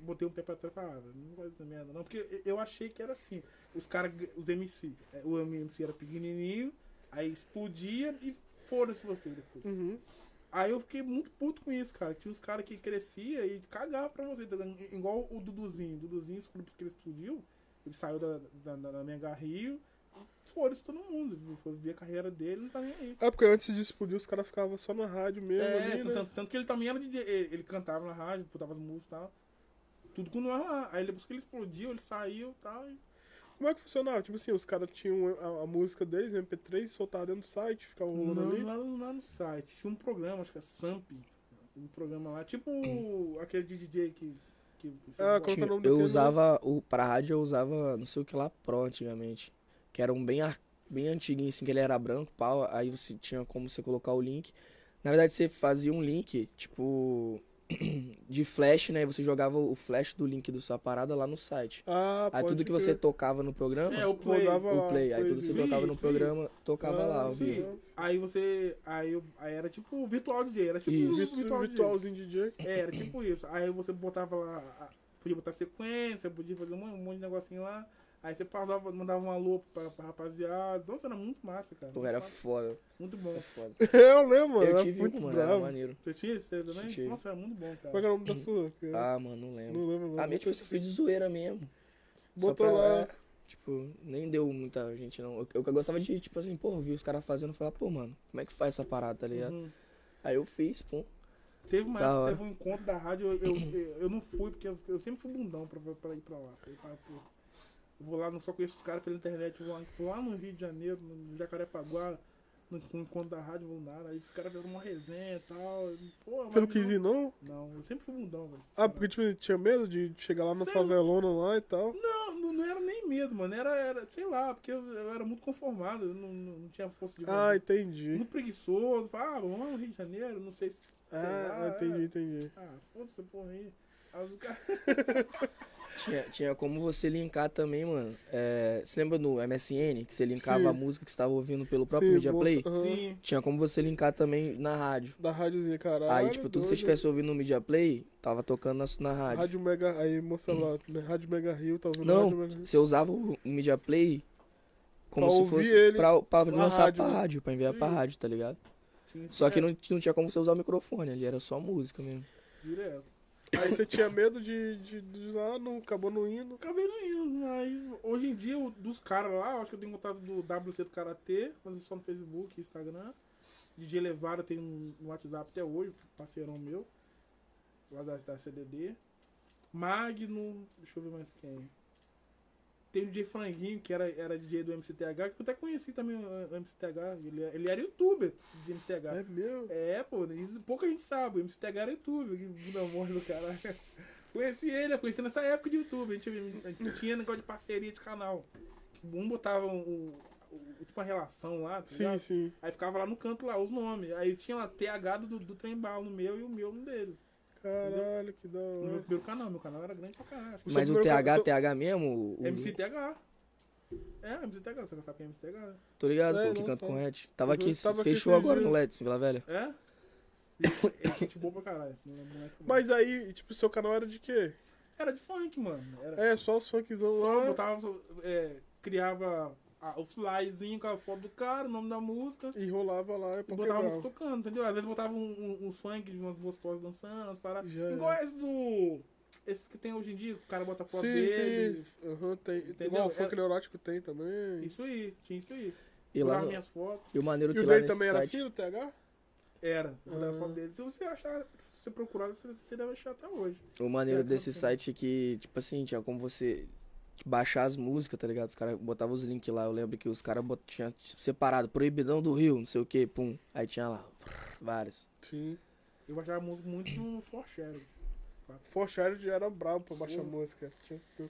[SPEAKER 3] botei um pé pra trás e falei, ah, velho, não faz essa merda não, porque eu- eu achei que era assim, os caras, os MC, eh, o MC era pequenininho, aí explodia e foda-se você depois.
[SPEAKER 1] Uhum.
[SPEAKER 3] Aí eu fiquei muito puto com isso, cara. Tinha uns caras que crescia e cagava pra você, tá ligado? Igual o Duduzinho. O Duduzinho, porque ele explodiu, ele saiu da, da, da, da Mega Rio, foda-se todo mundo. Foi ver a carreira dele, não tá nem aí.
[SPEAKER 1] É porque antes de explodir os caras ficavam só na rádio mesmo
[SPEAKER 3] É,
[SPEAKER 1] ali,
[SPEAKER 3] tan-
[SPEAKER 1] né?
[SPEAKER 3] tanto, tanto que ele também era DJ. Ele, ele cantava na rádio, botava as músicas e tal. Tudo com nós lá. Aí depois que ele explodiu, ele saiu tal, e
[SPEAKER 1] Como é que funcionava? Tipo assim, os caras tinham a, a música deles, MP3, soltava dentro do site, ficava
[SPEAKER 3] Não, é.
[SPEAKER 1] rolando ali.
[SPEAKER 3] lá, lá no site. Tinha um programa, acho que é Samp. Um programa lá, tipo aquele de DJ que. que você
[SPEAKER 1] Ah,
[SPEAKER 3] gosta.
[SPEAKER 1] como é que é o
[SPEAKER 2] Tinha-
[SPEAKER 1] nome
[SPEAKER 2] eu
[SPEAKER 1] daquele,
[SPEAKER 2] usava, o, pra rádio eu usava não sei o que lá Pro antigamente. Que era um bem, ar- bem antiguinho, assim, que ele era branco, pau. Aí você tinha como você colocar o link. Na verdade, você fazia um link, tipo, de flash, né? E você jogava o flash do link da sua parada lá no site.
[SPEAKER 1] Ah,
[SPEAKER 2] Aí
[SPEAKER 1] pode
[SPEAKER 2] tudo que você
[SPEAKER 1] crer.
[SPEAKER 2] tocava no programa,
[SPEAKER 3] É, o play.
[SPEAKER 1] Rodava lá.
[SPEAKER 2] o play. Aí tudo que você
[SPEAKER 3] Sim,
[SPEAKER 2] tocava no
[SPEAKER 3] sim.
[SPEAKER 2] programa, tocava
[SPEAKER 1] assim. Ah,
[SPEAKER 2] lá, ao
[SPEAKER 1] sim.
[SPEAKER 2] vivo.
[SPEAKER 3] Aí você. Aí, eu- aí era tipo o virtual DJ, era tipo
[SPEAKER 2] Isso.
[SPEAKER 3] um
[SPEAKER 1] Virtu-
[SPEAKER 3] virtual, DJ.
[SPEAKER 1] virtualzinho DJ.
[SPEAKER 3] É, era tipo isso. Aí você botava lá. a- Podia botar sequência, podia fazer um mon- um monte de negocinho lá. Aí você passava, mandava um alô pra, pra rapaziada. Nossa, era muito massa, cara.
[SPEAKER 2] Pô, era foda,
[SPEAKER 3] Muito bom.
[SPEAKER 2] era foda.
[SPEAKER 1] Eu lembro,
[SPEAKER 2] Eu
[SPEAKER 1] era
[SPEAKER 2] tive
[SPEAKER 1] muito
[SPEAKER 2] um, mano, era
[SPEAKER 1] bravo.
[SPEAKER 2] maneiro.
[SPEAKER 3] Você tinha? Você também?
[SPEAKER 2] Tive.
[SPEAKER 3] Nossa, era muito bom,
[SPEAKER 1] Qual que
[SPEAKER 3] cara.
[SPEAKER 1] era o nome da sua? Que eu
[SPEAKER 2] Ah, mano, não lembro.
[SPEAKER 1] não lembro. não.
[SPEAKER 2] A minha, tipo, eu fui de zoeira mesmo. Só
[SPEAKER 1] Botou
[SPEAKER 2] pra-
[SPEAKER 1] lá.
[SPEAKER 2] é, Tipo, nem deu muita gente, não. Eu, eu gostava de, tipo assim, pô, vi os caras fazendo e falar, pô, mano, como é que faz essa parada, tá ligado?
[SPEAKER 3] Uhum.
[SPEAKER 2] Aí eu fiz, pô.
[SPEAKER 3] Teve, uma,
[SPEAKER 2] Da
[SPEAKER 3] época,
[SPEAKER 2] hora.
[SPEAKER 3] teve um encontro da rádio, eu, eu, eu- eu não fui, porque eu, eu sempre fui bundão pra, pra ir pra lá. Eu, falei, pô, eu vou lá, não só conheço os caras pela internet, eu vou lá, vou lá no Rio de Janeiro, no Jacarepaguá, no, no encontro da Rádio Vulnar, aí os caras fizeram uma resenha e tal. e, Pô, mas
[SPEAKER 1] Você não quis ir, não?
[SPEAKER 3] Não, eu sempre fui bundão, velho.
[SPEAKER 1] Ah, porque tipo, tinha medo de chegar lá na
[SPEAKER 3] Sei lá.
[SPEAKER 1] favelona lá e tal.
[SPEAKER 3] Não, não, não era nem medo, mano. Era, era sei lá, porque eu, eu era muito conformado, eu não, não, não tinha força de
[SPEAKER 1] Ah,
[SPEAKER 3] vontade.
[SPEAKER 1] entendi.
[SPEAKER 3] Muito preguiçoso, falava, ah, vamos lá no Rio de Janeiro, não sei se. sei
[SPEAKER 1] Ah,
[SPEAKER 3] lá,
[SPEAKER 1] entendi,
[SPEAKER 3] é.
[SPEAKER 1] entendi.
[SPEAKER 3] Ah, foda-se, porra aí. Aí os caras-
[SPEAKER 2] Tinha, tinha como você linkar também, mano. É, você lembra no MSN que você linkava
[SPEAKER 1] Sim.
[SPEAKER 2] a música que você tava ouvindo pelo próprio Media
[SPEAKER 1] bolsa-
[SPEAKER 2] Play?
[SPEAKER 1] aham.
[SPEAKER 3] Sim.
[SPEAKER 2] Tinha como você linkar também na rádio.
[SPEAKER 1] Da rádiozinha, caralho.
[SPEAKER 2] Aí, tipo, tudo que você
[SPEAKER 1] doido.
[SPEAKER 2] estivesse ouvindo no Media Play, tava tocando na, na rádio.
[SPEAKER 1] Rádio Mega. Aí, moça lá, né? Rádio Mega Rio, tá ouvindo
[SPEAKER 2] Não,
[SPEAKER 1] Rádio Mega Rio.
[SPEAKER 2] você usava o o Media Play como
[SPEAKER 1] Pra
[SPEAKER 2] se
[SPEAKER 1] ouvir
[SPEAKER 2] fosse.
[SPEAKER 1] ele
[SPEAKER 2] pra, pra
[SPEAKER 1] na
[SPEAKER 2] lançar
[SPEAKER 1] rádio,
[SPEAKER 2] pra
[SPEAKER 1] né?
[SPEAKER 2] rádio, pra enviar
[SPEAKER 3] Sim.
[SPEAKER 2] pra rádio, tá ligado?
[SPEAKER 3] sim,
[SPEAKER 2] Só que
[SPEAKER 3] é,
[SPEAKER 2] não, não tinha como você usar o microfone ali, era só música mesmo.
[SPEAKER 3] Direto.
[SPEAKER 1] Aí você tinha medo de, de, de ir lá, não, acabou não indo.
[SPEAKER 3] Acabei não indo. Aí, hoje em dia, o- dos caras lá, eu acho que eu tenho contato do WC do Karatê, mas é só no Facebook, Instagram. DJ Levara tem um- no WhatsApp até hoje, parceirão meu, lá da, da CDD. Magno, deixa eu ver mais quem. Tem o DJ Franguinho, que era, era DJ do MCTH, que eu até conheci também o MCTH. Ele, ele era youtuber de MCTH.
[SPEAKER 1] É meu.
[SPEAKER 3] É, pô, isso pouca gente sabe. O MCTH era YouTube, que bunda mole do caralho. Conheci ele, eu conheci nessa época de YouTube. A gente, a gente tinha negócio de parceria de canal. Um botava o, o- tipo uma relação lá, tá
[SPEAKER 1] Sim,
[SPEAKER 3] ligado?
[SPEAKER 1] sim.
[SPEAKER 3] Aí ficava lá no canto lá os nomes. Aí tinha lá TH do, do Trembal no meu e o meu no dele.
[SPEAKER 1] Caralho, que da
[SPEAKER 3] No meu
[SPEAKER 1] hora.
[SPEAKER 3] primeiro canal. Meu canal era grande pra caralho. Acho que
[SPEAKER 2] Mas o
[SPEAKER 1] primeiro
[SPEAKER 2] TH,
[SPEAKER 1] cara-
[SPEAKER 2] TH mesmo, o,
[SPEAKER 3] MCTH. É, MCTH, você sabe quem é MCTH, né?
[SPEAKER 2] tô ligado,
[SPEAKER 1] É,
[SPEAKER 2] pô, que
[SPEAKER 1] não,
[SPEAKER 2] canta
[SPEAKER 1] só-
[SPEAKER 2] com o Ed. Tava aqui,
[SPEAKER 1] Tava aqui
[SPEAKER 2] fechou
[SPEAKER 1] esses
[SPEAKER 2] agora no
[SPEAKER 1] dias.
[SPEAKER 2] Let's, Vila Velha.
[SPEAKER 3] É? E- É gente boa pra caralho. moleque bom.
[SPEAKER 1] Mas aí, tipo, seu canal era de quê?
[SPEAKER 3] era de funk, mano. Era,
[SPEAKER 1] É, só os funkzão
[SPEAKER 3] Só
[SPEAKER 1] lá.
[SPEAKER 3] botava, é, criava a- o flyzinho com a foto do cara, o nome da música.
[SPEAKER 1] E rolava lá e
[SPEAKER 3] E botava a
[SPEAKER 1] papelava.
[SPEAKER 3] música tocando, entendeu? Às vezes botava um, um, uns funk de umas gostosas dançando, umas paradas.
[SPEAKER 1] Já era.
[SPEAKER 3] Igual esse do. Esses que tem hoje em dia, que o cara bota a foto
[SPEAKER 1] Sim,
[SPEAKER 3] dele.
[SPEAKER 1] sim. Aham, tem.
[SPEAKER 3] Entendeu?
[SPEAKER 1] Igual o
[SPEAKER 3] É-
[SPEAKER 1] funk neurótico tem também.
[SPEAKER 3] Isso aí, tinha isso aí.
[SPEAKER 2] E lá
[SPEAKER 3] Botava
[SPEAKER 2] no-
[SPEAKER 3] minhas fotos.
[SPEAKER 2] e o maneiro
[SPEAKER 1] E
[SPEAKER 2] que
[SPEAKER 1] o
[SPEAKER 2] lá
[SPEAKER 1] dele
[SPEAKER 2] nesse
[SPEAKER 1] também
[SPEAKER 2] site...
[SPEAKER 1] era assim, no TH?
[SPEAKER 3] Era, botava
[SPEAKER 1] Ah.
[SPEAKER 3] a foto dele. Se você achar, se você procurar, você, você deve achar até hoje.
[SPEAKER 2] O maneiro
[SPEAKER 3] É,
[SPEAKER 2] desse
[SPEAKER 3] tá-
[SPEAKER 2] site é que, tipo assim, tinha como você baixar as músicas, tá ligado? Os caras botavam os links lá. Eu lembro que os caras bot- tinham tipo, separado, Proibidão do Rio, não sei o que, pum. Aí tinha lá, várias.
[SPEAKER 1] Sim.
[SPEAKER 3] Eu baixava música muito no Forchero.
[SPEAKER 1] Forchard já era brabo pra baixar
[SPEAKER 3] Porra.
[SPEAKER 1] música. Tinha- tinha-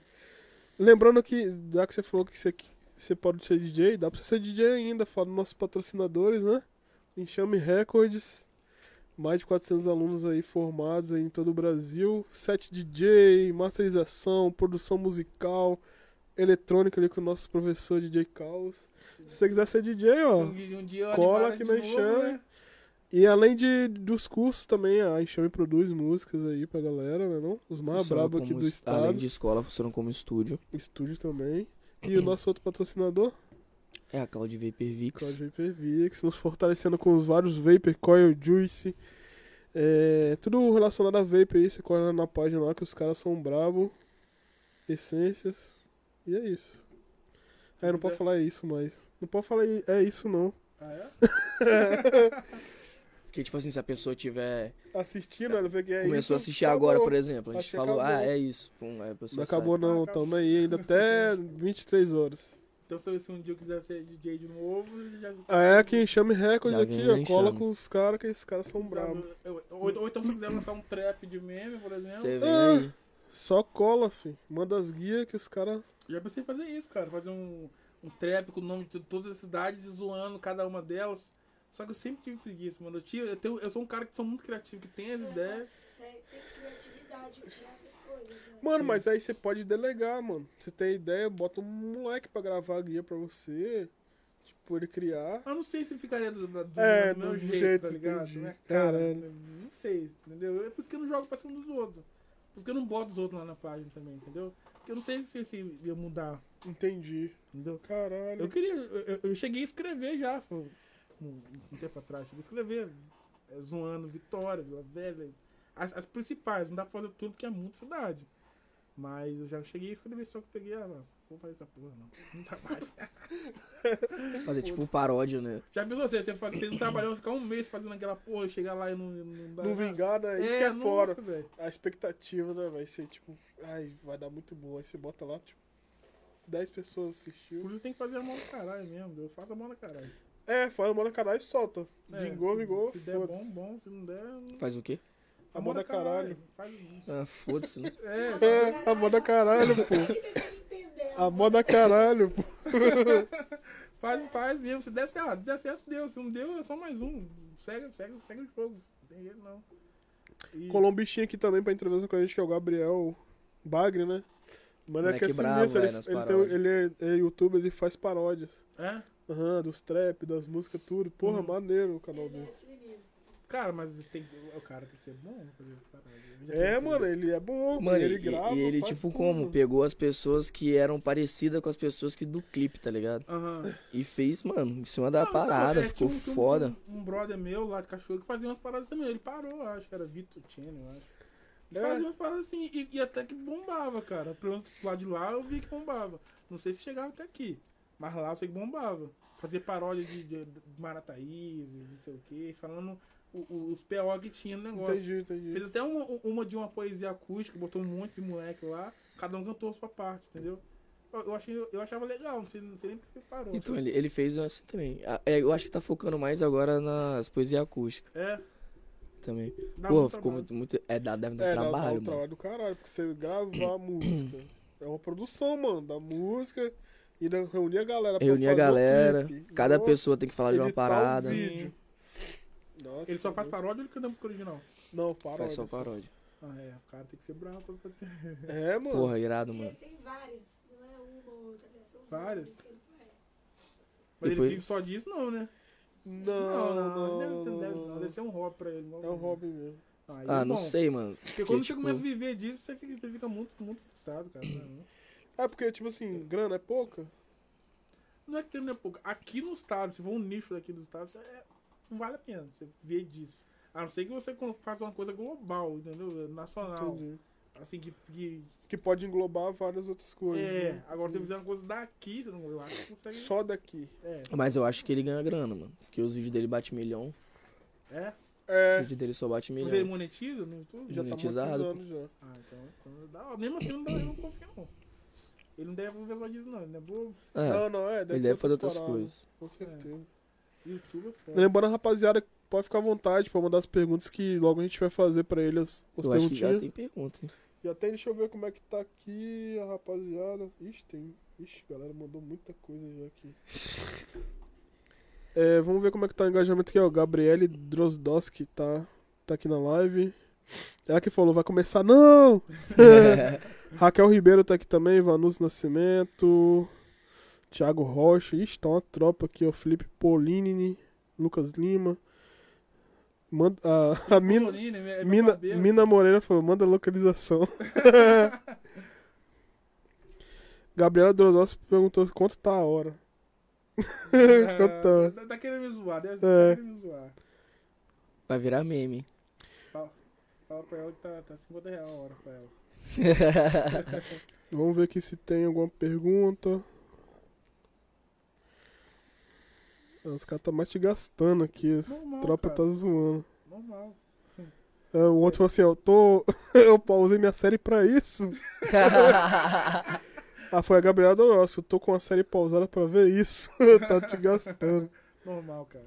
[SPEAKER 1] Lembrando que, já que você falou que você, que você pode ser DJ, dá pra você ser DJ ainda, fala dos nossos patrocinadores, né? Enxame Records, mais de 400 alunos aí formados aí em todo o Brasil, set DJ, masterização, produção musical, eletrônica ali com o nosso professor DJ Caos. Se você quiser ser DJ, ó...
[SPEAKER 3] Se um dia eu
[SPEAKER 1] Ah. cola
[SPEAKER 3] animar
[SPEAKER 1] aqui
[SPEAKER 3] de
[SPEAKER 1] na
[SPEAKER 3] novo,
[SPEAKER 1] Enxame.
[SPEAKER 3] né?
[SPEAKER 1] E além de, dos cursos também, a Enxame produz músicas aí pra galera, né não? Os mais
[SPEAKER 2] Funcionam
[SPEAKER 1] brabos aqui
[SPEAKER 2] como
[SPEAKER 1] do
[SPEAKER 2] es- Além
[SPEAKER 1] estado.
[SPEAKER 2] de escola, funcionam como estúdio.
[SPEAKER 1] Estúdio também. E o nosso outro patrocinador,
[SPEAKER 2] É a Cloud Vapor Vix.
[SPEAKER 1] Cloud Vapor Vix, nos fortalecendo com os vários Vapor, Coil, Juice. É, tudo relacionado a Vapor aí, você corre lá na página lá que os caras são brabo. Essências. E é isso.
[SPEAKER 3] Se
[SPEAKER 1] É, não
[SPEAKER 3] quiser-
[SPEAKER 1] pode falar é isso mais. Não pode falar é é isso não.
[SPEAKER 3] Ah, é?
[SPEAKER 2] Porque, tipo assim, se a pessoa tiver...
[SPEAKER 1] Assistindo, ela vê que é isso.
[SPEAKER 2] Começou a assistir agora, por exemplo. A gente
[SPEAKER 1] Achei
[SPEAKER 2] falou, ah,
[SPEAKER 1] acabou.
[SPEAKER 2] é isso. Pum, aí a pessoa
[SPEAKER 1] Não acabou
[SPEAKER 2] sai.
[SPEAKER 1] não,
[SPEAKER 3] Acabou.
[SPEAKER 1] tamo aí ainda até 23 horas.
[SPEAKER 3] Então se eu- se um dia eu quiser ser DJ de novo, já
[SPEAKER 1] Ah, é que enxame recorde
[SPEAKER 2] Já
[SPEAKER 1] aqui,
[SPEAKER 2] ganhou
[SPEAKER 1] ó. Cola
[SPEAKER 2] enxame.
[SPEAKER 1] com os caras, que esses caras são
[SPEAKER 3] Sabe,
[SPEAKER 1] bravos.
[SPEAKER 3] eu- eu- Ou, ou então se eu quiser lançar um trap de meme, por exemplo,
[SPEAKER 2] Você vem
[SPEAKER 1] Ah.
[SPEAKER 2] aí.
[SPEAKER 1] Só cola, fi. Manda as guias que os caras.
[SPEAKER 3] já pensei em fazer isso, cara. Fazer um, um trap com o nome de todas as cidades e zoando cada uma delas. Só que eu sempre tive preguiça, mano. Eu, tinha, eu, tenho- eu sou um cara que sou muito criativo, que tem as ideias.
[SPEAKER 4] Você tem criatividade pra essas coisas, né?
[SPEAKER 1] Mano, mas aí você pode delegar, mano. Você tem ideia, bota um moleque pra gravar a guia pra você. Tipo, ele criar.
[SPEAKER 3] Eu não sei se ficaria do, do- do
[SPEAKER 1] É,
[SPEAKER 3] meu
[SPEAKER 1] do
[SPEAKER 3] jeito,
[SPEAKER 1] jeito,
[SPEAKER 3] tá ligado?
[SPEAKER 1] entendi.
[SPEAKER 3] Né, cara,
[SPEAKER 1] Caralho.
[SPEAKER 3] não sei, entendeu? É por isso que eu não jogo pra cima dos outros. Por isso que eu não boto os outros lá na página também, entendeu? Porque eu não sei se, se ia mudar,
[SPEAKER 1] Entendi.
[SPEAKER 3] entendeu?
[SPEAKER 1] Caralho.
[SPEAKER 3] Eu queria. Eu, eu- eu cheguei a escrever já, foi um, um- um tempo atrás. Cheguei a escrever. é, Zoando Vitória, Vila Velha. As, as principais, não dá pra fazer tudo porque é muita cidade. Mas eu já cheguei a escrever, só que eu peguei, ah, não vou fazer essa porra, não. Não trabalho.
[SPEAKER 1] Ah,
[SPEAKER 2] Fazer tipo paródia, né?
[SPEAKER 3] já pensou você, você, faz, você não trabalhou, ficar um mês fazendo aquela porra, chegar lá e não. Não, dá
[SPEAKER 1] Não
[SPEAKER 3] nada.
[SPEAKER 1] vingar, né? Isso que é
[SPEAKER 3] nossa,
[SPEAKER 1] fora.
[SPEAKER 3] velho.
[SPEAKER 1] A expectativa, né? Vai ser tipo. Ai, vai dar muito bom. Aí você bota lá, tipo. 10 pessoas
[SPEAKER 3] Por
[SPEAKER 1] assistiu.
[SPEAKER 3] isso tem que fazer a mão na caralho mesmo. Eu faço a mão na caralho.
[SPEAKER 1] É, fala Amor Caralho e solta.
[SPEAKER 3] É,
[SPEAKER 1] vingou,
[SPEAKER 3] se-
[SPEAKER 1] vingou,
[SPEAKER 3] Se der
[SPEAKER 1] foda-se.
[SPEAKER 3] bom, bom. Se não der... não-
[SPEAKER 2] Faz o quê?
[SPEAKER 1] Amor da caralho.
[SPEAKER 3] Faz...
[SPEAKER 2] Ah, foda-se, né?
[SPEAKER 3] É,
[SPEAKER 1] É, amor da caralho, pô.
[SPEAKER 4] Entendeu?
[SPEAKER 1] Amor da caralho, pô.
[SPEAKER 3] Faz, faz mesmo. Se der certo, se der certo, deu. Se não deu, é só mais um. Segue, segue, segue o jogo. Não tem jeito, não. E-
[SPEAKER 1] Colou um bichinho aqui também pra entrevista com a gente, que é o Gabriel Bagre, né? Mano, é
[SPEAKER 2] Moleque
[SPEAKER 1] que é
[SPEAKER 2] bravo,
[SPEAKER 1] sinistro,
[SPEAKER 2] é,
[SPEAKER 1] ele,
[SPEAKER 2] nas
[SPEAKER 1] ele, tem-
[SPEAKER 2] paródias.
[SPEAKER 1] ele é, é youtuber, ele faz paródias.
[SPEAKER 3] É?
[SPEAKER 1] Aham, dos trap, das músicas, tudo. Porra,
[SPEAKER 3] Uhum.
[SPEAKER 1] maneiro o canal
[SPEAKER 4] Ele
[SPEAKER 1] dele.
[SPEAKER 4] é sinistro.
[SPEAKER 3] Cara, mas tem, o cara tem que ser bom pra fazer essa parada. Eu já
[SPEAKER 1] É,
[SPEAKER 3] tentei.
[SPEAKER 1] mano, ele é bom,
[SPEAKER 2] Mano,
[SPEAKER 1] ele
[SPEAKER 2] e-
[SPEAKER 1] grava.
[SPEAKER 2] e ele,
[SPEAKER 1] faz
[SPEAKER 2] tipo,
[SPEAKER 1] tudo.
[SPEAKER 2] como? Pegou as pessoas que eram parecidas com as pessoas que do clipe, tá ligado?
[SPEAKER 3] Aham.
[SPEAKER 2] E fez, mano, em cima da
[SPEAKER 3] Não, então,
[SPEAKER 2] Tá parada,
[SPEAKER 3] é,
[SPEAKER 2] ficou
[SPEAKER 3] tinha um- tinha um-
[SPEAKER 2] foda.
[SPEAKER 3] tinha Um, um brother meu lá de Cachoeira que fazia umas paradas também. Ele parou, eu acho que era Vitor Tino, eu acho. Ele
[SPEAKER 1] É.
[SPEAKER 3] fazia umas paradas assim, e, e até que bombava, cara. Pelo menos lá de lá eu vi que bombava. Não sei se chegava até aqui, mas lá eu sei que bombava. Fazia paródia de, de, de Marataízes, não sei o quê, falando o- o- os PO que tinha no negócio.
[SPEAKER 1] Entendi, entendi.
[SPEAKER 2] um
[SPEAKER 3] Fez até uma, uma de uma poesia acústica, botou um monte de moleque lá, cada um cantou a sua parte, entendeu? Eu, eu achei, eu achava legal, não sei, não sei nem porque parou.
[SPEAKER 2] Então, ele, ele fez assim também. Ah, é, Eu acho que tá focando mais agora nas poesias acústicas
[SPEAKER 3] É,
[SPEAKER 2] também.
[SPEAKER 3] dá
[SPEAKER 2] Pô,
[SPEAKER 3] muito
[SPEAKER 2] ficou
[SPEAKER 3] trabalho.
[SPEAKER 2] muito, muito- É, dá, deve dar
[SPEAKER 1] É, dá- dá
[SPEAKER 2] trabalho,
[SPEAKER 1] um
[SPEAKER 2] mano.
[SPEAKER 1] trabalho do caralho, porque você gravar a música. É uma produção, mano, da música. E da- reunir a galera pra
[SPEAKER 2] Reunir a
[SPEAKER 1] fazer o
[SPEAKER 2] galera,
[SPEAKER 1] clipe.
[SPEAKER 2] Cada
[SPEAKER 1] Nossa,
[SPEAKER 2] pessoa tem que falar de uma
[SPEAKER 1] editar o
[SPEAKER 2] parada. né?
[SPEAKER 1] vídeo.
[SPEAKER 3] Sim.
[SPEAKER 1] Nossa,
[SPEAKER 3] Ele só faz
[SPEAKER 1] mano.
[SPEAKER 3] paródia ou ele canta música original?
[SPEAKER 1] Não, paródia. assim.
[SPEAKER 2] Faz só paródia.
[SPEAKER 3] Ah, é, o cara tem que ser bravo pra- pra ter.
[SPEAKER 1] É, mano.
[SPEAKER 2] Porra, irado,
[SPEAKER 4] Ele
[SPEAKER 2] mano.
[SPEAKER 4] tem várias, não é uma ou outra, né? São
[SPEAKER 3] Várias?
[SPEAKER 4] que ele faz.
[SPEAKER 3] Mas ele
[SPEAKER 2] Depois-
[SPEAKER 3] vive só disso, não, né?
[SPEAKER 1] Não, não,
[SPEAKER 3] não,
[SPEAKER 1] não.
[SPEAKER 3] deve, deve-
[SPEAKER 1] não.
[SPEAKER 3] deve ser um hobby pra ele.
[SPEAKER 1] É um hobby mesmo.
[SPEAKER 3] Aí é
[SPEAKER 2] Ah, não
[SPEAKER 3] bom.
[SPEAKER 2] sei, mano.
[SPEAKER 3] Porque quando
[SPEAKER 2] porque,
[SPEAKER 3] você
[SPEAKER 2] tipo-
[SPEAKER 3] começa a viver disso, você fica, você fica muito, muito frustrado, cara. né?
[SPEAKER 1] É porque, tipo assim, grana é pouca?
[SPEAKER 3] Não é que tem, né, pouco. Aqui no estado, se for um nicho daqui do estado, você é- não vale a pena você ver disso. A não ser que você con- faça uma coisa global, entendeu? Nacional.
[SPEAKER 1] Entendi.
[SPEAKER 3] Assim, que, que-
[SPEAKER 1] Que pode englobar várias outras coisas. né?
[SPEAKER 3] É,
[SPEAKER 1] Hum.
[SPEAKER 3] agora se você fizer uma coisa daqui, você não eu acho que consegue.
[SPEAKER 1] Só daqui.
[SPEAKER 3] É,
[SPEAKER 2] Mas eu acho que ele ganha grana, mano. Porque os vídeos dele batem milhão.
[SPEAKER 3] é.
[SPEAKER 2] Os
[SPEAKER 1] É,
[SPEAKER 2] vídeos dele só batem
[SPEAKER 3] Mas ele
[SPEAKER 2] milhão.
[SPEAKER 3] monetiza no YouTube?
[SPEAKER 1] já tá
[SPEAKER 2] monetizado,
[SPEAKER 1] monetizando já.
[SPEAKER 3] Ah, então, então dá. ó, Mesmo assim, não dá, eu não confio, não. Ele não deve ver disso, não. Ele não é bobo.
[SPEAKER 2] É,
[SPEAKER 1] Não, não, é.
[SPEAKER 2] ele
[SPEAKER 1] ter
[SPEAKER 2] deve fazer outras
[SPEAKER 1] paradas,
[SPEAKER 2] coisas.
[SPEAKER 1] Com certeza.
[SPEAKER 3] YouTube é foda.
[SPEAKER 1] Lembrando, rapaziada, pode ficar à vontade pra mandar as perguntas que logo a gente vai fazer pra ele as, as
[SPEAKER 2] Eu acho que já
[SPEAKER 1] perguntinhas.
[SPEAKER 2] tem pergunta, hein?
[SPEAKER 1] Já tem, deixa eu ver como é que tá aqui, a rapaziada. Ixi, tem. Ixi, a galera mandou muita coisa já aqui. É, vamos ver como é que tá o engajamento aqui, ó. Gabriele Drozdowski tá, tá aqui na live. É Ela que falou, vai começar, não! Raquel Ribeiro tá aqui também, Vanus Nascimento, Thiago Rocha, ixi, tá uma tropa aqui, ó. Felipe Polini, Lucas Lima. Manda, a, a Mina.
[SPEAKER 3] Colorine, é meu
[SPEAKER 1] Mina,
[SPEAKER 3] cabelo.
[SPEAKER 1] Mina Moreira falou, manda localização. Gabriela Drodos perguntou quanto tá a hora. quanto tá a
[SPEAKER 3] Ah,
[SPEAKER 1] hora.
[SPEAKER 3] Tá, tá querendo me zoar, deve
[SPEAKER 1] É.
[SPEAKER 3] tá querendo me zoar.
[SPEAKER 2] Vai virar meme, hein?
[SPEAKER 3] Fala pra ela que tá, tá 50 reais a hora pra ela.
[SPEAKER 1] Vamos ver aqui se tem alguma pergunta. Os caras tá mais te gastando aqui, as
[SPEAKER 3] Normal,
[SPEAKER 1] tropa
[SPEAKER 3] cara.
[SPEAKER 1] tá zoando.
[SPEAKER 3] Normal.
[SPEAKER 1] Ah, O outro falou assim, eu tô. eu pausei minha série pra isso. ah, foi a Gabriela Drodos, eu tô com a série pausada pra ver isso. tá te gastando.
[SPEAKER 3] Normal, cara.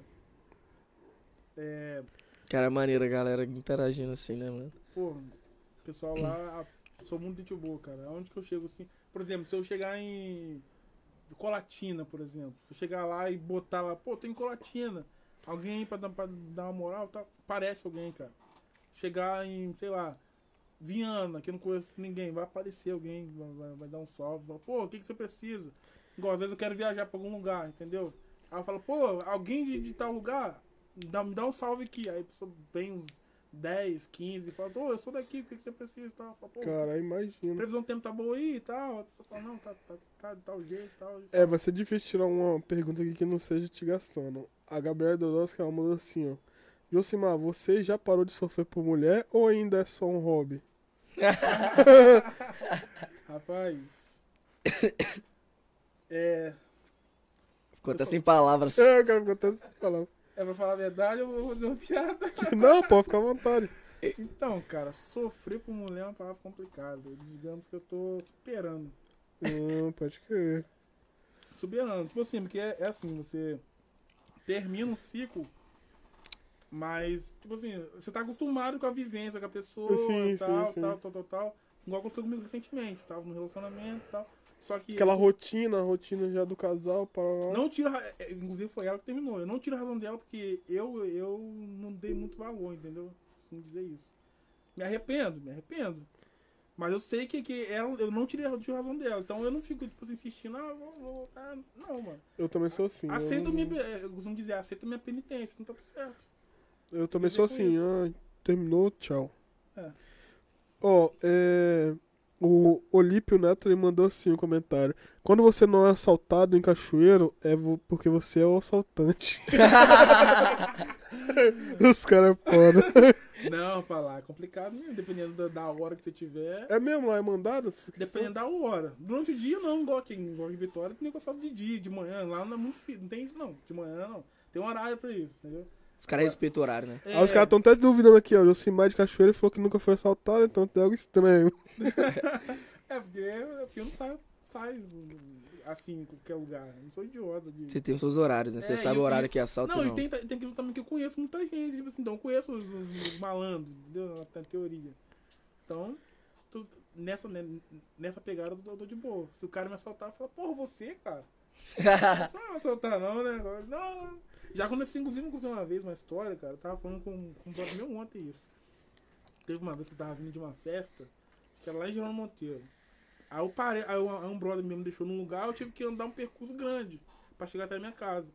[SPEAKER 3] É,
[SPEAKER 2] Cara, maneira a galera interagindo assim, né, mano?
[SPEAKER 3] pô, o pessoal lá, a- sou muito gente boa, cara. Aonde que eu chego assim? Por exemplo, se eu chegar em Colatina, por exemplo, se eu chegar lá e botar lá, pô, tem Colatina, alguém pra dar, pra dar uma moral, tá? parece alguém, cara. Chegar em, sei lá, Viana, que eu não conheço ninguém, vai aparecer alguém, vai, vai- vai dar um salve, fala, pô, o que, que você precisa? Igual, às vezes eu quero viajar pra algum lugar, entendeu? Aí eu falo, pô, alguém de, de tal lugar, dá, me dá um salve aqui. Aí a pessoa vem uns 10, 15, fala, pô, eu sou daqui, o que, que você precisa? e tal. Eu falo, pô,
[SPEAKER 1] Cara, imagina.
[SPEAKER 3] previsão do tempo tá boa aí e tal. A pessoa fala, não, tá, tá, tá de tal jeito e tal.
[SPEAKER 1] É, vai ser difícil tirar uma pergunta aqui que não seja te gastando. A Gabriela Dodosca, ela mandou assim, ó. Josimar, você já parou de sofrer por mulher ou ainda é só um hobby?
[SPEAKER 3] Rapaz. é.
[SPEAKER 2] Ficou até sem palavras.
[SPEAKER 1] É, eu quero até falar.
[SPEAKER 3] É pra falar a verdade, eu vou fazer uma piada.
[SPEAKER 1] Não, pô, fica à vontade.
[SPEAKER 3] Então, cara, sofrer por mulher é uma palavra complicada. Digamos que eu tô esperando.
[SPEAKER 1] Não, pode crer.
[SPEAKER 3] Soberano. Tipo assim, porque é, é assim, você termina um ciclo, mas, tipo assim, você tá acostumado com a vivência com a pessoa,
[SPEAKER 1] Sim,
[SPEAKER 3] tal,
[SPEAKER 1] sim, sim.
[SPEAKER 3] tal, tal, tal, tal. Igual aconteceu comigo recentemente, eu tava no relacionamento e tal. Só que.
[SPEAKER 1] Aquela rotina, a rotina já do casal, para
[SPEAKER 3] Não tira. é, Inclusive foi ela que terminou. Eu não tiro a razão dela porque eu, eu não dei muito valor, entendeu? Sem dizer isso. Me arrependo, me arrependo. Mas eu sei que, que ela, eu não tirei a tirei a razão dela. Então eu não fico, tipo assim, insistindo, ah, vou, vou voltar. Não, mano.
[SPEAKER 1] Eu também sou assim. eu
[SPEAKER 3] aceito
[SPEAKER 1] não-
[SPEAKER 3] minha. é, Eu costumo dizer, aceito minha penitência, não tá tudo certo.
[SPEAKER 1] Eu também
[SPEAKER 3] Viver
[SPEAKER 1] sou
[SPEAKER 3] com
[SPEAKER 1] assim,
[SPEAKER 3] isso.
[SPEAKER 1] ah, terminou, tchau.
[SPEAKER 3] É.
[SPEAKER 1] Ó, é, o Olímpio Neto ele mandou assim um comentário. Quando você não é assaltado em Cachoeiro, é vo- porque você é o assaltante. Os caras é foda.
[SPEAKER 3] Não, pra lá, é complicado mesmo, dependendo da, da hora que você tiver.
[SPEAKER 1] É mesmo lá, é mandado? essa questão?
[SPEAKER 3] Dependendo da hora. Durante o dia, não, igual aqui, igual aqui em Vitória, tem negociado de dia, de manhã. Lá não é muito fi- não tem isso, não. De manhã, não. Tem um horário pra isso, entendeu?
[SPEAKER 2] Os caras respeitam o horário, né?
[SPEAKER 1] Ah, os caras estão até duvidando aqui, ó. Josimar de Cachoeiro falou que nunca foi assaltado, então tem algo estranho.
[SPEAKER 3] É, porque, é porque eu não saio, saio assim, em qualquer lugar. Eu não sou idiota. De...
[SPEAKER 2] Você tem os seus horários, né? Você
[SPEAKER 3] É,
[SPEAKER 2] sabe
[SPEAKER 3] e-
[SPEAKER 2] o horário
[SPEAKER 3] e-
[SPEAKER 2] que
[SPEAKER 1] tá
[SPEAKER 2] assalta
[SPEAKER 3] não,
[SPEAKER 2] ou
[SPEAKER 3] e
[SPEAKER 2] não.
[SPEAKER 3] tem, tem aquilo também que eu conheço muita gente, tipo assim, então eu conheço os, os- os malandros, entendeu? Na, na teoria. Então, tu- nessa, né, nessa pegada eu tô- eu tô de boa. Se o cara me assaltar, eu falo, porra, você, cara. Você não vai me assaltar não, né? Agora, Não, não. Já aconteceu, inclusive, aconteceu uma vez uma história, cara. Eu tava falando com, com um brother meu ontem isso. Teve uma vez que eu tava vindo de uma festa, que era lá em Geraldo Monteiro. Aí eu parei, aí um, aí um brother meu me deixou num lugar, eu tive que andar um percurso grande pra chegar até a minha casa.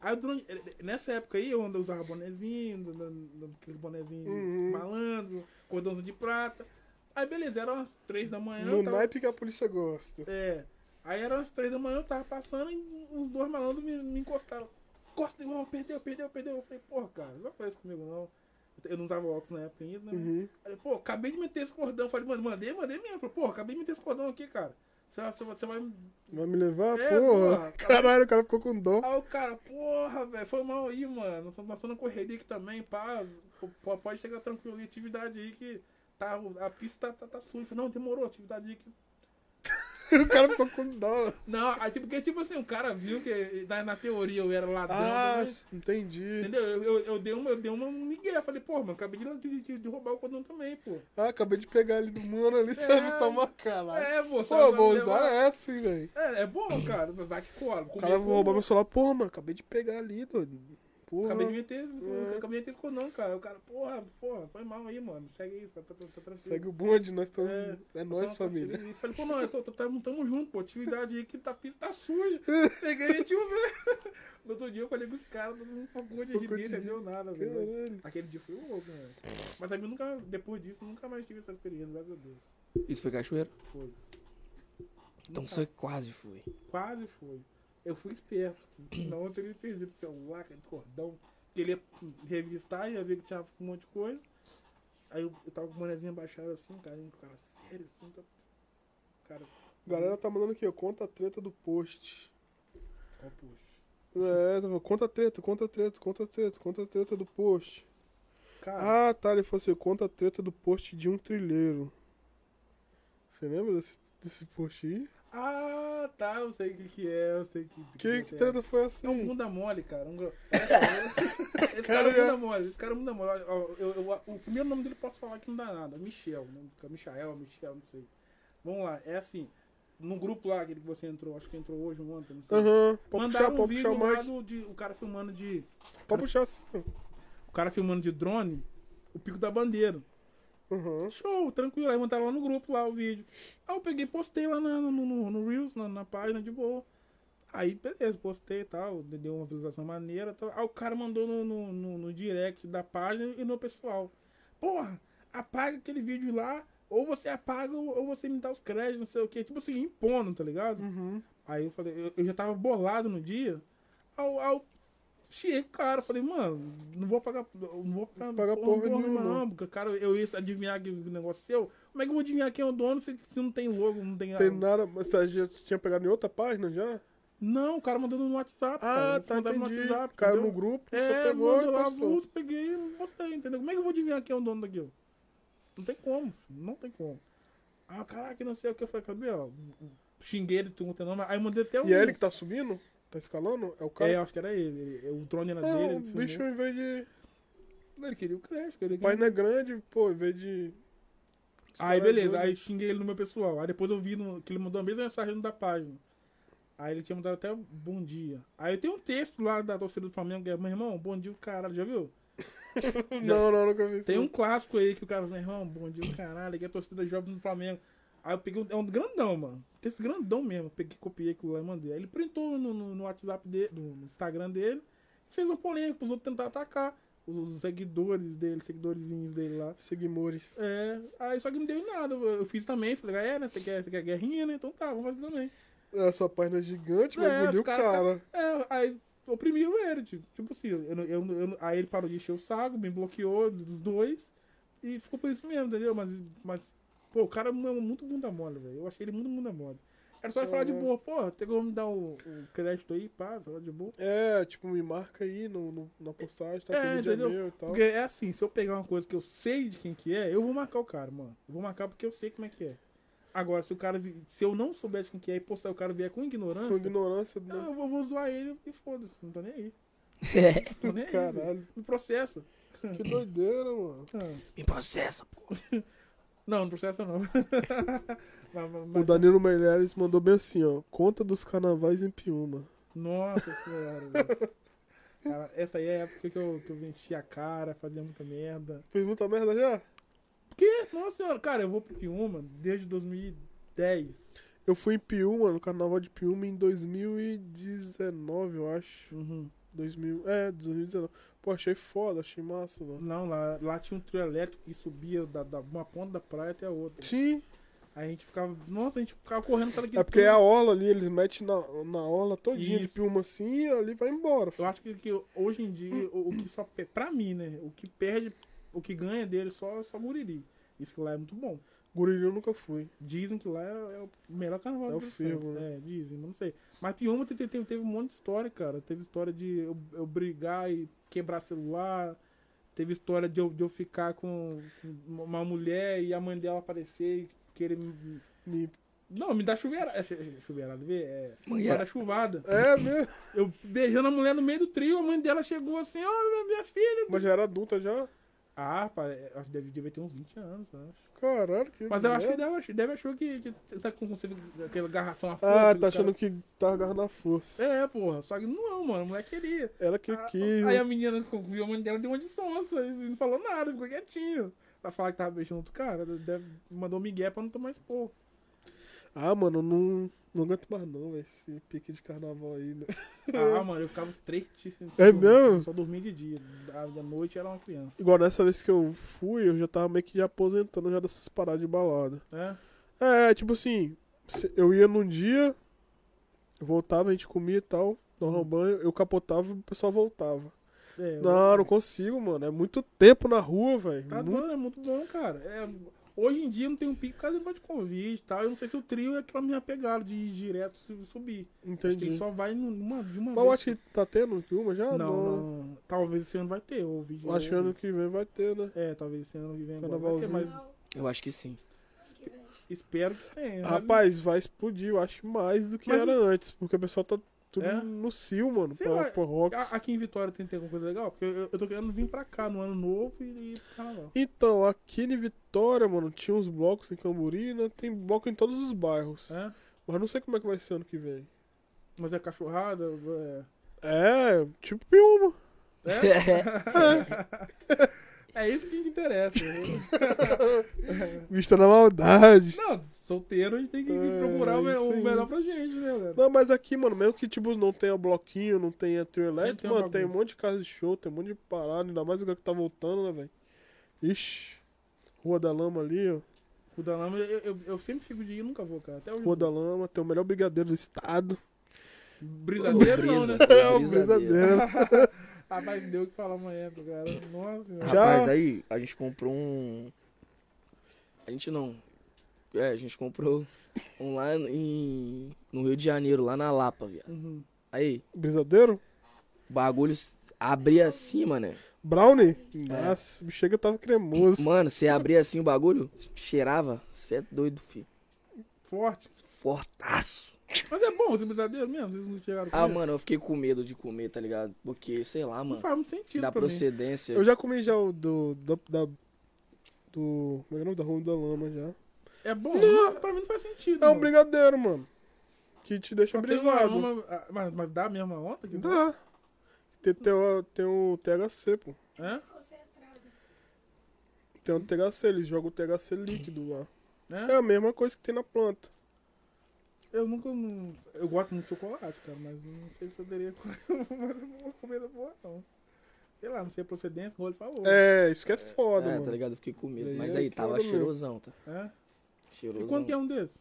[SPEAKER 3] Aí durante, eh, nessa época aí eu andava usava bonezinho, andando- andando com aqueles bonezinhos de
[SPEAKER 1] Uhum.
[SPEAKER 3] malandro, cordãozinho de prata. Aí beleza, era umas três da manhã.
[SPEAKER 1] No
[SPEAKER 3] eu tava-
[SPEAKER 1] naipe que a polícia gosta.
[SPEAKER 3] então. é. Aí era umas três da manhã, eu tava passando e uns dois malandros me, me encostaram. Encosta igual, perdeu, perdeu, perdeu. Eu falei, porra, cara, não faz isso comigo não. Eu te- Eu não usava óculos na época ainda, né?
[SPEAKER 1] Uhum.
[SPEAKER 3] Aí, pô, acabei de meter esse cordão. Eu Falei, mano, mandei, mandei mesmo. Eu Falei, pô, acabei de meter esse cordão aqui, cara. Você, você, você vai.
[SPEAKER 1] Vai me levar?
[SPEAKER 3] É,
[SPEAKER 1] porra.
[SPEAKER 3] porra.
[SPEAKER 1] Caralho, o cara ficou com dó.
[SPEAKER 3] Aí o cara, porra, velho, foi mal aí, mano. Nós tô- Nós estamos na correria aqui também, pá. P- p- Pode chegar tranquilo aí, atividade aí que. Tá, a pista tá, tá, tá suja. Eu falei, Não, demorou, atividade aí que
[SPEAKER 1] o cara ficou com dó.
[SPEAKER 3] Não, aí, tipo, porque tipo assim, o cara viu que na, na teoria eu era ladrão.
[SPEAKER 1] Ah,
[SPEAKER 3] também,
[SPEAKER 1] entendi.
[SPEAKER 3] entendeu? Eu, eu, eu dei uma, eu dei uma migué. Eu Falei, pô, mano, acabei de, de- de- de roubar o cordão também, pô.
[SPEAKER 1] Ah, acabei de pegar ele do mano ali, sabe? Tomar caralho.
[SPEAKER 3] É, você.
[SPEAKER 1] Pô,
[SPEAKER 3] você
[SPEAKER 1] vou
[SPEAKER 3] leva-
[SPEAKER 1] usar essa, hein, velho.
[SPEAKER 3] É, é bom, cara. Vai que cola.
[SPEAKER 1] O
[SPEAKER 3] Comigo,
[SPEAKER 1] cara vai roubar meu celular. Porra, mano, acabei de pegar ali, doido. Porra.
[SPEAKER 3] Acabei de meter, esse-
[SPEAKER 1] É.
[SPEAKER 3] acabei de meter esse cordão, cara. O cara, porra, porra, foi mal aí, mano. Segue aí, tá, tá, tá, tá tranquilo.
[SPEAKER 1] Segue o bonde, nós estamos.
[SPEAKER 3] É,
[SPEAKER 1] É, nós, família.
[SPEAKER 3] E falei, pô, não, eu tô, tô- tamo, tamo junto, pô. Atividade aí que tá pista tá suja. Peguei e tinha um velho. No outro dia eu falei com os caras, todo mundo focou de
[SPEAKER 1] Focou de
[SPEAKER 3] rir, não
[SPEAKER 1] rir.
[SPEAKER 3] deu nada, velho.
[SPEAKER 1] Caralho.
[SPEAKER 3] Aquele dia foi louco, né? Mas também nunca, depois disso, nunca mais tive essa experiência, graças a Deus.
[SPEAKER 2] Isso foi cachoeira?
[SPEAKER 3] Foi.
[SPEAKER 2] Então
[SPEAKER 3] Nunca-
[SPEAKER 2] você quase foi.
[SPEAKER 3] Quase foi. Eu fui esperto. Não, eu teria perdido o celular, aquele cordão. Porque ele ia revistar, ia ver que tinha um monte de coisa. Aí eu, eu tava com o bonezinho abaixado assim, cara, o cara sério assim, tá- cara.
[SPEAKER 1] Galera tá mandando aqui, ó. Conta a treta do post.
[SPEAKER 3] Ó, poxa.
[SPEAKER 1] É, tá falando, conta a treta, conta a treta, conta a treta, conta a treta do post.
[SPEAKER 3] Cara,
[SPEAKER 1] Ah, tá, ele falou assim, conta a treta do post de um trilheiro. Você lembra desse, desse post aí?
[SPEAKER 3] ah, tá, eu sei o que, que é, eu sei que.
[SPEAKER 1] Que, que
[SPEAKER 3] é.
[SPEAKER 1] treta foi assim?
[SPEAKER 3] É um bunda mole, cara. Um... gro- Olha só, Esse cara é
[SPEAKER 1] Cara,
[SPEAKER 3] bunda mole, esse cara é bunda mole. Ó, ó, eu- eu- o primeiro nome dele eu posso falar que não dá nada. Michel, o nome fica Michael, Michel, não sei. Vamos lá, é assim. No grupo lá, aquele que você entrou, acho que entrou hoje ou ontem, não sei.
[SPEAKER 1] Aham, pode puxar,
[SPEAKER 3] Mandaram um
[SPEAKER 1] pode puxar
[SPEAKER 3] vídeo
[SPEAKER 1] o
[SPEAKER 3] lá
[SPEAKER 1] Mike.
[SPEAKER 3] do, de, o cara filmando de.
[SPEAKER 1] Pode puxar assim, ó.
[SPEAKER 3] O cara filmando de drone, o pico da bandeira.
[SPEAKER 1] Aham.
[SPEAKER 3] Show, tranquilo. Aí mandaram lá no grupo lá o vídeo. Aí eu peguei, e postei lá na- no, no, no Reels, na, na página de boa. Aí, beleza, postei e tal, de- deu uma visualização maneira e tal. Aí o cara mandou no, no, no- no direct da página e no pessoal. Porra, apaga aquele vídeo lá, ou você apaga, ou, ou você me dá os créditos, não sei o que. Tipo assim, impondo, tá ligado?
[SPEAKER 1] Uhum.
[SPEAKER 3] Aí eu falei, eu, eu já tava bolado no dia. Aí eu, aí eu cheguei com o cara, falei, mano, não vou pagar, não vou pagar,
[SPEAKER 1] Pagar porra nenhuma.
[SPEAKER 3] não, porque, cara, eu ia adivinhar que o negócio é seu. Como é que eu vou adivinhar quem é o dono se, se não tem logo, não tem,
[SPEAKER 1] Tem
[SPEAKER 3] nada?
[SPEAKER 1] nada, mas você já tinha pegado em outra página já?
[SPEAKER 3] Não, o cara mandando no WhatsApp, cara.
[SPEAKER 1] Ah,
[SPEAKER 3] Eles
[SPEAKER 1] tá,
[SPEAKER 3] mandaram
[SPEAKER 1] entendi.
[SPEAKER 3] no WhatsApp,
[SPEAKER 1] Caiu
[SPEAKER 3] entendeu?
[SPEAKER 1] no grupo,
[SPEAKER 3] É,
[SPEAKER 1] você pegou
[SPEAKER 3] mandou
[SPEAKER 1] e
[SPEAKER 3] lá,
[SPEAKER 1] passou.
[SPEAKER 3] vus, peguei e postei, entendeu? Como é que eu vou adivinhar quem é o dono daquilo? Não tem como, filho, não tem como. Ah, caraca, não sei o que. Eu falei, cadê, ó? Xinguei ele, tu não tem nome. Aí eu mandei até um...
[SPEAKER 1] E é ele que tá subindo? Tá escalando? É o
[SPEAKER 3] É,
[SPEAKER 1] cara?
[SPEAKER 3] eu acho que era ele. ele- o drone era
[SPEAKER 1] Não,
[SPEAKER 3] dele.
[SPEAKER 1] o
[SPEAKER 3] Ele filmou.
[SPEAKER 1] bicho, em vez de.
[SPEAKER 3] Ele queria o crédito. Ele
[SPEAKER 1] O painel é grande, pô, em vez de. Esse
[SPEAKER 3] Uhum. Aí
[SPEAKER 1] cara é
[SPEAKER 3] beleza,
[SPEAKER 1] doido.
[SPEAKER 3] aí xinguei ele no meu pessoal. Aí depois eu vi no- que ele mandou a mesma mensagem da página. Aí ele tinha mandado até bom dia. Aí tem um texto lá da torcida do Flamengo que é, meu irmão, bom dia o caralho, já viu?
[SPEAKER 1] Não, não, nunca vi isso.
[SPEAKER 3] Tem um clássico aí que o cara, meu irmão, bom dia o caralho, aqui é a torcida jovem do Flamengo. Aí eu peguei um, é um grandão, mano. Texto grandão mesmo. Peguei, copiei aquilo lá e mandei. Aí ele printou no, no- no WhatsApp dele, no no Instagram dele, e fez uma polêmica pros outros tentar atacar. Os, os seguidores dele, seguidorzinhos dele lá.
[SPEAKER 1] Seguimores.
[SPEAKER 3] É, aí só que não deu em nada. Eu eu fiz também, falei, ah, é, né? Você quer, você quer guerrinha, né? Então tá, vou fazer também.
[SPEAKER 1] Essa página é gigante, mas
[SPEAKER 3] É,
[SPEAKER 1] engoliu o
[SPEAKER 3] os cara-
[SPEAKER 1] cara.
[SPEAKER 3] É, aí oprimiu ele, tipo, tipo assim, eu, não- eu, não- eu, não- aí ele parou de encher o saco, me bloqueou dos dois, e ficou por isso mesmo, entendeu? Mas, mas pô, o cara é muito bunda mole, velho. Eu achei ele muito bunda mole. Era só ele falar de
[SPEAKER 1] Uhum.
[SPEAKER 3] boa, pô, tem como me dar o, o crédito aí, pá, falar de boa.
[SPEAKER 1] É, tipo, me marca aí no, no- na postagem, tá?
[SPEAKER 3] É,
[SPEAKER 1] Que vídeo
[SPEAKER 3] entendeu?
[SPEAKER 1] meu e tal.
[SPEAKER 3] Porque é assim, se eu pegar uma coisa que eu sei de quem que é, eu vou marcar o cara, mano. Eu vou marcar porque eu sei como é que é. Agora, se o cara. vi- Se eu não souber de quem que é e postar o cara vier com ignorância,
[SPEAKER 1] Com ignorância
[SPEAKER 3] eu,
[SPEAKER 1] do
[SPEAKER 3] vou- vou zoar ele e foda-se. Não tô nem aí. Não tô nem aí. velho.
[SPEAKER 1] caralho.
[SPEAKER 3] Me processa.
[SPEAKER 1] Que doideira, mano.
[SPEAKER 3] Ah,
[SPEAKER 2] Me processa, pô.
[SPEAKER 3] Não, não processa não. Mas- mas-
[SPEAKER 1] O
[SPEAKER 3] mas-
[SPEAKER 1] Danilo Meirelles mandou bem assim, ó. Conta dos carnavais em Piuma.
[SPEAKER 3] Nossa senhora, velho. Cara, essa aí é a época que eu, que eu enchia a cara, fazia muita merda.
[SPEAKER 1] Fez muita merda já?
[SPEAKER 3] Que? Nossa senhora, cara, eu vou pro Piuma desde 2010.
[SPEAKER 1] Eu fui em Piuma, no carnaval de Piuma, em 2019, eu acho.
[SPEAKER 3] Uhum.
[SPEAKER 1] 2000, é, 2019. Pô, achei foda, achei massa, mano.
[SPEAKER 3] Não, lá, lá tinha um trio elétrico que subia da, da uma ponta da praia até a outra.
[SPEAKER 1] Sim,
[SPEAKER 3] Aí a gente ficava. Nossa, a gente ficava correndo pela
[SPEAKER 1] é porque é a orla ali, eles metem na, na orla todinha de
[SPEAKER 3] Isso.
[SPEAKER 1] Piuma assim e ali vai embora.
[SPEAKER 3] Eu acho que, que hoje em dia, o, o que só. pe- Pra mim, né? O que perde, o que ganha dele é só, só Guriri. Isso que lá é muito bom.
[SPEAKER 1] Gurili eu nunca fui.
[SPEAKER 3] Dizem que lá é, é o melhor carnaval
[SPEAKER 1] É
[SPEAKER 3] do
[SPEAKER 1] o
[SPEAKER 3] Rio Grande do
[SPEAKER 1] fervo,
[SPEAKER 3] Sul. É, dizem, não sei. Mas Piuma te- te- teve, um monte de história, cara. Teve história de eu, eu brigar e quebrar celular. Teve história de eu, de eu ficar com com uma mulher e a mãe dela aparecer e querer me-
[SPEAKER 1] Me-
[SPEAKER 3] Não, me dá chuveira. É, chu- chuveirada, vê? É.
[SPEAKER 2] Mangueira.
[SPEAKER 3] Para chuvada.
[SPEAKER 1] É mesmo,
[SPEAKER 3] Eu beijando a mulher no meio do trio, a mãe dela chegou assim, ó, minha filha.
[SPEAKER 1] mas já era adulta já?
[SPEAKER 3] Ah, pá, é, acho que deve, deve ter uns 20 anos, eu acho.
[SPEAKER 1] Caralho, que.
[SPEAKER 3] Mas eu acho que
[SPEAKER 1] merda.
[SPEAKER 3] deve, ach- deve achou que, que tá com com- aquela garração à
[SPEAKER 1] Ah,
[SPEAKER 3] força,
[SPEAKER 1] tá
[SPEAKER 3] os cara-
[SPEAKER 1] achando que tá agarrando a força.
[SPEAKER 3] É, porra, só que não, mano, a mulher queria.
[SPEAKER 1] Ela que é?
[SPEAKER 3] Ah,
[SPEAKER 1] quis.
[SPEAKER 3] Aí a menina que viu a mãe dela deu uma de sonsa e não falou nada, ficou quietinho. Pra falar que tava beijando outro cara, deve, mandou um migué pra não tomar expor.
[SPEAKER 1] Ah, mano, não, não aguento mais não, velho, esse pique de carnaval aí. Né?
[SPEAKER 3] Ah, mano, eu ficava estreitíssimo.
[SPEAKER 1] É mesmo?
[SPEAKER 3] assim, Só dormia de dia, da, da noite eu era uma criança.
[SPEAKER 1] Igual nessa vez que eu fui, eu já tava meio que já aposentando já dessas paradas de balada.
[SPEAKER 3] É?
[SPEAKER 1] É, tipo assim, se- eu ia num dia, voltava, a gente comia e tal, tomava banho, eu capotava e o pessoal voltava.
[SPEAKER 3] Hum. É, eu-
[SPEAKER 1] Não, não consigo, mano, é muito tempo na rua, velho.
[SPEAKER 3] Tá
[SPEAKER 1] Muito-
[SPEAKER 3] doido, é muito bom, cara. É, hoje em dia não tem um pico por causa do negócio de convite e tal. Eu não sei se o trio é aquela minha pegada de ir direto su- subir. Acho que
[SPEAKER 1] Entendi.
[SPEAKER 3] ele só vai numa, de uma
[SPEAKER 1] Mas eu
[SPEAKER 3] vez.
[SPEAKER 1] acho que tá tendo uma já?
[SPEAKER 3] Não,
[SPEAKER 1] né?
[SPEAKER 3] não. Talvez esse ano vai ter. Ou vídeo.
[SPEAKER 1] Eu acho que ano que vem vai ter, né?
[SPEAKER 3] É, talvez esse ano que vem agora vai ter,
[SPEAKER 1] Carnavalzinho.
[SPEAKER 3] mas
[SPEAKER 4] Não, é
[SPEAKER 2] Eu acho que sim.
[SPEAKER 4] que vem.
[SPEAKER 3] espero que tenha. né?
[SPEAKER 1] Rapaz, vai explodir, eu acho, mais do que
[SPEAKER 3] Mas
[SPEAKER 1] era antes, porque o pessoal tá tudo
[SPEAKER 3] É?
[SPEAKER 1] no cio, mano,
[SPEAKER 3] Sei
[SPEAKER 1] pra,
[SPEAKER 3] lá,
[SPEAKER 1] pra rock.
[SPEAKER 3] A- Aqui em Vitória tem, tem alguma coisa legal? Porque eu, eu tô querendo vir pra cá no ano novo e, e carnaval.
[SPEAKER 1] Então, aqui em Vitória, mano, tinha uns blocos em Camburi, né? Tem bloco em todos os bairros.
[SPEAKER 3] É?
[SPEAKER 1] Mas não sei como é que vai ser ano que vem.
[SPEAKER 3] Mas é cachorrada? É.
[SPEAKER 1] É, tipo Piuma.
[SPEAKER 3] É isso que interessa.
[SPEAKER 1] Vista na maldade.
[SPEAKER 3] Não, solteiro a gente tem que
[SPEAKER 1] É,
[SPEAKER 3] procurar o, me-
[SPEAKER 1] isso
[SPEAKER 3] o
[SPEAKER 1] aí.
[SPEAKER 3] melhor pra gente, né, velho?
[SPEAKER 1] Não, mas aqui, mano, mesmo que tipo não tenha bloquinho, não tenha trio
[SPEAKER 3] Sempre
[SPEAKER 1] elétrico,
[SPEAKER 3] tem uma
[SPEAKER 1] mano, tem um
[SPEAKER 3] bagunça.
[SPEAKER 1] monte de casa de show, tem um monte de parada, ainda mais agora que tá voltando, né, velho? Ixi. Rua da Lama ali, ó.
[SPEAKER 3] O da lama, eu, eu, eu sempre fico de ir e nunca vou, cara. Até hoje.
[SPEAKER 1] Rua da Lama, tem o melhor brigadeiro do estado.
[SPEAKER 3] Brisadeiro não, né?
[SPEAKER 1] É o brisadeiro.
[SPEAKER 3] Rapaz, deu o que falar uma época, cara. Nossa, senhora.
[SPEAKER 1] Já-
[SPEAKER 2] Rapaz, aí a gente comprou um. A gente não. É, a gente comprou um lá em. No Rio de Janeiro, lá na Lapa, viado.
[SPEAKER 3] Uhum.
[SPEAKER 2] Aí,
[SPEAKER 1] brisadeiro?
[SPEAKER 2] o bagulho s- abria assim, mano.
[SPEAKER 1] Brownie? Nossa, o bexiga tava cremoso.
[SPEAKER 2] Mano, você abria assim o bagulho, cheirava. Você é doido, filho.
[SPEAKER 3] Forte.
[SPEAKER 2] Fortaço.
[SPEAKER 3] Mas é bom, os brisadeiro mesmo, vocês não chegaram
[SPEAKER 2] Ah,
[SPEAKER 3] comer?
[SPEAKER 2] mano, eu fiquei com medo de comer, tá ligado? Porque, sei lá,
[SPEAKER 3] Não
[SPEAKER 2] mano,
[SPEAKER 3] faz muito sentido
[SPEAKER 2] da
[SPEAKER 3] pra
[SPEAKER 2] procedência. É,
[SPEAKER 1] Eu já comi já o do. Da, da, do. Como é que é o nome? Da Rua da Lama já.
[SPEAKER 3] mim. É bom, não, pra mim não faz sentido.
[SPEAKER 1] É um
[SPEAKER 3] mano.
[SPEAKER 1] brigadeiro, mano. Que te deixa
[SPEAKER 3] Só tem uma
[SPEAKER 1] brisado.
[SPEAKER 3] aroma- ah, mas, mas dá mesmo a onda? Que
[SPEAKER 1] Dá. Tem, tem, o- tem o THC, pô.
[SPEAKER 3] Hã?
[SPEAKER 4] Desconcentrado.
[SPEAKER 1] Tem o THC, eles jogam o THC líquido lá. É
[SPEAKER 3] Né?
[SPEAKER 1] a mesma coisa que tem na planta.
[SPEAKER 3] Eu nunca. não- Eu gosto muito de chocolate, cara, mas não sei se eu teria. mas eu vou comer da porra, não. Sei lá, não sei a procedência, como ele falou.
[SPEAKER 1] É, isso que é foda,
[SPEAKER 2] é,
[SPEAKER 1] mano.
[SPEAKER 2] tá ligado? Eu fiquei com medo.
[SPEAKER 1] Daí
[SPEAKER 2] Mas
[SPEAKER 1] é
[SPEAKER 2] aí,
[SPEAKER 1] que
[SPEAKER 2] tava
[SPEAKER 1] era mesmo.
[SPEAKER 2] cheirosão, tá?
[SPEAKER 3] Hã? né? E
[SPEAKER 2] Cheirosão.
[SPEAKER 3] quanto que é um desses?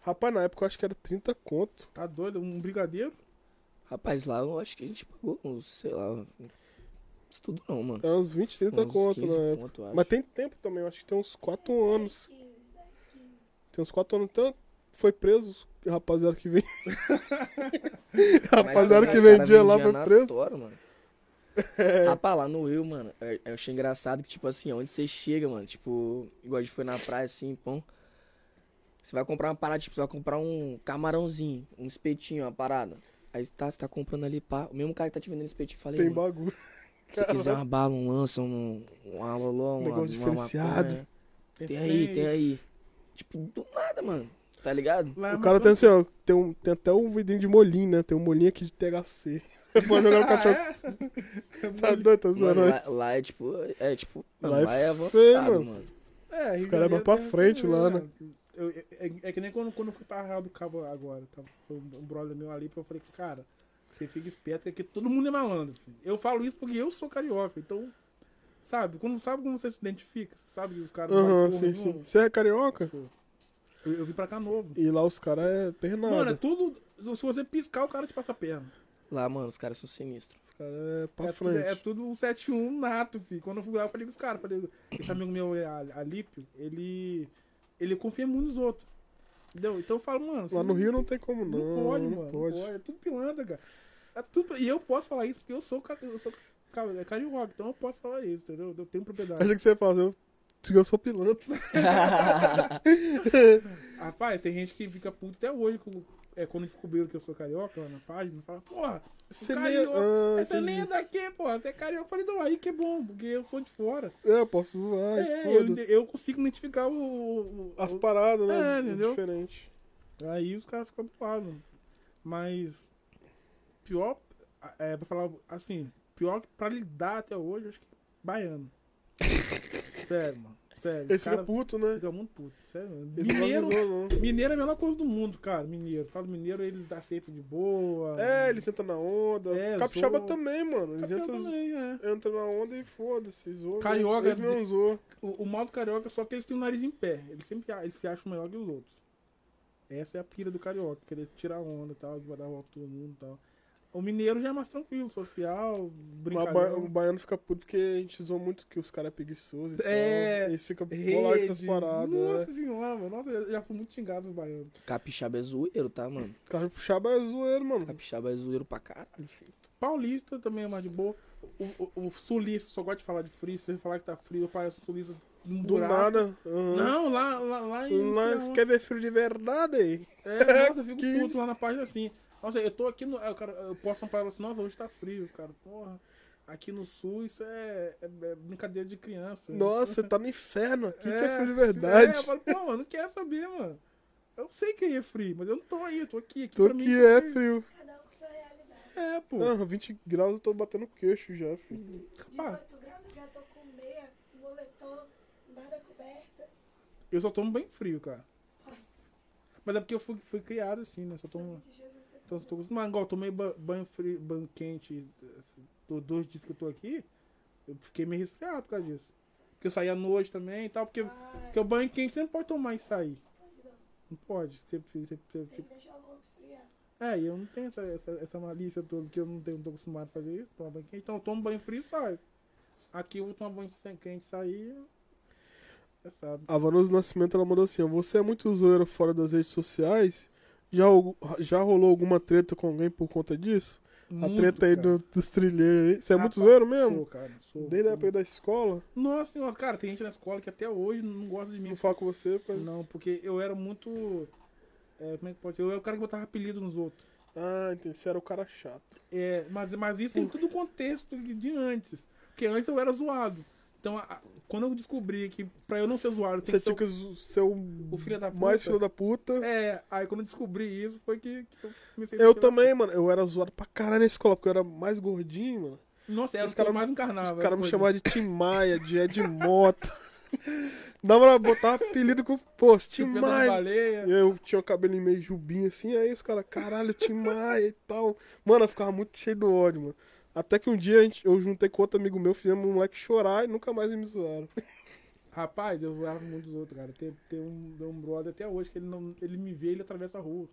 [SPEAKER 1] Rapaz, na época eu acho que era 30 conto.
[SPEAKER 3] Tá doido? Um brigadeiro?
[SPEAKER 2] Rapaz, lá eu acho que a gente pagou, uns, sei lá, isso tudo não, mano.
[SPEAKER 1] Era É uns 20, 30
[SPEAKER 2] Uns
[SPEAKER 1] conto né?
[SPEAKER 2] 15
[SPEAKER 1] na época.
[SPEAKER 2] conto, eu acho.
[SPEAKER 1] Mas tem tempo também, eu acho que tem uns 4 anos.
[SPEAKER 4] 15, 10, 15.
[SPEAKER 1] Tem uns 4 anos. Então foi preso, rapaziada que vem.
[SPEAKER 2] Mas
[SPEAKER 1] rapaziada
[SPEAKER 2] também
[SPEAKER 1] que
[SPEAKER 2] os cara
[SPEAKER 1] vendia lá
[SPEAKER 2] vendia
[SPEAKER 1] foi
[SPEAKER 2] na
[SPEAKER 1] preso.
[SPEAKER 2] tora, mano. Rapaz, lá no Rio, mano, eu- eu achei engraçado que, tipo assim, onde você chega, mano, tipo, igual a gente foi na praia, assim, pão. Você vai comprar uma parada, tipo, você vai comprar um camarãozinho, um espetinho, uma parada. Aí tá, você tá comprando ali, pá. O mesmo cara que tá te vendendo espetinho, falei,
[SPEAKER 1] Tem
[SPEAKER 2] mano,
[SPEAKER 1] bagulho.
[SPEAKER 2] se quiser uma bala, um lança, um, um aloló, um
[SPEAKER 1] Negócio diferenciado.
[SPEAKER 2] Tem aí, tem aí. Tipo, do nada, mano. Tá ligado?
[SPEAKER 3] Lá é
[SPEAKER 1] O
[SPEAKER 3] uma
[SPEAKER 1] cara tem assim,
[SPEAKER 3] planta-
[SPEAKER 1] ó, tem, um, tem até um vidrinho de molinho, né? Tem um molinho aqui de THC. Pode jogar no
[SPEAKER 3] Ah,
[SPEAKER 1] cachorro.
[SPEAKER 3] é?
[SPEAKER 1] Tá doido, tá zoando.
[SPEAKER 2] Mano,
[SPEAKER 1] nós.
[SPEAKER 2] lá, lá é tipo. É tipo. Mano,
[SPEAKER 1] Lá é
[SPEAKER 2] lá, é avançado,
[SPEAKER 1] feio, mano.
[SPEAKER 2] mano.
[SPEAKER 3] É,
[SPEAKER 1] Os
[SPEAKER 3] Rio de
[SPEAKER 1] caras vão
[SPEAKER 3] Janeiro
[SPEAKER 1] pra
[SPEAKER 3] tem essa
[SPEAKER 1] frente lá, né?
[SPEAKER 3] mesmo, Eu- é, é- é que nem quando, quando eu fui pra Arraial do Cabo agora. Tá, foi um brother meu ali, eu falei, cara, você fica esperto, que aqui todo mundo é malandro. Filho. Eu falo isso porque eu sou carioca, então. Sabe, quando, sabe como você se identifica? Sabe que os caras não
[SPEAKER 1] Aham,
[SPEAKER 3] valem porra
[SPEAKER 1] sim, sim.
[SPEAKER 3] nenhuma?
[SPEAKER 1] Você é carioca?
[SPEAKER 3] Sou. Eu, eu vim pra cá novo.
[SPEAKER 1] E lá os caras é pernada.
[SPEAKER 3] Mano, é tudo. Se você piscar, o cara te passa a perna.
[SPEAKER 2] Lá, mano, os caras são sinistros.
[SPEAKER 1] Os caras é pra
[SPEAKER 3] é, tudo,
[SPEAKER 1] frente.
[SPEAKER 3] é tudo um 7-1 nato, filho. Quando eu fui lá, eu falei com os caras. Falei, esse amigo meu, é a- Alípio, ele. Ele confia muito nos outros. Entendeu? Então eu falo, mano. você
[SPEAKER 1] Lá no Rio não tem como, não.
[SPEAKER 3] Não, pode, mano. Não pode. É tudo pilantra, cara. É tudo- E eu posso falar isso porque eu sou, ca- eu sou ca- carioca, então eu posso falar isso, entendeu? Eu tenho propriedade.
[SPEAKER 1] Achei que você ia falar, eu, eu sou pilantra.
[SPEAKER 3] Rapaz, tem gente que fica puto até hoje com- é, quando descobriram que eu sou carioca lá na página. Fala, porra,
[SPEAKER 1] Você nem é.
[SPEAKER 3] carioca.
[SPEAKER 1] Ah,
[SPEAKER 3] você nem é
[SPEAKER 1] entendi.
[SPEAKER 3] daqui, porra. Você é carioca. Eu falei, não, aí que é bom, porque eu sou de fora.
[SPEAKER 1] É, eu posso zoar.
[SPEAKER 3] É, eu,
[SPEAKER 1] foda-se.
[SPEAKER 3] eu consigo identificar o. o-
[SPEAKER 1] As
[SPEAKER 3] o-
[SPEAKER 1] paradas, né?
[SPEAKER 3] É, entendeu?
[SPEAKER 1] Diferente.
[SPEAKER 3] Aí os caras ficam pulados. Mas. Pior. É, pra falar assim. Pior que pra lidar até hoje, eu acho que é baiano. sério, mano. Sério. os
[SPEAKER 1] Esse
[SPEAKER 3] cara
[SPEAKER 1] é puto, né?
[SPEAKER 3] fica muito puto. Sério, mano.
[SPEAKER 1] Esse não
[SPEAKER 3] Mineiro.
[SPEAKER 1] zoa, não.
[SPEAKER 3] Mineiro é a melhor coisa do mundo, cara. Mineiro. Fala mineiro, eles aceitam de boa.
[SPEAKER 1] É, ele senta na onda.
[SPEAKER 3] É,
[SPEAKER 1] Capixaba
[SPEAKER 3] zoa.
[SPEAKER 1] também, mano. Eles
[SPEAKER 3] Capixaba
[SPEAKER 1] entram,
[SPEAKER 3] também, é.
[SPEAKER 1] entram na onda e foda-se. Zoa.
[SPEAKER 3] Carioca- é
[SPEAKER 1] Eles mesmo zoam.
[SPEAKER 3] O, o mal do carioca é só que eles têm o nariz em pé. Eles sempre a- eles se acham melhor que os outros. Essa é a pira do carioca, querer tirar onda e tal, de dar volta todo mundo e tal. O mineiro já é mais tranquilo, social,
[SPEAKER 1] Mas ba- um
[SPEAKER 3] brincadeira.
[SPEAKER 1] o baiano fica puto porque a gente zoa muito que os caras é preguiçoso e
[SPEAKER 3] É,
[SPEAKER 1] tal. Eles ficam bolados com as
[SPEAKER 3] Rede.
[SPEAKER 1] paradas. né?
[SPEAKER 3] Nossa senhora, mano. Nossa, eu já fui muito xingado pelo baiano.
[SPEAKER 2] Capixaba é zoeiro, tá, mano?
[SPEAKER 1] Capixaba é zoeiro, mano.
[SPEAKER 2] Capixaba é zoeiro pra caralho, filho.
[SPEAKER 3] Paulista também é mais de boa. O, o- o sulista só gosta de falar de frio. Se ele falar que tá frio, eu pareço sulista num
[SPEAKER 1] Do
[SPEAKER 3] buraco.
[SPEAKER 1] nada. aham.
[SPEAKER 3] é Não, lá, lá, lá em. é
[SPEAKER 1] Lá,
[SPEAKER 3] sei
[SPEAKER 1] você
[SPEAKER 3] lá
[SPEAKER 1] quer ver frio de verdade?
[SPEAKER 3] É, nossa, eu fico
[SPEAKER 1] Que-
[SPEAKER 3] puto lá na página assim. Nossa, eu tô aqui no. Eu, cara, eu posso falar assim, nossa, hoje tá frio, cara. Porra, aqui no sul isso é, é- é brincadeira de criança.
[SPEAKER 1] Nossa, você tá no inferno. Aqui que é frio de
[SPEAKER 3] É,
[SPEAKER 1] verdade.
[SPEAKER 3] eu falo, pô, mano, não quero saber, mano. Eu sei que aí é frio, mas eu não tô aí, eu tô aqui. aqui
[SPEAKER 1] Tô
[SPEAKER 3] pra mim
[SPEAKER 1] aqui
[SPEAKER 3] isso
[SPEAKER 1] é frio.
[SPEAKER 4] Cada um com sua realidade.
[SPEAKER 3] É, pô.
[SPEAKER 1] Ah, 20 graus eu tô batendo queixo já, filho.
[SPEAKER 4] 18 graus, eu já tô com meia, moletom, embaixo da coberta.
[SPEAKER 3] Eu só tomo bem frio, cara. Mas é porque eu fui, fui criado assim, né? Só
[SPEAKER 1] um-
[SPEAKER 3] tomo.
[SPEAKER 4] Sangue de Jesus, tá
[SPEAKER 3] Então, eu tô acostumado. Igual, eu tomei ba- banho frio, banho quente, esses do- dois dias que eu tô aqui, eu fiquei meio resfriado por causa disso. Porque eu saí à noite também e tal, porque, porque o banho quente você não pode tomar e sair. Não pode. Você, você, você-
[SPEAKER 4] com- Tem
[SPEAKER 3] você-
[SPEAKER 4] que deixar o corpo esfriar.
[SPEAKER 3] é, e eu não tenho essa, essa, essa malícia toda, porque eu não, tenho, não tô acostumado a fazer isso, tomar banho quente. Então eu tomo banho frio e saio. Aqui eu vou tomar banho sem- quente e sair. Você sabe.
[SPEAKER 1] A Vanusa Nascimento ela mandou assim: ó, Você é muito zoeiro fora das redes sociais? Já, algu- já rolou alguma treta com alguém por conta disso? a treta aí do, dos trilheiros aí. Você é muito zoeiro mesmo?
[SPEAKER 3] Sou, cara. Sou.
[SPEAKER 1] Desde a época da escola?
[SPEAKER 3] Nossa senhora, cara, tem gente na escola que até hoje não gosta de mim.
[SPEAKER 1] Não falo com você, pai.
[SPEAKER 3] Não, porque eu era muito. É, como é que pode? Eu era o cara que botava apelido nos outros.
[SPEAKER 1] Ah, entendi. Você era o cara chato.
[SPEAKER 3] É, mas, mas isso tem todo o contexto de, de antes. Porque antes eu era zoado. Então, a- a- quando eu descobri que pra eu não ser zoado, tem
[SPEAKER 1] Você
[SPEAKER 3] que
[SPEAKER 1] tinha
[SPEAKER 3] ser o-
[SPEAKER 1] que zo- ser o,
[SPEAKER 3] o filho da puta.
[SPEAKER 1] mais filho da puta.
[SPEAKER 3] É, aí quando eu descobri isso, foi que, que eu comecei a
[SPEAKER 1] Eu
[SPEAKER 3] ser-
[SPEAKER 1] também, mano. Eu era zoado pra caralho na escola, porque eu era mais gordinho, mano.
[SPEAKER 3] Nossa, era
[SPEAKER 1] Os
[SPEAKER 3] os
[SPEAKER 1] cara-
[SPEAKER 3] caras mais encarnavam.
[SPEAKER 1] Os caras me
[SPEAKER 3] essas
[SPEAKER 1] chamavam
[SPEAKER 3] coisas.
[SPEAKER 1] de Tim Maia, de Ed Mota. Dava pra botar apelido com. Pô, Tim
[SPEAKER 3] Tipo, Pedro da
[SPEAKER 1] Maia. é
[SPEAKER 3] Baleia.
[SPEAKER 1] E Eu tinha o cabelo meio jubinho assim, aí os caras, caralho, Tim Maia e tal. Mano, eu ficava muito cheio do ódio, mano. Até que um dia a gente- eu juntei com outro amigo meu, fizemos um moleque chorar e nunca mais me zoaram.
[SPEAKER 3] Rapaz, eu zoava muito dos outros, cara. Tem, tem um, tem um brother até hoje que ele, não, ele me vê, ele atravessa a rua.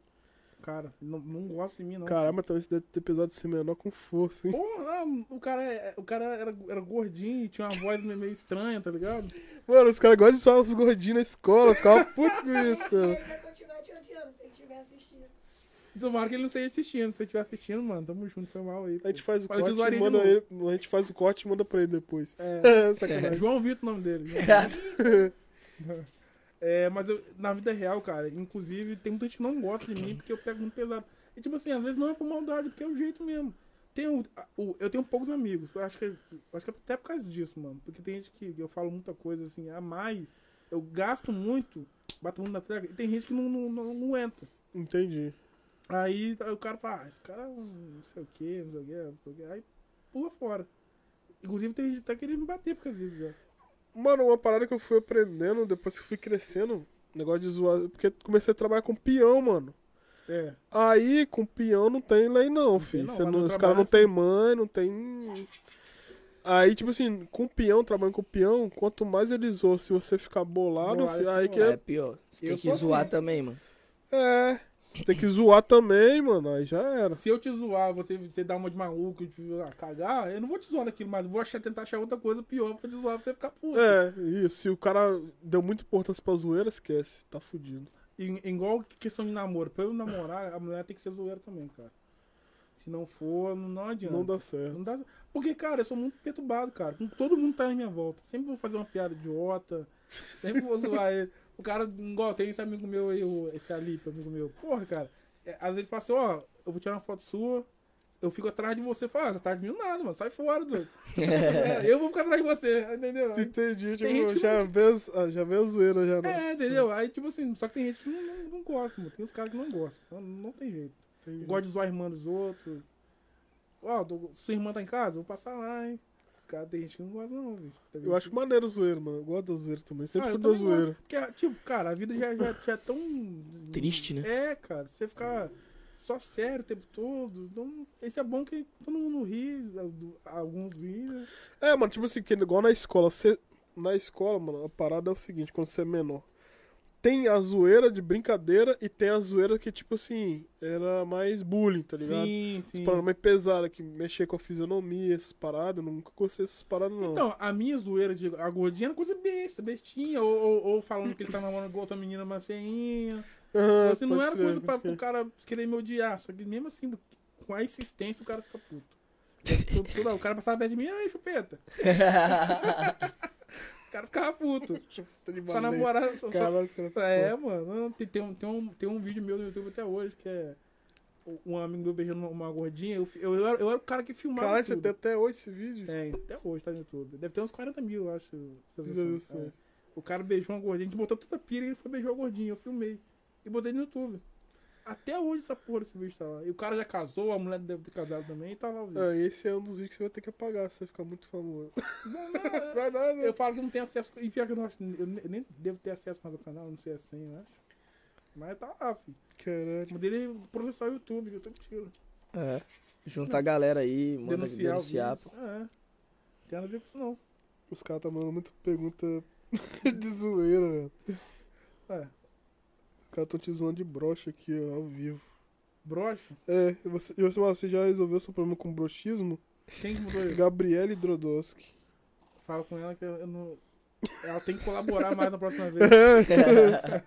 [SPEAKER 3] Cara, não, não gosta de mim, não.
[SPEAKER 1] Caramba, então isso deve ter pesado ser menor com força, hein?
[SPEAKER 3] Porra, o cara, é- o cara era, era gordinho, tinha uma voz meio meio estranha, tá ligado?
[SPEAKER 1] Mano, os caras gostam de zoar os gordinhos na escola, eu ficava puto com isso, mano.
[SPEAKER 4] Ele vai continuar te odiando se ele estiver assistindo.
[SPEAKER 3] Tomara que ele não esteja assistindo. Se ele estiver assistindo, mano, tamo junto, foi mal aí.
[SPEAKER 1] A gente faz o
[SPEAKER 3] Mas eu
[SPEAKER 1] corte
[SPEAKER 3] zoaria
[SPEAKER 1] e
[SPEAKER 3] de
[SPEAKER 1] manda
[SPEAKER 3] novo.
[SPEAKER 1] ele. A gente faz o corte e manda pra ele depois.
[SPEAKER 3] É,
[SPEAKER 1] É, sacanagem.
[SPEAKER 3] João Vitor, o nome dele. né? É, mas eu, na vida real, cara, inclusive, tem muita gente que não gosta de mim porque eu pego muito pesado. E tipo assim, às vezes não é por maldade, porque é o jeito mesmo. Tem o- a- o- eu tenho poucos amigos. Eu acho que, eu acho que é até por causa disso, mano. Porque tem gente que eu falo muita coisa assim, a mais. Eu gasto muito, bato muito na trega, e tem gente que não, não, não, não aguenta.
[SPEAKER 1] Entendi.
[SPEAKER 3] Aí o cara fala, ah, esse cara é um não sei o quê, não sei o quê, não sei o quê. Aí pula fora. Inclusive tem gente que tá querendo me bater por causa disso já.
[SPEAKER 1] Mano, uma parada que eu fui aprendendo depois que eu fui crescendo, negócio de zoar. Porque comecei a trabalhar com peão, mano.
[SPEAKER 3] É.
[SPEAKER 1] Aí, com peão não tem lei não, filho.
[SPEAKER 3] não, assim.
[SPEAKER 1] Você
[SPEAKER 3] lá
[SPEAKER 1] não-
[SPEAKER 3] no
[SPEAKER 1] os caras não tem
[SPEAKER 3] trabalho,
[SPEAKER 1] mãe, não tem. Aí, tipo assim, com peão, trabalhando com peão, quanto mais ele zoa, se você ficar bolado,
[SPEAKER 3] Bolado,
[SPEAKER 1] filho, aí que
[SPEAKER 2] Ah, é
[SPEAKER 1] é.
[SPEAKER 2] pior. Você tem
[SPEAKER 3] Eu
[SPEAKER 2] que
[SPEAKER 3] sou
[SPEAKER 2] zoar
[SPEAKER 3] assim.
[SPEAKER 2] também, mano.
[SPEAKER 1] É. Você tem que zoar também, mano. Aí já era.
[SPEAKER 3] Se eu te zoar, você, você dar uma de maluco e te ah, cagar, eu não vou te zoar naquilo, mas vou achar, tentar achar outra coisa pior pra te zoar pra você ficar puto.
[SPEAKER 1] É, isso. Se o cara deu muita importância pra zoeira, esquece. Tá fudido.
[SPEAKER 3] I- igual questão de namoro. Pra eu namorar, a mulher tem que ser zoeira também, cara. Se não for, não, não adianta.
[SPEAKER 1] Não dá certo.
[SPEAKER 3] Não dá- Porque, cara, eu sou muito perturbado, cara. Com- Todo mundo tá na minha volta. Sempre vou fazer uma piada idiota. Sempre vou zoar ele. O cara, igual tem esse amigo meu aí, o- esse Alipe, amigo meu. Porra, cara. é, às vezes ele fala assim, ó, eu vou tirar uma foto sua. Eu fico atrás de você. Fala, ah, você tá atrás de mim nada, mano. Sai fora, doido. É, eu vou ficar atrás de você, entendeu? Aí-
[SPEAKER 1] Entendi,
[SPEAKER 3] Tem gente
[SPEAKER 1] tipo,
[SPEAKER 3] que
[SPEAKER 1] já vê, as- ah, já vê a zoeira já, né?
[SPEAKER 3] É, entendeu? Aí, tipo assim, só que tem gente que não, não, não gosta, mano. Tem uns caras que não gostam. Não, não tem jeito.
[SPEAKER 1] Entendi.
[SPEAKER 3] Gosta de zoar a irmã dos outros. Ó, tô- sua irmã tá em casa? Vou passar lá, hein? Os caras tem gente que não gosta, não, bicho. Tem
[SPEAKER 1] Eu
[SPEAKER 3] gente
[SPEAKER 1] acho maneiro o zoeiro, mano. Eu gosto da zoeira também. Sempre
[SPEAKER 3] Ah,
[SPEAKER 1] fui
[SPEAKER 3] eu
[SPEAKER 1] da
[SPEAKER 3] também gosto.
[SPEAKER 1] zoeira.
[SPEAKER 3] Porque, tipo, cara, a vida já, já, já é tão.
[SPEAKER 2] Triste, né?
[SPEAKER 3] É, cara. Você ficar só sério o tempo todo. Então, esse é bom que todo mundo ri, alguns riem, né?
[SPEAKER 1] É, mano, tipo assim, que igual na escola. Você, na escola, mano, a parada é o seguinte, quando você é menor. Tem a zoeira de brincadeira e tem a zoeira que, tipo assim, era mais bullying, tá ligado?
[SPEAKER 3] Sim,
[SPEAKER 1] As
[SPEAKER 3] sim.
[SPEAKER 1] paradas mais pesadas, que mexia com a fisionomia, essas paradas. Eu nunca gostei dessas paradas, não.
[SPEAKER 3] Então, a minha zoeira de a gordinha era coisa besta, bestinha, ou, ou- ou falando que ele tá namorando com outra menina mais feinha.
[SPEAKER 1] Ah,
[SPEAKER 3] assim, não
[SPEAKER 1] pode
[SPEAKER 3] era
[SPEAKER 1] crer,
[SPEAKER 3] coisa pra
[SPEAKER 1] pode crer.
[SPEAKER 3] o cara querer me odiar. Só que mesmo assim, com a insistência, o cara fica puto. Eu- eu- toda- o cara passava perto de mim, ai, chupeta. o cara ficava puto.
[SPEAKER 1] Tá de
[SPEAKER 3] Só
[SPEAKER 1] baleia.
[SPEAKER 3] namorar. Só, só,
[SPEAKER 1] Caralho, os caras-
[SPEAKER 3] é, mano. Tem, tem, um, tem, um, tem um vídeo meu no YouTube até hoje que é um amigo meu beijando uma, uma gordinha. Eu, fi- eu, era- eu era o cara que filmava.
[SPEAKER 1] Caralho, você
[SPEAKER 3] tudo.
[SPEAKER 1] tem até hoje esse vídeo?
[SPEAKER 3] Tem, até hoje tá no YouTube. Deve ter uns 40 mil, eu acho.
[SPEAKER 1] Visualizações.
[SPEAKER 3] visualizações. É. O cara beijou uma gordinha, a gente botou toda a pira e ele foi beijar uma gordinha. Eu filmei e botei no YouTube. Até hoje essa porra desse vídeo tá lá. E o cara já casou, a mulher deve ter casado também e tá lá o vídeo.
[SPEAKER 1] Ah, esse é um dos vídeos que você vai ter que apagar se você ficar muito famoso.
[SPEAKER 3] Não, não,
[SPEAKER 1] Vai nada.
[SPEAKER 3] eu falo que não tem acesso. E pior que eu não acho. Eu ne- nem devo ter acesso mais ao canal, não sei assim, eu acho. Mas tá lá, filho.
[SPEAKER 1] Caralho.
[SPEAKER 3] O modelo é processar o YouTube, o YouTube tira.
[SPEAKER 2] É. Junta a galera aí, manda
[SPEAKER 3] Denunciar.
[SPEAKER 2] denunciar.
[SPEAKER 3] o
[SPEAKER 2] denunciar pô.
[SPEAKER 3] vídeo. É. Não tem nada a ver com isso, não.
[SPEAKER 1] Os caras tá mandando muita pergunta de zoeira, velho.
[SPEAKER 3] É.
[SPEAKER 1] Os caras tão te zoando de broxa aqui, ó, ao vivo.
[SPEAKER 3] Brocha?
[SPEAKER 1] É, e você, e você, você já resolveu seu problema com broxismo?
[SPEAKER 3] Quem que mudou isso?
[SPEAKER 1] Gabriele Drodoski.
[SPEAKER 3] Fala com ela que eu não. Ela tem que colaborar mais na próxima vez.
[SPEAKER 1] É.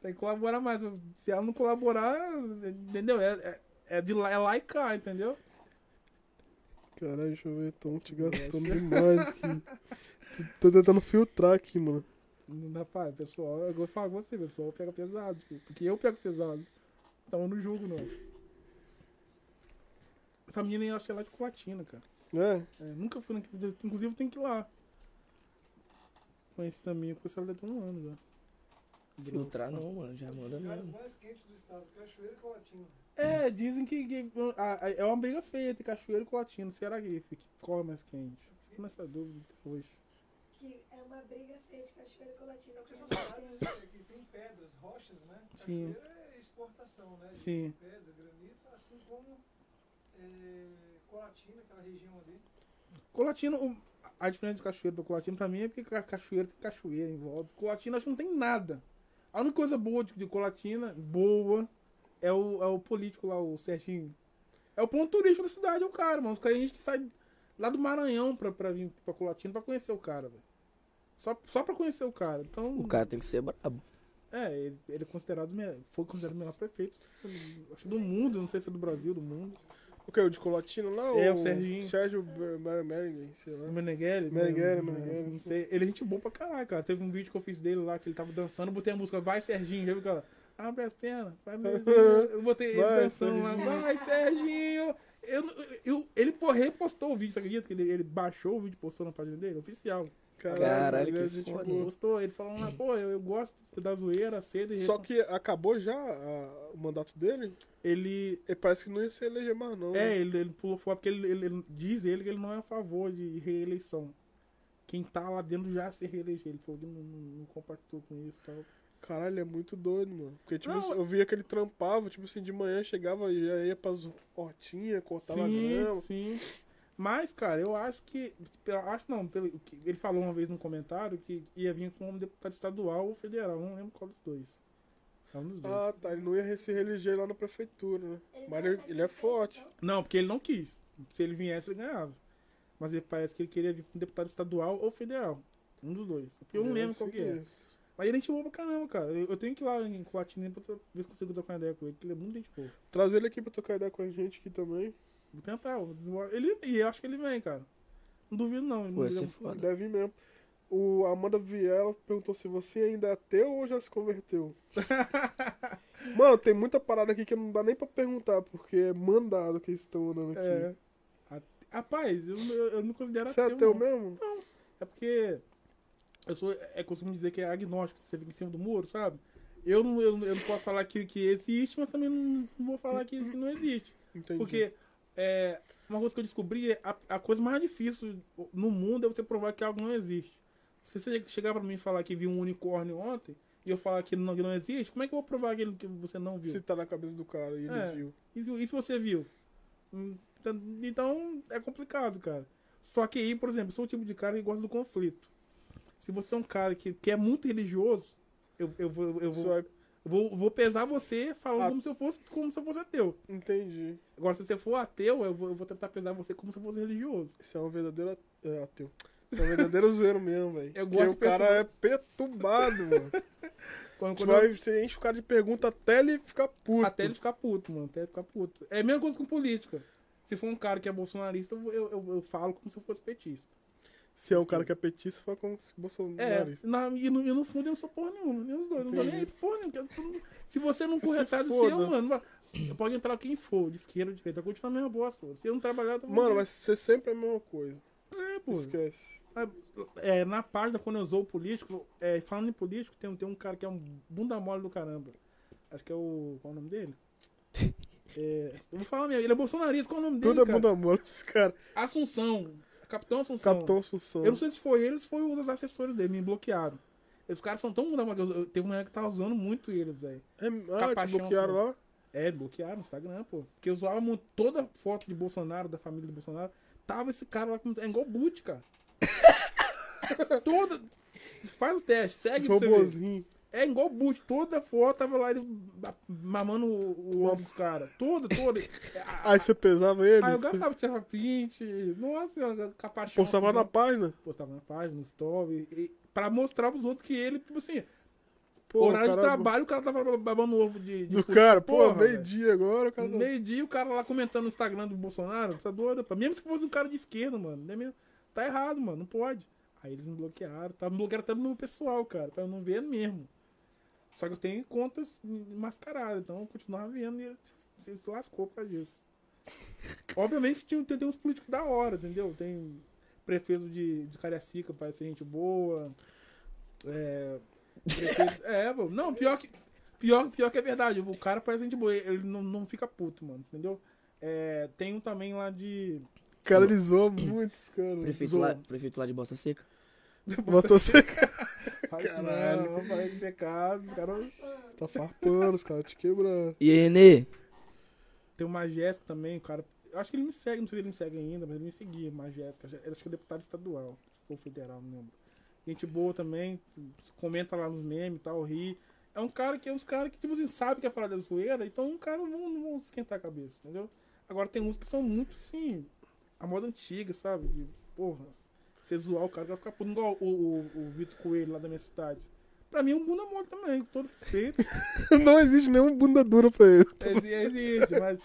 [SPEAKER 3] Tem que colaborar mais. Se ela não colaborar, entendeu? É, é, é de lá, é lá e cá, entendeu?
[SPEAKER 1] Caralho, deixa eu ver, tão te gastando demais aqui. Tô- Tô tentando tá filtrar aqui, mano.
[SPEAKER 3] Não dá pra, pessoal. Eu vou falar com você, pessoal. Pega pesado, tipo, porque eu pego pesado. Então eu não julgo, não. Essa menina, eu acho que ela é de Coatina, cara.
[SPEAKER 1] É,
[SPEAKER 3] É, nunca fui naquele. Inclusive, tem que ir lá. Conheci também, eu conheci ela dentro de um ano já.
[SPEAKER 2] Filtrar não, mano, já manda
[SPEAKER 5] lugares
[SPEAKER 2] mesmo.
[SPEAKER 5] mais quentes do estado, Cachoeira e Colatina.
[SPEAKER 3] É, dizem que, que- a- a- é uma briga feia entre cachoeiro e colatino. Será que que corre mais quente? Fico nessa dúvida até hoje.
[SPEAKER 4] Que é uma briga feia de cachoeira colatina.
[SPEAKER 5] Porque são cidades é, que tem pedras, rochas, né?
[SPEAKER 3] Sim.
[SPEAKER 5] Cachoeira é exportação, né? de
[SPEAKER 3] Sim.
[SPEAKER 5] Pedra, granito, assim como é, Colatina, aquela região ali.
[SPEAKER 3] Colatino, o- a diferença de cachoeiro pra colatino pra mim é porque ca- cachoeiro tem cachoeira em volta. Colatino acho que não tem nada. A única coisa boa de, de colatina, boa, é o, é o político lá, o Serginho. É o ponto turístico da cidade, é o cara, mano. Os caras gente que sai lá do Maranhão pra, pra vir pra Colatina pra conhecer o cara, velho. Só, só pra conhecer o cara. Então,
[SPEAKER 2] O cara tem que ser brabo.
[SPEAKER 3] É, ele, ele é considerado, o me- foi considerado o melhor prefeito acho, do mundo, não sei se é do Brasil, do mundo.
[SPEAKER 1] o que? O de Colatina lá?
[SPEAKER 3] É,
[SPEAKER 1] ou
[SPEAKER 3] o Serginho.
[SPEAKER 1] Sérgio Ber- Ber- Mergen, sei lá.
[SPEAKER 3] Meneghelli.
[SPEAKER 1] Meneghelli,
[SPEAKER 3] né?
[SPEAKER 1] Meneghelli.
[SPEAKER 3] Não sei. Ele é gente boa pra caralho, cara. Teve um vídeo que eu fiz dele lá, que ele tava dançando, eu botei a música Vai Serginho, já viu aquela? Abre as pernas, vai Serginho. Eu botei ele
[SPEAKER 1] Vai,
[SPEAKER 3] dançando lá, vai Serginho! Eu, não- eu- ele pô, repostou o vídeo, você acredita? Que ele, ele baixou o vídeo e postou na página dele? Oficial.
[SPEAKER 2] Caralho,
[SPEAKER 1] ele é
[SPEAKER 2] que
[SPEAKER 1] gente
[SPEAKER 2] foda.
[SPEAKER 1] boa.
[SPEAKER 3] Postou, ele falando lá, pô, eu, eu gosto da zoeira, cedo.
[SPEAKER 1] Só que acabou já a- o mandato dele?
[SPEAKER 3] ele,
[SPEAKER 1] E parece que não ia se eleger mais, não.
[SPEAKER 3] É,
[SPEAKER 1] né?
[SPEAKER 3] ele, ele pulou fora porque ele, ele- ele- diz ele que ele não é a favor de reeleição. Quem tá lá dentro já se reelegeu. Ele falou que não, não, não compactou com isso e tal.
[SPEAKER 1] Caralho, é muito doido, mano. Porque, tipo,
[SPEAKER 3] Não,
[SPEAKER 1] eu via que ele trampava, tipo assim, de manhã chegava e já ia pras hortinhas, cortava grama.
[SPEAKER 3] Sim, sim. Mas, cara, eu acho que. pela- Acho não, pelo, que ele falou uma vez num comentário que ia vir como deputado estadual ou federal. Não lembro qual dos dois. É um dos dois.
[SPEAKER 1] Ah, tá. Ele não ia se reeleger lá na prefeitura, né? Mas ele, ele é
[SPEAKER 4] então,
[SPEAKER 1] forte.
[SPEAKER 4] ah,
[SPEAKER 3] Não, porque ele não quis. Se ele viesse, ele ganhava. Mas ele parece que ele queria vir como deputado estadual ou federal. Um dos dois. Porque eu não
[SPEAKER 1] Ele
[SPEAKER 3] lembro qual que é.
[SPEAKER 1] isso.
[SPEAKER 3] Mas ele é gente boa pra caramba, cara. Eu, eu tenho que ir lá em Coatina pra ver se consigo trocar uma ideia com ele, que ele é muito gente boa.
[SPEAKER 1] Traz ele aqui pra tocar ideia com a gente aqui também.
[SPEAKER 3] Vou tentar, vou desenvolver. Ele, e eu acho que ele vem, cara. Não duvido não. Ele
[SPEAKER 2] Pô, ia
[SPEAKER 3] ele
[SPEAKER 2] ser
[SPEAKER 3] é um-
[SPEAKER 2] foda.
[SPEAKER 1] Deve ir mesmo. O Amanda Viela perguntou se você ainda é ateu ou já se converteu. Mano, tem muita parada aqui que não dá nem pra perguntar, porque é mandado que eles estão andando aqui.
[SPEAKER 3] É. A- Rapaz, eu, eu, eu não me considero
[SPEAKER 1] Você é
[SPEAKER 3] ateu,
[SPEAKER 1] ateu
[SPEAKER 3] não.
[SPEAKER 1] mesmo?
[SPEAKER 3] É porque eu sou, é costume dizer que é agnóstico, você fica em cima do muro, sabe? Eu não, eu, não- eu não posso falar que, que existe, mas também não, não vou falar que, que não existe.
[SPEAKER 1] Entendi.
[SPEAKER 3] Porque é, uma coisa que eu descobri é a, a coisa mais difícil no mundo é você provar que algo não existe. Se você chegar pra mim e falar que viu um unicórnio ontem e eu falar que não, que não existe, como é que eu vou provar que, que você não viu?
[SPEAKER 1] Se tá na cabeça do cara e ele
[SPEAKER 3] É.
[SPEAKER 1] viu.
[SPEAKER 3] E se, e se você viu? Hum, tá- Então é complicado, cara. Só que aí, por exemplo, eu sou o tipo de cara que gosta do conflito. Se você é um cara que, que é muito religioso, eu, eu, vou, eu,
[SPEAKER 1] Você
[SPEAKER 3] vou,
[SPEAKER 1] vai-
[SPEAKER 3] vou, vou pesar você falando
[SPEAKER 1] Ah.
[SPEAKER 3] como se eu fosse como se eu fosse ateu.
[SPEAKER 1] Entendi.
[SPEAKER 3] Agora, se você for ateu, eu vou, eu vou tentar pesar você como se eu fosse religioso.
[SPEAKER 1] Isso é um verdadeiro at- é, ateu. Isso é um verdadeiro zoeiro mesmo, velho.
[SPEAKER 3] Eu
[SPEAKER 1] Porque
[SPEAKER 3] gosto
[SPEAKER 1] o cara é perturbado, mano.
[SPEAKER 3] Quando,
[SPEAKER 1] Você
[SPEAKER 3] quando
[SPEAKER 1] vai- Você enche o cara de pergunta até ele ficar
[SPEAKER 3] eu,
[SPEAKER 1] puto.
[SPEAKER 3] até ele ficar puto, mano. Até ele ficar puto. É a mesma coisa com política. Se for um cara que é bolsonarista, eu, vou- eu, eu, eu falo como se eu fosse petista.
[SPEAKER 1] Se é um cara que é petista, fala como se
[SPEAKER 3] É,
[SPEAKER 1] bolsonarista.
[SPEAKER 3] na, e, no, e no fundo eu não sou porra nenhuma. Nem os dois. Não tô
[SPEAKER 1] Entendi.
[SPEAKER 3] nem aí, porra nenhuma. Eu tô- Se você não
[SPEAKER 1] Se
[SPEAKER 3] correr atrás do
[SPEAKER 1] foda.
[SPEAKER 3] seu, mano, vai- pode entrar quem for, de esquerda, de direita. Continua a mesma bosta. pô. Se eu não trabalhar, eu tô
[SPEAKER 1] Mano, vai ser sempre a mesma coisa.
[SPEAKER 3] É, pô.
[SPEAKER 1] Esquece.
[SPEAKER 3] É, na página, quando eu sou o político, é, falando em político, tem, um- tem um cara que é um bunda mole do caramba. Acho que é o. Qual é o nome dele? É, eu vou falar mesmo, ele é bolsonarista, qual é o nome
[SPEAKER 1] Tudo
[SPEAKER 3] dele?
[SPEAKER 1] é
[SPEAKER 3] cara?
[SPEAKER 1] bunda mole esse cara.
[SPEAKER 3] Assunção. Capitão Assunção.
[SPEAKER 1] Capitão Assunção.
[SPEAKER 3] Eu não sei se foi ele ou se foi os assessores dele, me bloquearam. Os caras são tão bunda mole que eu- eu- teve uma época que tava usando muito eles, velho.
[SPEAKER 1] É, ah, te
[SPEAKER 3] Capachão,
[SPEAKER 1] bloquearam lá?
[SPEAKER 3] É, bloquearam no Instagram, pô. Porque eu zoava muito, toda foto de Bolsonaro, da família do Bolsonaro, tava esse cara lá com. É igual boot, cara. toda. Faz o teste, segue
[SPEAKER 1] Os
[SPEAKER 3] pra você ver.
[SPEAKER 1] robôzinhos.
[SPEAKER 3] É igual boot, toda foto tava lá ele ba- mamando o, o ovo dos caras. Toda, toda. Ah,
[SPEAKER 1] Aí você pesava ele?
[SPEAKER 3] Aí ah, eu
[SPEAKER 1] você
[SPEAKER 3] gastava, tirava print. Nossa, capachão.
[SPEAKER 1] Postava
[SPEAKER 3] assim,
[SPEAKER 1] na página?
[SPEAKER 3] postava na página, no story, e, pra mostrar pros outros que ele, tipo assim,
[SPEAKER 1] Pô,
[SPEAKER 3] horário de
[SPEAKER 1] cara, é
[SPEAKER 3] trabalho, o cara tava babando ovo de. de
[SPEAKER 1] Do cara, pô,
[SPEAKER 3] Porra, velho.
[SPEAKER 1] meio-dia agora, o cara. tá-
[SPEAKER 3] Meio-dia o cara lá comentando no é Instagram do Bolsonaro, tá doido, pá. Mesmo se fosse um cara de esquerda, mano. né mesmo? Tá errado, mano, não pode. Aí eles me bloquearam, tá? Me bloquearam até no meu pessoal, cara, pra eu não ver mesmo. Só que eu tenho contas mascaradas, então eu continuava vendo e eles, eles se lascou por causa disso. Obviamente tinha, tem, tem uns políticos da hora, entendeu? Tem prefeito de, de Cariacica, parece ser gente boa. É, prefeito- é, pô, não, pior que, pior, pior que é verdade. O cara parece gente boa, ele não, não fica puto, mano, entendeu? É, tem um também lá de.
[SPEAKER 1] Cara, ele zoa muitos, cara.
[SPEAKER 2] Prefeito
[SPEAKER 1] Zoa.
[SPEAKER 2] lá, prefeito lá de Bosta Seca.
[SPEAKER 1] Bosta seca.
[SPEAKER 3] Caralho,
[SPEAKER 1] Caralho.
[SPEAKER 3] não, falei de pecado, os caras.
[SPEAKER 4] é
[SPEAKER 1] Tá farpando, os caras te quebrando.
[SPEAKER 2] E aí, Enê?
[SPEAKER 3] Tem o Majesco também, o cara. eu Acho que ele me segue, não sei se ele me segue ainda, mas ele me seguia, Majesco. Acho acho que é deputado estadual, ou federal, não lembro. Gente boa também, comenta lá nos memes e tal, ri. É um cara que é uns caras que, tipo assim, sabe que é parada é zoeira, então um cara não, não vão esquentar a cabeça, entendeu? Agora tem uns que são muito, assim, a moda antiga, sabe? De, porra, você zoar o cara vai ficar puto, igual o, o, o Vitor Coelho lá da minha cidade. Pra mim é um bunda mole também, com todo respeito.
[SPEAKER 1] Não existe nenhum bunda dura pra ele.
[SPEAKER 3] Exi- Existe, mas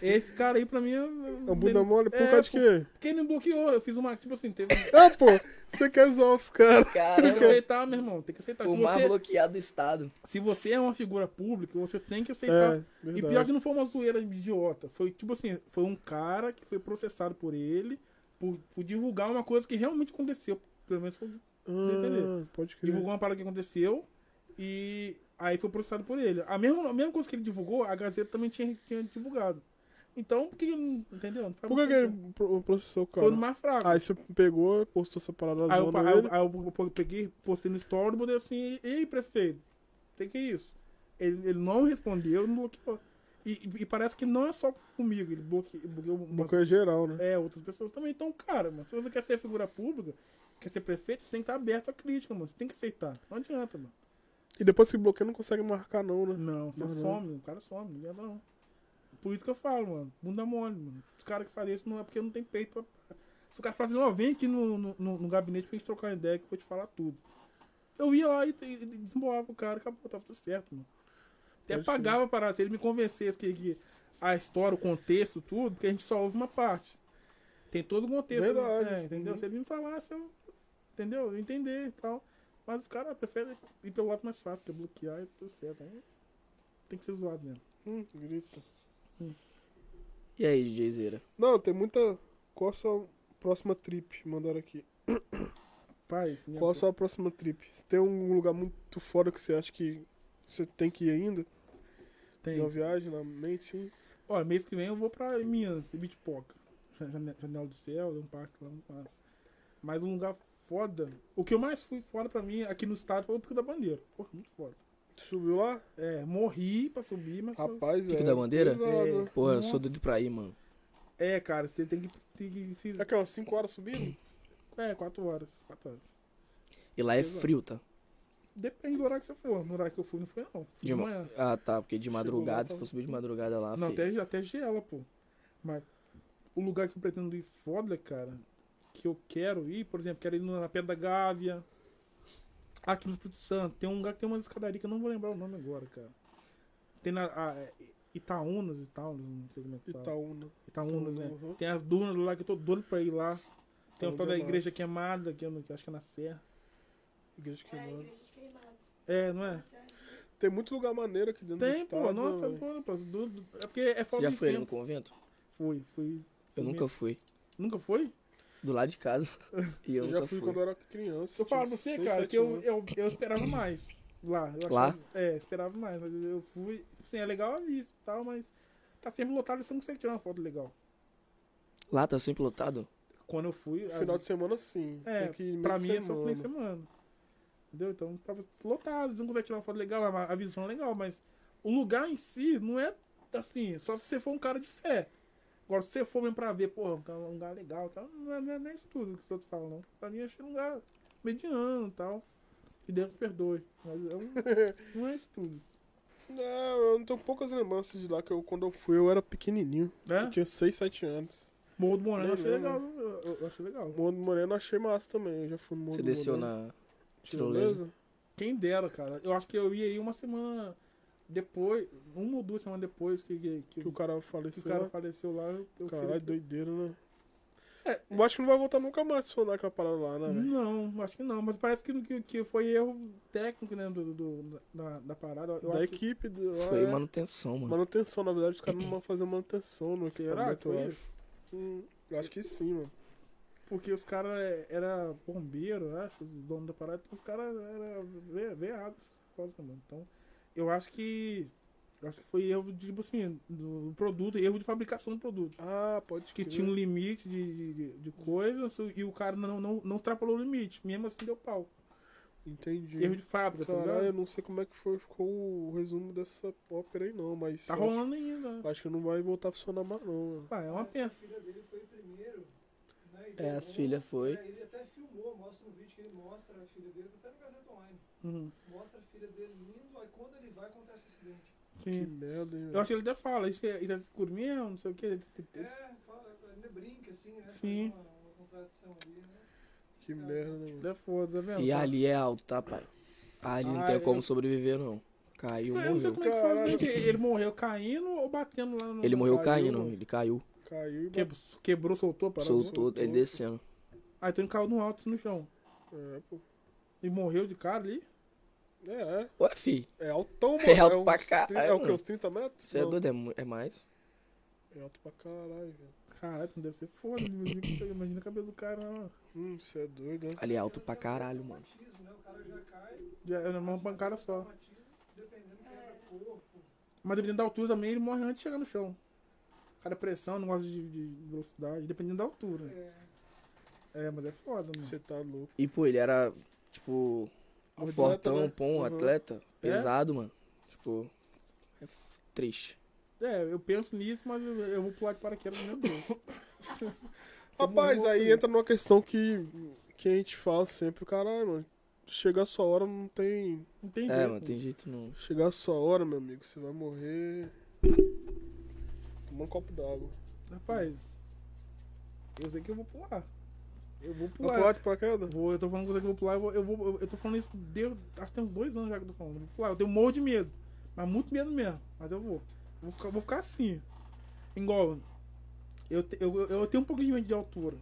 [SPEAKER 3] esse cara aí pra mim é.
[SPEAKER 1] É um bunda mole por
[SPEAKER 3] É,
[SPEAKER 1] causa de
[SPEAKER 3] pô.
[SPEAKER 1] quê?
[SPEAKER 3] Porque ele me bloqueou, eu fiz uma. Tipo assim, teve, tem
[SPEAKER 1] Ah, pô, você quer zoar os caras.
[SPEAKER 3] que
[SPEAKER 2] Caramba,
[SPEAKER 3] aceitar, meu irmão, tem que aceitar.
[SPEAKER 2] o
[SPEAKER 3] Se
[SPEAKER 2] mais
[SPEAKER 3] Tá você,
[SPEAKER 2] bloqueado do estado.
[SPEAKER 3] se você é uma figura pública, você tem que aceitar.
[SPEAKER 1] É,
[SPEAKER 3] e pior
[SPEAKER 1] verdade.
[SPEAKER 3] que não foi uma zoeira idiota, foi tipo assim, foi um cara que foi processado por ele por, por divulgar uma coisa que realmente aconteceu. Pelo menos foi
[SPEAKER 1] Ah, pode crer.
[SPEAKER 3] divulgou uma parada que aconteceu e aí foi processado por ele. A mesma, a mesma coisa que ele divulgou, a Gazeta também tinha, tinha divulgado. Então, por que que não. Entendeu? Não faz
[SPEAKER 1] Por que,
[SPEAKER 3] muito
[SPEAKER 1] que
[SPEAKER 3] sentido.
[SPEAKER 1] ele pro- processou o cara?
[SPEAKER 3] Foi no mais fraco.
[SPEAKER 1] Aí você pegou, postou essa parada
[SPEAKER 3] Aí eu,
[SPEAKER 1] zona
[SPEAKER 3] aí eu-
[SPEAKER 1] dele.
[SPEAKER 3] aí eu- eu peguei, postei no story, botei assim, ei, prefeito, o que, que é isso? Ele, ele não respondeu, não bloqueou. E, e- e parece que não é só comigo, ele bloqueou, bloqueou umas-
[SPEAKER 1] Boca é geral, né?
[SPEAKER 3] é, outras pessoas também. Então, cara, mano, se você quer ser figura pública, quer ser prefeito, você tem que estar aberto à crítica, mano. Você tem que aceitar. Não adianta, mano.
[SPEAKER 1] E depois que bloqueia não consegue marcar não, né?
[SPEAKER 3] Não, só
[SPEAKER 1] Não, não.
[SPEAKER 3] some, o cara some, não adianta não. Por isso que eu falo, mano, bunda mole, mano. Os caras que fazem isso não é porque não tem peito pra. Se o cara fala assim, ó, vem aqui no, no, no- no gabinete pra gente trocar uma ideia que eu vou te falar tudo. Eu ia lá e, e, e desembolava com o cara, acabou, tava tudo certo, mano. Até
[SPEAKER 1] Pode crer.
[SPEAKER 3] pagava para se ele me convencesse que, que a história, o contexto, tudo, porque a gente só ouve uma parte. Tem todo o contexto.
[SPEAKER 1] Verdade.
[SPEAKER 3] né, entendeu?
[SPEAKER 1] Uhum.
[SPEAKER 3] Se ele me falasse, eu. Entendeu? Eu ia entender e tal. Mas os caras preferem ir pelo lado mais fácil, que é bloquear e tudo certo. Aí tem que ser zoado mesmo.
[SPEAKER 1] Hum, grita.
[SPEAKER 2] E aí, DJzeira?
[SPEAKER 1] Não, tem muita... Qual a sua próxima trip? Mandaram aqui.
[SPEAKER 3] Pai, minha
[SPEAKER 1] Qual a sua próxima trip? Se tem um lugar muito fora que você acha que você tem que ir ainda? Tem uma
[SPEAKER 3] tem.
[SPEAKER 1] viagem na mente, sim.
[SPEAKER 3] Ó, mês que vem eu vou pra Minas, em Bitpoca. Jane- Janela do Céu, é um parque lá muito massa. Mas um lugar foda. O que eu mais fui foda pra mim aqui no estado foi o Pico da Bandeira. Porra, muito foda.
[SPEAKER 1] Subiu lá?
[SPEAKER 3] É, morri pra subir, mas. foi-
[SPEAKER 1] Rapaz,
[SPEAKER 2] Pico
[SPEAKER 1] é.
[SPEAKER 2] da Bandeira?
[SPEAKER 1] pesado,
[SPEAKER 3] É.
[SPEAKER 1] né?
[SPEAKER 2] Pô, eu
[SPEAKER 3] Nossa.
[SPEAKER 2] sou doido pra ir, mano.
[SPEAKER 3] É, cara, você tem que. Tem que se-
[SPEAKER 1] É que é umas 5 horas subindo?
[SPEAKER 3] É, quatro horas. Quatro horas.
[SPEAKER 2] E lá é
[SPEAKER 3] Pesado.
[SPEAKER 2] frio, tá?
[SPEAKER 3] Depende do horário que você for. No horário que eu fui, não foi não. Fui de,
[SPEAKER 2] De ma-
[SPEAKER 3] manhã.
[SPEAKER 2] Ah, tá, porque de
[SPEAKER 3] Chegou lá,
[SPEAKER 2] madrugada, se
[SPEAKER 3] tava-
[SPEAKER 2] for subir de madrugada lá,
[SPEAKER 3] não,
[SPEAKER 2] filho.
[SPEAKER 3] até, até gela, pô. Mas o lugar que eu pretendo ir foda, cara, que eu quero ir, por exemplo, quero ir na Pedra da Gávea. Aqui no Espírito Santo. Tem um lugar que tem umas escadarias que eu não vou lembrar o nome agora, cara. Tem na. a- é, Itaúnas, Itaúnas, não sei como é que fala.
[SPEAKER 1] Itaúna.
[SPEAKER 3] Itaúnas, né?
[SPEAKER 1] Uhum.
[SPEAKER 3] Tem as dunas lá que eu tô doido pra ir lá. Tem uma
[SPEAKER 1] Itaúnas
[SPEAKER 3] tal da
[SPEAKER 1] é
[SPEAKER 3] igreja
[SPEAKER 1] massa.
[SPEAKER 3] queimada, que eu, não- que eu acho que é na Serra.
[SPEAKER 1] Igreja
[SPEAKER 4] É a
[SPEAKER 1] queimada.
[SPEAKER 4] igreja de queimados. tá
[SPEAKER 3] É, não é?
[SPEAKER 4] Nossa,
[SPEAKER 1] Tem muito lugar maneiro aqui dentro do
[SPEAKER 3] Tem,
[SPEAKER 1] estado.
[SPEAKER 3] pô, nossa,
[SPEAKER 1] né,
[SPEAKER 3] pô, pô, do- do- é porque é
[SPEAKER 2] Você
[SPEAKER 3] falta
[SPEAKER 2] já
[SPEAKER 3] de
[SPEAKER 2] foi ali no
[SPEAKER 3] tempo.
[SPEAKER 2] convento?
[SPEAKER 3] Fui, fui.
[SPEAKER 2] Eu nunca fui.
[SPEAKER 3] Nunca foi?
[SPEAKER 2] Do lado de casa. E eu,
[SPEAKER 1] Eu
[SPEAKER 2] nunca
[SPEAKER 1] já fui quando eu era criança.
[SPEAKER 3] Eu falo pra
[SPEAKER 1] tinha
[SPEAKER 3] você,
[SPEAKER 1] seis,
[SPEAKER 3] cara,
[SPEAKER 1] sete
[SPEAKER 3] que eu,
[SPEAKER 1] anos.
[SPEAKER 3] eu, eu esperava mais lá. Eu
[SPEAKER 2] Lá?
[SPEAKER 3] achava- É, esperava mais, mas eu fui. Assim, é legal a vista e tal, mas tá sempre lotado e você não consegue tirar uma foto legal.
[SPEAKER 2] Lá tá sempre lotado?
[SPEAKER 3] Quando eu fui. às
[SPEAKER 1] É, Final de
[SPEAKER 3] vezes-
[SPEAKER 1] semana, sim.
[SPEAKER 3] É,
[SPEAKER 1] Tem que ir meio
[SPEAKER 3] pra
[SPEAKER 1] de
[SPEAKER 3] mim é só final de
[SPEAKER 1] semana.
[SPEAKER 3] semana. Entendeu? Então tava lotado, você não consegue tirar uma foto legal, a a visão é legal, mas o lugar em si não é assim, só se você for um cara de fé. Agora, se você for mesmo pra ver, porra, um cara- um lugar legal e tal, não é, não é- não é isso tudo que os outros falam, não. Pra mim, eu achei um lugar mediano e tal. Que Deus perdoe. Mas é um- não é isso tudo.
[SPEAKER 1] Não, eu não tenho poucas lembranças de lá, que eu, quando eu fui eu era pequenininho.
[SPEAKER 3] Né?
[SPEAKER 1] Eu tinha 6, 7 anos.
[SPEAKER 3] Morro do Moreno eu achei
[SPEAKER 1] Legal,
[SPEAKER 3] legal. Eu, eu- eu achei legal.
[SPEAKER 1] Morro do Moreno eu achei massa também, eu já fui no Morro
[SPEAKER 2] Você
[SPEAKER 1] do
[SPEAKER 2] desceu
[SPEAKER 1] Moreno.
[SPEAKER 2] na tirolesa?
[SPEAKER 3] Quem dera, cara. Eu acho que eu ia aí uma semana depois, uma ou duas semanas depois que, que, que
[SPEAKER 1] Que o cara
[SPEAKER 3] que o
[SPEAKER 1] faleceu.
[SPEAKER 3] cara
[SPEAKER 1] né?
[SPEAKER 3] faleceu lá, eu, eu
[SPEAKER 1] Caralho,
[SPEAKER 3] queria...
[SPEAKER 1] doideira, né? Eu acho que não vai voltar nunca mais se for naquela parada lá, né, velho?
[SPEAKER 3] Não, acho que não, mas parece que, que, que foi erro técnico, né, do, do- da, da parada. Eu
[SPEAKER 1] Da
[SPEAKER 3] acho que-
[SPEAKER 1] equipe. do- lá,
[SPEAKER 2] Foi
[SPEAKER 1] é.
[SPEAKER 2] manutenção, mano.
[SPEAKER 1] Manutenção, na verdade, os caras não vão fazer manutenção no
[SPEAKER 3] Será
[SPEAKER 1] equipamento,
[SPEAKER 3] que foi
[SPEAKER 1] eu acho.
[SPEAKER 3] isso?
[SPEAKER 1] Hum, eu acho que sim, mano.
[SPEAKER 3] Porque os caras era bombeiro, eu acho, os donos da parada, então os caras eram ve- veados, quase, mano. Então, eu acho que. Eu acho que foi erro, de, tipo assim, do produto, erro de fabricação do produto.
[SPEAKER 1] Ah, pode
[SPEAKER 3] Que
[SPEAKER 1] crer.
[SPEAKER 3] tinha um limite de, de, de- de coisas e o cara não, não, não extrapolou o limite, mesmo assim deu pau.
[SPEAKER 1] Entendi.
[SPEAKER 3] Erro de fábrica, tá
[SPEAKER 1] Hum. Caralho, eu
[SPEAKER 3] ligado?
[SPEAKER 1] não sei como é que foi, ficou o resumo dessa ópera aí, não, mas.
[SPEAKER 3] Tá
[SPEAKER 1] eu acho-
[SPEAKER 3] rolando ainda.
[SPEAKER 1] Acho que não vai voltar a funcionar mais, não, mano.
[SPEAKER 3] Ah, é uma
[SPEAKER 5] Parece que
[SPEAKER 3] pena.
[SPEAKER 5] A filha dele foi primeiro. Né, e
[SPEAKER 2] É, as
[SPEAKER 5] pegou,
[SPEAKER 2] filhas foi.
[SPEAKER 5] né, ele até filmou, mostra um vídeo que ele mostra a filha dele, tá até no Gazeta Online.
[SPEAKER 3] Uhum.
[SPEAKER 5] Mostra a filha dele lindo, aí quando ele vai acontece o acidente.
[SPEAKER 1] Que
[SPEAKER 3] Sim.
[SPEAKER 1] merda, hein,
[SPEAKER 3] Eu
[SPEAKER 1] velho.
[SPEAKER 3] acho que ele até fala, isso é, isso é escuro mesmo, não sei o que.
[SPEAKER 5] É, fala, ainda brinca assim, né?
[SPEAKER 3] Sim.
[SPEAKER 5] Faz Uma, uma contradição ali, né?
[SPEAKER 1] Que merda, né, mano.
[SPEAKER 3] É foda, tá vendo?
[SPEAKER 2] E
[SPEAKER 3] Tá-
[SPEAKER 2] ali é alto, tá, pai? Ali não
[SPEAKER 3] Ah,
[SPEAKER 2] tem
[SPEAKER 3] eu-
[SPEAKER 2] como sobreviver, não. Caiu,
[SPEAKER 3] É, eu não sei
[SPEAKER 2] morreu.
[SPEAKER 3] como é que faz, né?
[SPEAKER 1] Caralho.
[SPEAKER 3] que Ele morreu caindo ou batendo lá no.
[SPEAKER 2] Ele morreu
[SPEAKER 1] Caiu,
[SPEAKER 2] caindo,
[SPEAKER 1] mano.
[SPEAKER 2] ele caiu.
[SPEAKER 1] Caiu e bateu.
[SPEAKER 3] Que- Quebrou, soltou, parou.
[SPEAKER 2] Soltou, ele
[SPEAKER 1] soltou.
[SPEAKER 2] descendo.
[SPEAKER 3] Aí então ele caiu no alto, assim, no chão.
[SPEAKER 1] É, pô.
[SPEAKER 3] E morreu de cara ali.
[SPEAKER 1] É, é.
[SPEAKER 2] Ué, fi,
[SPEAKER 1] É altão, mano.
[SPEAKER 2] É alto
[SPEAKER 1] uns
[SPEAKER 2] pra
[SPEAKER 1] 30 É o que,
[SPEAKER 2] caralho.
[SPEAKER 1] uns 30 metros?
[SPEAKER 2] você é
[SPEAKER 1] Não,
[SPEAKER 2] doido, é mu- é mais.
[SPEAKER 1] É alto pra caralho, velho.
[SPEAKER 3] Caralho, não deve ser foda. Imagina imagina a cabeça do cara. não.
[SPEAKER 1] Hum, você é doido, né?
[SPEAKER 2] Ali é alto pra caralho, mano.
[SPEAKER 5] Traumatismo, né? O cara já cai,
[SPEAKER 3] Já era É, uma pancada só.
[SPEAKER 5] traumatismo, dependendo quebra corpo.
[SPEAKER 3] Mas dependendo da altura também, ele morre antes de chegar no chão. Cada pressão, não gosta de, de velocidade, dependendo da altura.
[SPEAKER 5] É,
[SPEAKER 3] É, mas é foda, mano.
[SPEAKER 1] Você tá louco.
[SPEAKER 2] E, pô, ele era, tipo,
[SPEAKER 1] Atleta,
[SPEAKER 2] fortão,
[SPEAKER 1] né?
[SPEAKER 2] pô, um
[SPEAKER 1] Uhum.
[SPEAKER 2] atleta. Pesado, mano. Tipo, é f- triste.
[SPEAKER 3] É, eu penso nisso, mas eu, eu vou pular de paraquedas meu Deus.
[SPEAKER 1] Rapaz,
[SPEAKER 3] Você
[SPEAKER 1] aí
[SPEAKER 3] morreu.
[SPEAKER 1] entra numa questão que, que a gente fala sempre, caralho, mano. Chegar a sua hora não tem.
[SPEAKER 3] Não tem
[SPEAKER 2] É,
[SPEAKER 3] jeito.
[SPEAKER 2] mano, tem jeito não.
[SPEAKER 1] Chegar a sua hora, meu amigo, você vai morrer. Toma um copo d'água.
[SPEAKER 3] Rapaz, eu sei que eu vou pular. Eu vou
[SPEAKER 1] Vai
[SPEAKER 3] pular.
[SPEAKER 1] pular de paraquedas?
[SPEAKER 3] Vou, eu tô falando com você que eu vou pular, eu, vou, eu, vou, eu, eu tô falando isso deu, acho que tem uns dois anos já que eu tô falando. Eu vou pular, eu tenho um monte de medo. Mas muito medo mesmo. Mas eu vou. Vou ficar, vou ficar assim. Igual. Eu, te- eu, eu, eu tenho um pouquinho de medo de altura.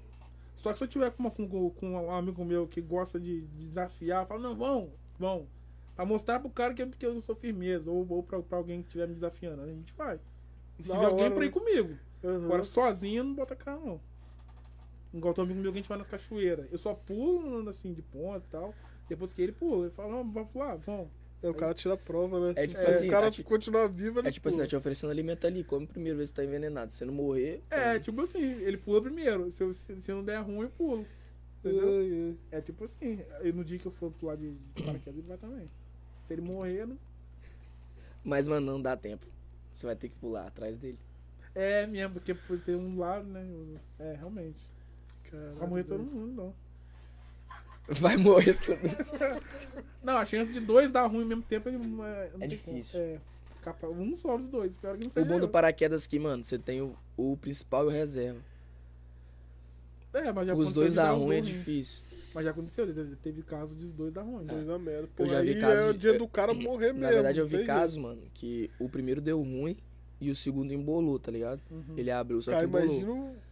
[SPEAKER 3] Só que se eu tiver com, uma- com, com um amigo meu que gosta de desafiar, fala, não, vão, vão. Pra mostrar pro cara que, eu- que eu sou firmeza. Ou, ou pra, pra alguém que estiver me desafiando. Aí A gente vai. Se
[SPEAKER 1] Da
[SPEAKER 3] tiver alguém
[SPEAKER 1] hora,
[SPEAKER 3] pra ir
[SPEAKER 1] né?
[SPEAKER 3] comigo.
[SPEAKER 1] Aham.
[SPEAKER 3] Agora sozinho eu não bota cara, não. Igual tem um amigo meu que a gente vai nas cachoeiras. Eu só pulo assim de ponta e tal. Depois que ele pula, ele fala, não, vamos pular, vamos.
[SPEAKER 1] É, o cara tira a prova, né?
[SPEAKER 2] É tipo
[SPEAKER 1] Se
[SPEAKER 2] assim,
[SPEAKER 1] o cara
[SPEAKER 2] é tipo-
[SPEAKER 1] continuar vivo, né, ele
[SPEAKER 2] É tipo assim, tá te oferecendo alimento ali, come primeiro, vê se tá envenenado. Se não morrer,
[SPEAKER 3] É, tipo assim, ele pula primeiro. Se, eu- se, se não der ruim, eu pulo.
[SPEAKER 2] Uhum.
[SPEAKER 3] Entendeu?
[SPEAKER 1] Ai,
[SPEAKER 3] É tipo assim. E no dia que eu for pular de de paraquedas, ele vai também. Se ele morrer, eu não...
[SPEAKER 2] mas, mano, não dá tempo. Você vai ter que pular atrás dele.
[SPEAKER 3] É mesmo, porque por ter um lado, né? eu- É, realmente.
[SPEAKER 1] ai. Caralho,
[SPEAKER 3] é. Vai morrer todo
[SPEAKER 1] velho.
[SPEAKER 3] mundo, não.
[SPEAKER 2] Vai morrer também.
[SPEAKER 3] Não, a chance de dois dar ruim ao mesmo tempo é, não tem
[SPEAKER 2] difícil.
[SPEAKER 3] como. É. Capaz, um só dos dois, espero que não
[SPEAKER 2] O
[SPEAKER 3] seja.
[SPEAKER 2] bom do
[SPEAKER 3] eu.
[SPEAKER 2] paraquedas aqui, mano, você tem o, o principal e o reserva.
[SPEAKER 3] É, mas já
[SPEAKER 2] Os
[SPEAKER 3] aconteceu
[SPEAKER 2] dois
[SPEAKER 3] de
[SPEAKER 2] dá
[SPEAKER 3] dar
[SPEAKER 1] um
[SPEAKER 2] ruim é difícil.
[SPEAKER 3] Mas já aconteceu, te- teve caso dos dois da ruim.
[SPEAKER 1] Dois da merda. Pô,
[SPEAKER 2] É. Eu já vi
[SPEAKER 1] aí
[SPEAKER 2] casos
[SPEAKER 1] é o
[SPEAKER 2] de-
[SPEAKER 1] dia
[SPEAKER 2] eu-
[SPEAKER 1] do cara morrer mesmo.
[SPEAKER 2] Na verdade, eu
[SPEAKER 1] não
[SPEAKER 2] vi
[SPEAKER 1] tem
[SPEAKER 2] caso, mano, que o primeiro deu ruim e o segundo embolou, tá ligado?
[SPEAKER 3] Uhum.
[SPEAKER 2] Ele abriu,
[SPEAKER 1] jeito.
[SPEAKER 2] só
[SPEAKER 1] Cara,
[SPEAKER 2] que embolou.
[SPEAKER 1] imagina, o-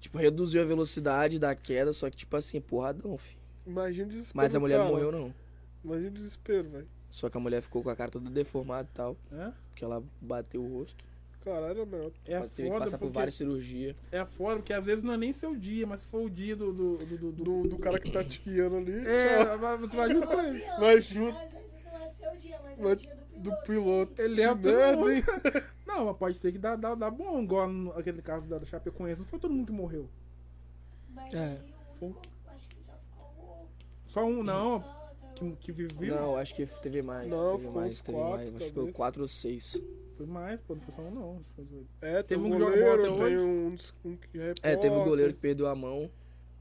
[SPEAKER 2] Tipo, reduziu a velocidade da queda, só que, tipo assim, porradão, fi.
[SPEAKER 1] imagina o
[SPEAKER 3] tá
[SPEAKER 1] desespero.
[SPEAKER 2] Mas a
[SPEAKER 1] do
[SPEAKER 2] mulher não
[SPEAKER 1] cara.
[SPEAKER 2] morreu, né? não.
[SPEAKER 1] Imagina o desespero, velho.
[SPEAKER 2] Só que a mulher ficou com a cara toda deformada e tal,
[SPEAKER 3] É,
[SPEAKER 2] porque ela bateu o rosto.
[SPEAKER 1] Caralho, meu.
[SPEAKER 3] é
[SPEAKER 2] ela teve que
[SPEAKER 3] foda,
[SPEAKER 2] passar por
[SPEAKER 3] porque,
[SPEAKER 2] várias cirurgias.
[SPEAKER 3] é foda, porque às vezes não é nem seu dia, mas se for o dia do... do, do, do- do-
[SPEAKER 1] Do, do cara que tá te guiando ali.
[SPEAKER 3] É, mas você vai junto com ele.
[SPEAKER 4] Pior,
[SPEAKER 1] Vai junto.
[SPEAKER 4] Às vezes não é seu dia, mas é o
[SPEAKER 1] Mas
[SPEAKER 4] dia do piloto.
[SPEAKER 1] Do piloto.
[SPEAKER 3] Ele é
[SPEAKER 1] Que
[SPEAKER 3] leva todo
[SPEAKER 1] merda,
[SPEAKER 3] mundo.
[SPEAKER 1] hein?
[SPEAKER 3] Não, mas pode ser que dá, dá, dá bom, igual no- aquele caso da da Chapecoense, não foi todo mundo que morreu.
[SPEAKER 4] Mas
[SPEAKER 2] É.
[SPEAKER 4] aí o
[SPEAKER 1] um
[SPEAKER 4] único, acho que só ficou o
[SPEAKER 3] Só um, não,
[SPEAKER 4] só, tá?
[SPEAKER 3] que, que viveu.
[SPEAKER 2] Não, acho que teve mais.
[SPEAKER 1] Não,
[SPEAKER 2] teve
[SPEAKER 1] ficou
[SPEAKER 2] mais,
[SPEAKER 1] uns
[SPEAKER 2] teve
[SPEAKER 1] quatro,
[SPEAKER 2] mais. Acho que foi
[SPEAKER 1] talvez.
[SPEAKER 2] quatro ou seis.
[SPEAKER 3] Foi mais, pô, não foi só um, não. Foi dois.
[SPEAKER 1] É, tem
[SPEAKER 3] Teve
[SPEAKER 1] um
[SPEAKER 3] um que joga
[SPEAKER 1] goleiro,
[SPEAKER 3] bola até
[SPEAKER 1] tem
[SPEAKER 3] hoje.
[SPEAKER 1] um, dos- um que é
[SPEAKER 2] É, teve um
[SPEAKER 1] repórter,
[SPEAKER 2] goleiro que perdeu a mão,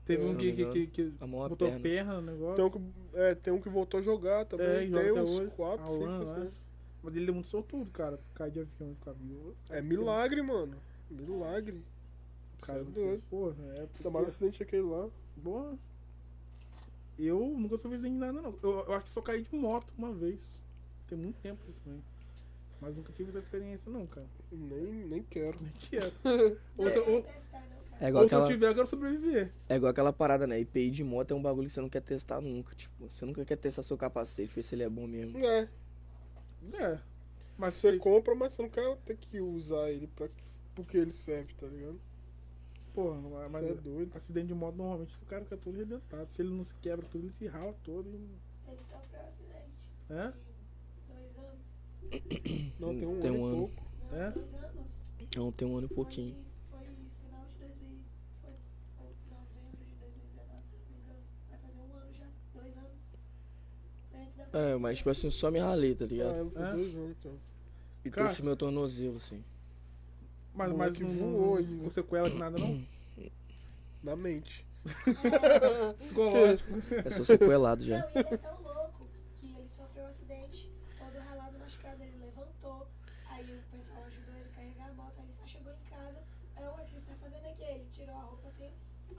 [SPEAKER 3] Teve
[SPEAKER 2] Se
[SPEAKER 3] um
[SPEAKER 2] não
[SPEAKER 3] que,
[SPEAKER 2] me
[SPEAKER 3] que, que, que
[SPEAKER 2] a mão a
[SPEAKER 3] botou
[SPEAKER 2] perna.
[SPEAKER 3] perna. no negócio.
[SPEAKER 1] Tem um, que- é, tem um que voltou a jogar também.
[SPEAKER 3] É,
[SPEAKER 1] tem
[SPEAKER 3] joga até
[SPEAKER 1] uns assim.
[SPEAKER 3] hoje.
[SPEAKER 1] 4, 5
[SPEAKER 3] Alan, né? eu
[SPEAKER 1] pessoas.
[SPEAKER 3] acho. Mas ele deu muito sortudo, cara. Cair de avião e ficar vivo.
[SPEAKER 1] É milagre, mano. Milagre.
[SPEAKER 3] Cara,
[SPEAKER 1] Isso é doido.
[SPEAKER 3] porra, é porque-
[SPEAKER 1] Tomaram um acidente aquele lá.
[SPEAKER 3] Boa. Eu nunca sou vizinho de nada, não. Eu, eu acho que só caí de moto uma vez. Tem muito tempo isso né? também. Mas nunca tive essa experiência, não, cara.
[SPEAKER 1] Nem, nem quero.
[SPEAKER 3] Nem quero.
[SPEAKER 4] Não
[SPEAKER 3] Ou se-
[SPEAKER 4] quero
[SPEAKER 3] ou-
[SPEAKER 4] testar, não, cara.
[SPEAKER 2] É igual,
[SPEAKER 3] Ou se eu
[SPEAKER 2] aquela,
[SPEAKER 3] tiver, eu quero sobreviver.
[SPEAKER 2] é igual aquela parada, né? IPI de moto é um bagulho que você não quer testar nunca. Tipo, você nunca quer testar seu capacete, ver se ele é bom mesmo.
[SPEAKER 1] É.
[SPEAKER 3] É.
[SPEAKER 1] Mas você compra, mas você não quer ter que usar ele pra, porque ele serve, tá ligado?
[SPEAKER 3] Porra, não é- mas
[SPEAKER 1] Você é doido.
[SPEAKER 3] acidente de moto normalmente o cara fica todo arrebentado. Se ele não se quebra tudo, ele se rala todo e.
[SPEAKER 4] Ele sofreu um acidente.
[SPEAKER 3] É?
[SPEAKER 4] Dois anos.
[SPEAKER 1] Não, tem um
[SPEAKER 2] Tem
[SPEAKER 1] ano.
[SPEAKER 2] um
[SPEAKER 1] e
[SPEAKER 2] ano.
[SPEAKER 1] pouco.
[SPEAKER 4] Não,
[SPEAKER 3] É?
[SPEAKER 4] dois anos.
[SPEAKER 2] Então tem um ano e pouquinho.
[SPEAKER 4] Foi, foi final de 2000. Foi novembro de 2019, se eu não me engano. Vai fazer um ano já. Dois anos. Foi antes da
[SPEAKER 2] É, mas tipo assim, só me ralei, tá
[SPEAKER 1] Ah,
[SPEAKER 2] ligado?
[SPEAKER 1] é, foi
[SPEAKER 3] É?
[SPEAKER 1] dois anos, então.
[SPEAKER 2] E
[SPEAKER 3] Cara-
[SPEAKER 2] torci meu tornozelo, assim.
[SPEAKER 3] Mas,
[SPEAKER 1] O
[SPEAKER 3] mas
[SPEAKER 1] moleque
[SPEAKER 3] não,
[SPEAKER 1] voou,
[SPEAKER 3] não,
[SPEAKER 1] ele-
[SPEAKER 3] não ficou sequela de nada, não?
[SPEAKER 1] Na mente.
[SPEAKER 3] Psicológico.
[SPEAKER 2] É só sequelado já.
[SPEAKER 4] Não, e ele é tão louco que ele sofreu um acidente. Todo ralado, machucado, ele levantou. Aí o pessoal ajudou ele a carregar a moto. Aí ele só chegou em casa. Aí o que você tá fazendo aqui? Aí Ele tirou a roupa assim,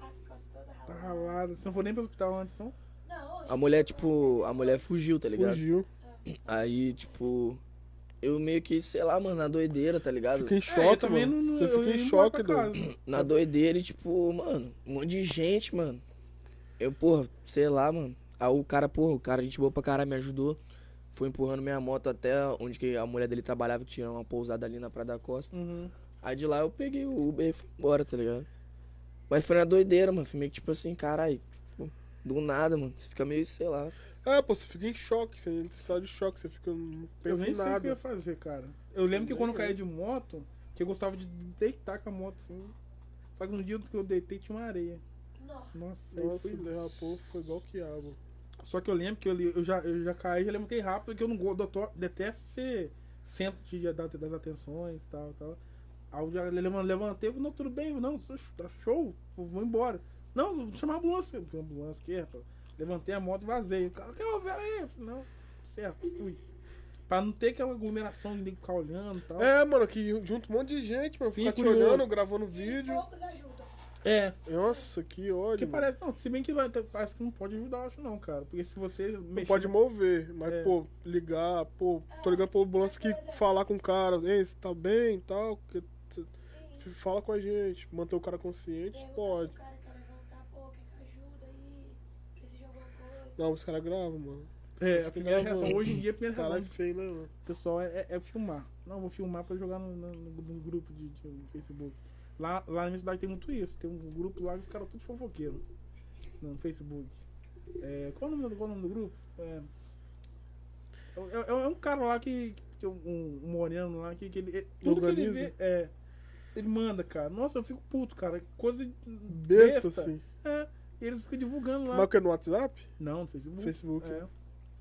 [SPEAKER 4] as costas todas
[SPEAKER 3] Tá
[SPEAKER 4] raladas.
[SPEAKER 3] ralado. Você não foi nem pro hospital antes, não?
[SPEAKER 4] Não,
[SPEAKER 2] A
[SPEAKER 4] gente,
[SPEAKER 2] mulher,
[SPEAKER 4] não,
[SPEAKER 2] tipo, a mulher fugiu, tá ligado?
[SPEAKER 1] Fugiu.
[SPEAKER 2] Aí, tipo, eu meio que, sei lá, mano, na doideira, tá ligado?
[SPEAKER 1] Fica em
[SPEAKER 3] É, eu
[SPEAKER 1] choque,
[SPEAKER 3] também
[SPEAKER 1] mano.
[SPEAKER 3] não-
[SPEAKER 1] Você
[SPEAKER 3] eu
[SPEAKER 1] fica
[SPEAKER 3] ia
[SPEAKER 1] em
[SPEAKER 3] embora
[SPEAKER 1] choque,
[SPEAKER 3] pra
[SPEAKER 1] doido.
[SPEAKER 3] casa.
[SPEAKER 2] Na doideira e, tipo, mano, um monte de gente, mano. Eu, porra, sei lá, mano. Aí o cara, porra, o cara, gente boa pra caralho, me ajudou. Foi empurrando minha moto até onde que a mulher dele trabalhava, que tinha uma pousada ali na Praia da Costa.
[SPEAKER 3] Uhum.
[SPEAKER 2] Aí de lá eu peguei o Uber e fui embora, tá ligado? Mas foi na doideira, mano. Foi meio que, tipo assim, caralho, tipo, do nada, mano. Você fica meio, sei lá.
[SPEAKER 1] É, pô, você fica em choque, você entra em estado de choque, você fica. Não
[SPEAKER 3] Eu
[SPEAKER 1] pensa
[SPEAKER 3] nem
[SPEAKER 1] em
[SPEAKER 3] sei o que eu ia
[SPEAKER 1] nada.
[SPEAKER 3] fazer, cara. Eu lembro que
[SPEAKER 1] Nem
[SPEAKER 3] quando eu
[SPEAKER 1] eu.
[SPEAKER 3] caía de moto, que eu gostava de deitar com a moto assim. Só que no dia que eu deitei tinha uma areia.
[SPEAKER 4] Nossa.
[SPEAKER 3] Nossa, aí
[SPEAKER 1] Nossa,
[SPEAKER 3] foi-
[SPEAKER 1] ele derrapou, foi igual que água.
[SPEAKER 3] Só que eu lembro que eu, li- eu já, eu já caí, já levantei rápido, porque eu não gosto, eu to- detesto ser centro de, da- das atenções e tal, tal. Aí eu já levan- levantei, falei, não, tudo bem, não, tá sh- tá show, vou vou embora. Não, vou chamar a ambulância. Eu falei, ambulância, o quê, rapaz? Levantei a moto e vazei. O cara, que pera aí. Eu falei, Não, certo, fui. Pra não ter aquela aglomeração de nego ficar olhando e tal.
[SPEAKER 1] É, mano, que junta um monte de gente, mano.
[SPEAKER 3] Sim,
[SPEAKER 1] fica te
[SPEAKER 3] curioso.
[SPEAKER 1] olhando, gravando
[SPEAKER 4] E
[SPEAKER 1] vídeo.
[SPEAKER 4] poucos ajudam.
[SPEAKER 3] é.
[SPEAKER 1] Nossa, que
[SPEAKER 3] Porque
[SPEAKER 1] ódio. mano.
[SPEAKER 3] parece, não, se bem que vai, ter- parece que não pode ajudar, eu acho não, cara. Porque se você
[SPEAKER 1] Não
[SPEAKER 3] mexer-
[SPEAKER 1] pode mover, mas,
[SPEAKER 3] né? É.
[SPEAKER 1] pô, ligar, pô, tô ligando pro ambulância que falar com o cara, ei, você tá bem e tal, que cê-
[SPEAKER 4] Sim.
[SPEAKER 1] fala com a gente, manter o cara consciente,
[SPEAKER 4] Pergunta
[SPEAKER 1] pode.
[SPEAKER 4] se o cara quer levantar, pô, quer que ajuda aí, precisa de alguma coisa.
[SPEAKER 1] Não, os caras gravam, mano.
[SPEAKER 3] É, a primeira
[SPEAKER 1] Fica
[SPEAKER 3] reação,
[SPEAKER 1] gravando.
[SPEAKER 3] hoje em dia, a primeira reação
[SPEAKER 1] Caralho, feio, né, mano?
[SPEAKER 3] O pessoal é, é- é filmar. Não, vou filmar pra jogar no, no- no- no grupo de, de Facebook. Lá, lá na minha cidade tem muito isso. Tem um grupo lá que os caras tudo fofoqueiro. No Facebook. É, qual, é o nome, do- qual é o nome do grupo? É, é, é- é um cara lá que. que é um, um moreno lá que, que ele. é- tudo
[SPEAKER 1] Organiza?
[SPEAKER 3] que ele vê. É, ele manda, cara. Nossa, eu fico puto, cara. Que Coisa
[SPEAKER 1] Besta, assim.
[SPEAKER 3] É. E eles ficam divulgando lá.
[SPEAKER 1] Mas o que? No WhatsApp?
[SPEAKER 3] Não, no Facebook.
[SPEAKER 1] Facebook?
[SPEAKER 3] É.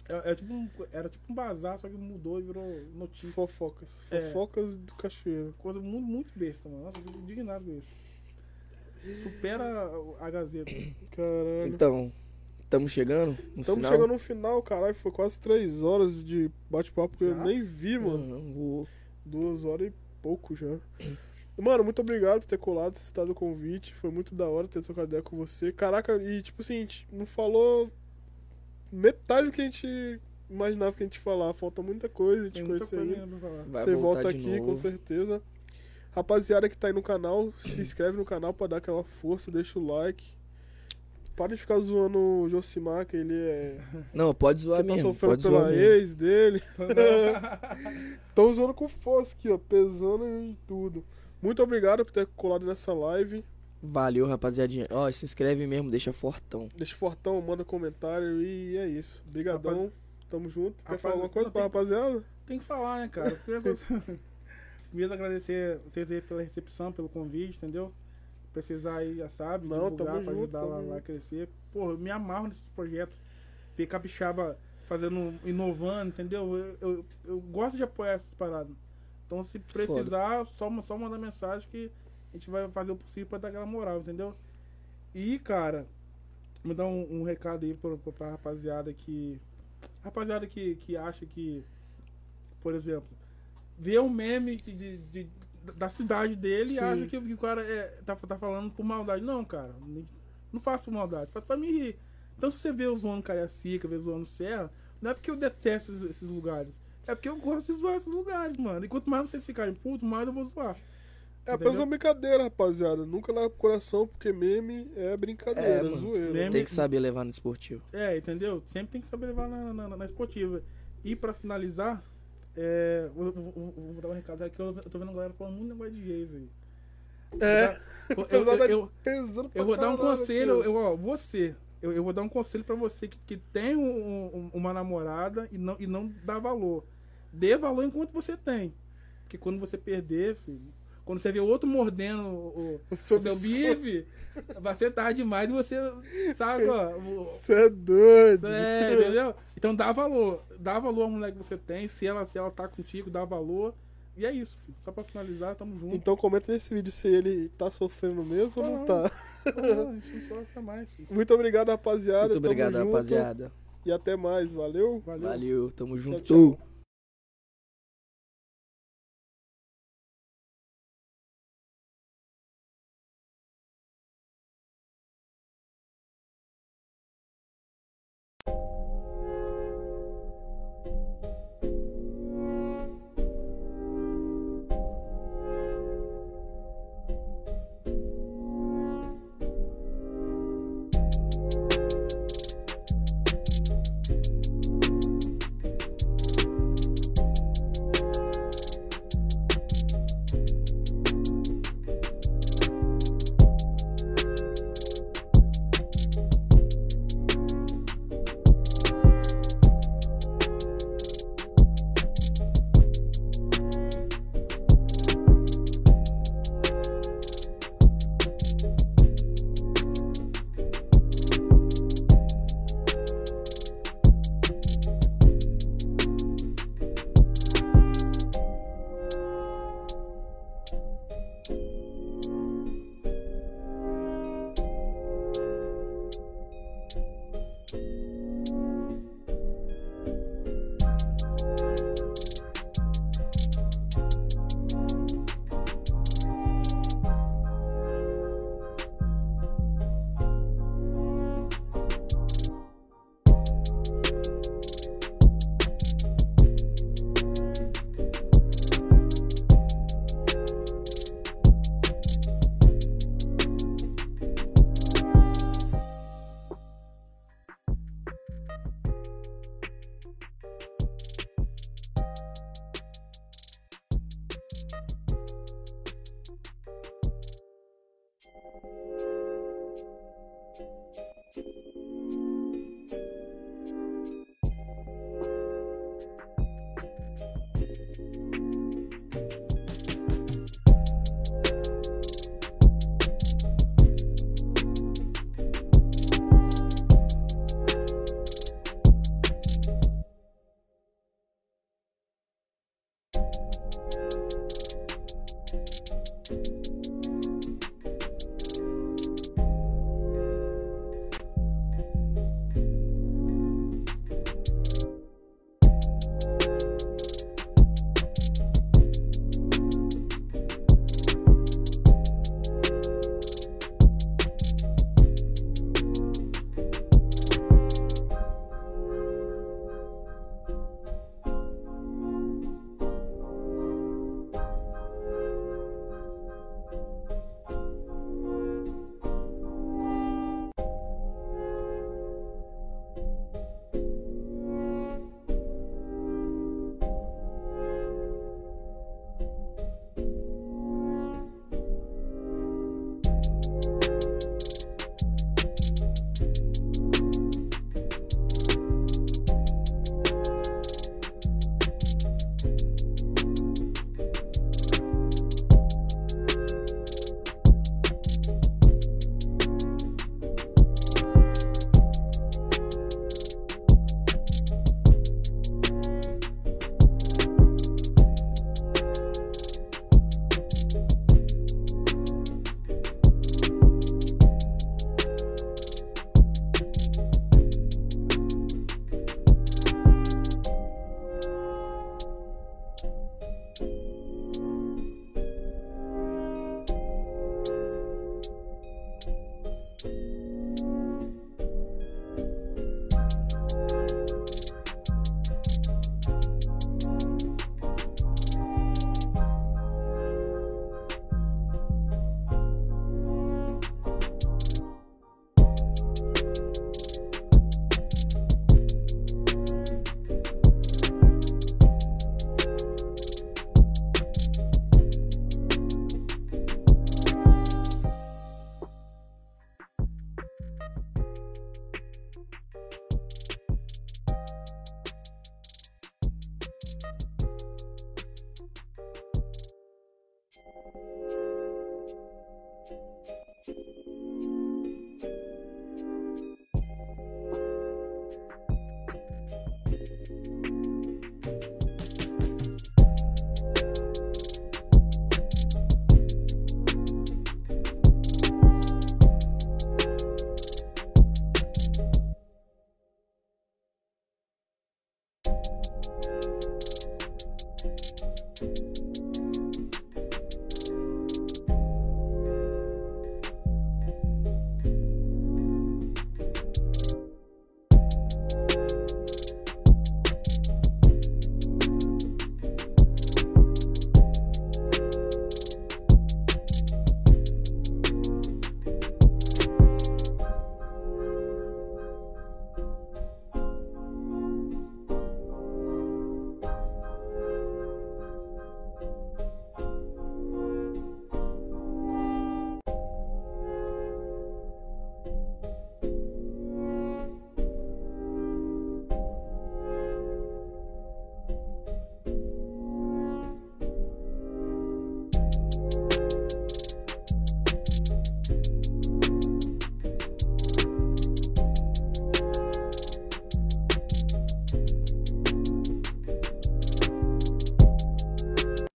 [SPEAKER 3] É- é tipo um- era tipo um bazar, só que mudou e virou notícia.
[SPEAKER 1] Fofocas.
[SPEAKER 3] É.
[SPEAKER 1] Fofocas do cachoeiro.
[SPEAKER 3] Coisa muito, muito besta, mano. Nossa, eu fico indignado com isso. Supera a, a Gazeta.
[SPEAKER 1] Caralho.
[SPEAKER 2] Então, tamo chegando? No
[SPEAKER 1] Estamos
[SPEAKER 2] final?
[SPEAKER 1] chegando no final, caralho. Foi quase três horas de bate-papo que eu
[SPEAKER 3] Já?
[SPEAKER 1] nem vi, mano.
[SPEAKER 2] Uhum, vou-
[SPEAKER 1] Duas horas e pouco já. Mano, muito obrigado por ter colado, ter citado o convite. Foi muito da hora ter trocado ideia com você. Caraca, e tipo assim, a gente não falou metade do que a gente imaginava que a gente ia falar. Falta muita coisa, a gente
[SPEAKER 3] Tem muita
[SPEAKER 1] conhecer
[SPEAKER 3] coisa
[SPEAKER 1] ainda.
[SPEAKER 3] ainda pra falar.
[SPEAKER 2] Vai
[SPEAKER 1] Você
[SPEAKER 2] voltar
[SPEAKER 1] volta
[SPEAKER 2] de
[SPEAKER 1] aqui, com
[SPEAKER 2] novo.
[SPEAKER 1] certeza. Rapaziada que tá aí no canal, se inscreve no canal pra dar aquela força, deixa o like. Para de ficar zoando o Josimar, que ele é.
[SPEAKER 2] Não, pode zoar
[SPEAKER 1] que tá
[SPEAKER 2] mesmo.
[SPEAKER 1] sofrendo
[SPEAKER 2] Pode zoar
[SPEAKER 1] pela
[SPEAKER 2] mesmo.
[SPEAKER 1] ex dele.
[SPEAKER 3] Tá
[SPEAKER 1] Tão zoando com força aqui, ó. Pesando em tudo. Muito obrigado por ter colado nessa live.
[SPEAKER 2] Valeu, rapaziadinha. Ó, se inscreve mesmo, deixa fortão.
[SPEAKER 1] Deixa fortão, manda comentário e é isso. Obrigadão. Tamo junto. Quer
[SPEAKER 3] Rapaz-
[SPEAKER 1] falar alguma coisa
[SPEAKER 3] não,
[SPEAKER 1] pra
[SPEAKER 3] tem-
[SPEAKER 1] rapaziada?
[SPEAKER 3] Tem que falar, né, cara? Primeira coisa. Primeiro agradecer vocês aí pela recepção, pelo convite, entendeu? Precisar aí, já sabe,
[SPEAKER 1] Não,
[SPEAKER 3] divulgar
[SPEAKER 1] tamo
[SPEAKER 3] pra
[SPEAKER 1] junto,
[SPEAKER 3] ajudar
[SPEAKER 1] tamo
[SPEAKER 3] lá, lá a
[SPEAKER 1] junto.
[SPEAKER 3] crescer. Porra, eu me amarro nesses projetos. Ver capixaba fazendo, inovando, entendeu? Eu, eu, eu gosto de apoiar essas paradas. Então, se precisar, só, ma- só mandar mensagem que a gente vai fazer o possível pra dar aquela moral, entendeu? E, cara, mandar um, um recado aí pra, pra, pra rapaziada que. Rapaziada que, que acha que, por exemplo, vê um meme que de, de- da cidade dele e
[SPEAKER 1] Sim.
[SPEAKER 3] acha que, o- que o cara é, tá, tá falando por maldade. Não, cara. nem- Não faço por maldade, faço pra me rir. Então se você vê eu zoando Cariacica, vê eu zoando Serra, não é porque eu detesto esses, esses lugares. É porque eu gosto de zoar esses lugares, mano. E quanto mais vocês ficarem putos, mais eu vou zoar.
[SPEAKER 1] É apenas
[SPEAKER 3] Entendeu?
[SPEAKER 1] uma brincadeira, rapaziada. Nunca leva pro coração, porque meme é
[SPEAKER 2] É,
[SPEAKER 1] brincadeira, é,
[SPEAKER 2] mano.
[SPEAKER 1] zoeira.
[SPEAKER 3] Meme-
[SPEAKER 2] Tem que saber levar no esportivo.
[SPEAKER 3] É, entendeu? Sempre tem que saber levar na, na, na esportiva. E pra finalizar, é, vou, vou- vou- vou dar um recado aqui. Eu, eu tô vendo a galera falando muito negócio de gays aí.
[SPEAKER 1] É,
[SPEAKER 3] Eu,
[SPEAKER 1] o
[SPEAKER 3] eu,
[SPEAKER 1] pessoal tá
[SPEAKER 3] eu-
[SPEAKER 1] pesando pra
[SPEAKER 3] eu vou dar um
[SPEAKER 1] caralho,
[SPEAKER 3] conselho,
[SPEAKER 1] cara.
[SPEAKER 3] eu, ó, você. Eu, eu vou dar um conselho pra você que, que tem um- um- uma namorada e não, e não dá valor. Dê valor enquanto você tem. Porque quando você perder, filho, quando você vê outro mordendo o, o-
[SPEAKER 1] O seu
[SPEAKER 3] o seu
[SPEAKER 1] biscoito.
[SPEAKER 3] bife, vai ser tarde demais e você, sabe, ó, o-
[SPEAKER 1] Você é doido.
[SPEAKER 3] é, entendeu? Então dá valor. Dá valor à mulher que você tem. Se ela, se ela tá contigo, dá valor. E é isso, filho. Só pra finalizar, tamo junto.
[SPEAKER 1] Então comenta nesse vídeo se ele tá sofrendo mesmo ou não
[SPEAKER 3] Tá.
[SPEAKER 1] tá.
[SPEAKER 3] Ah, a gente não sofre mais, filho.
[SPEAKER 1] Muito obrigado, rapaziada.
[SPEAKER 2] Muito
[SPEAKER 1] Tamo
[SPEAKER 2] obrigado,
[SPEAKER 1] junto.
[SPEAKER 2] rapaziada.
[SPEAKER 1] E até mais. Valeu.
[SPEAKER 3] Valeu.
[SPEAKER 2] Valeu, tamo junto.
[SPEAKER 1] tchau.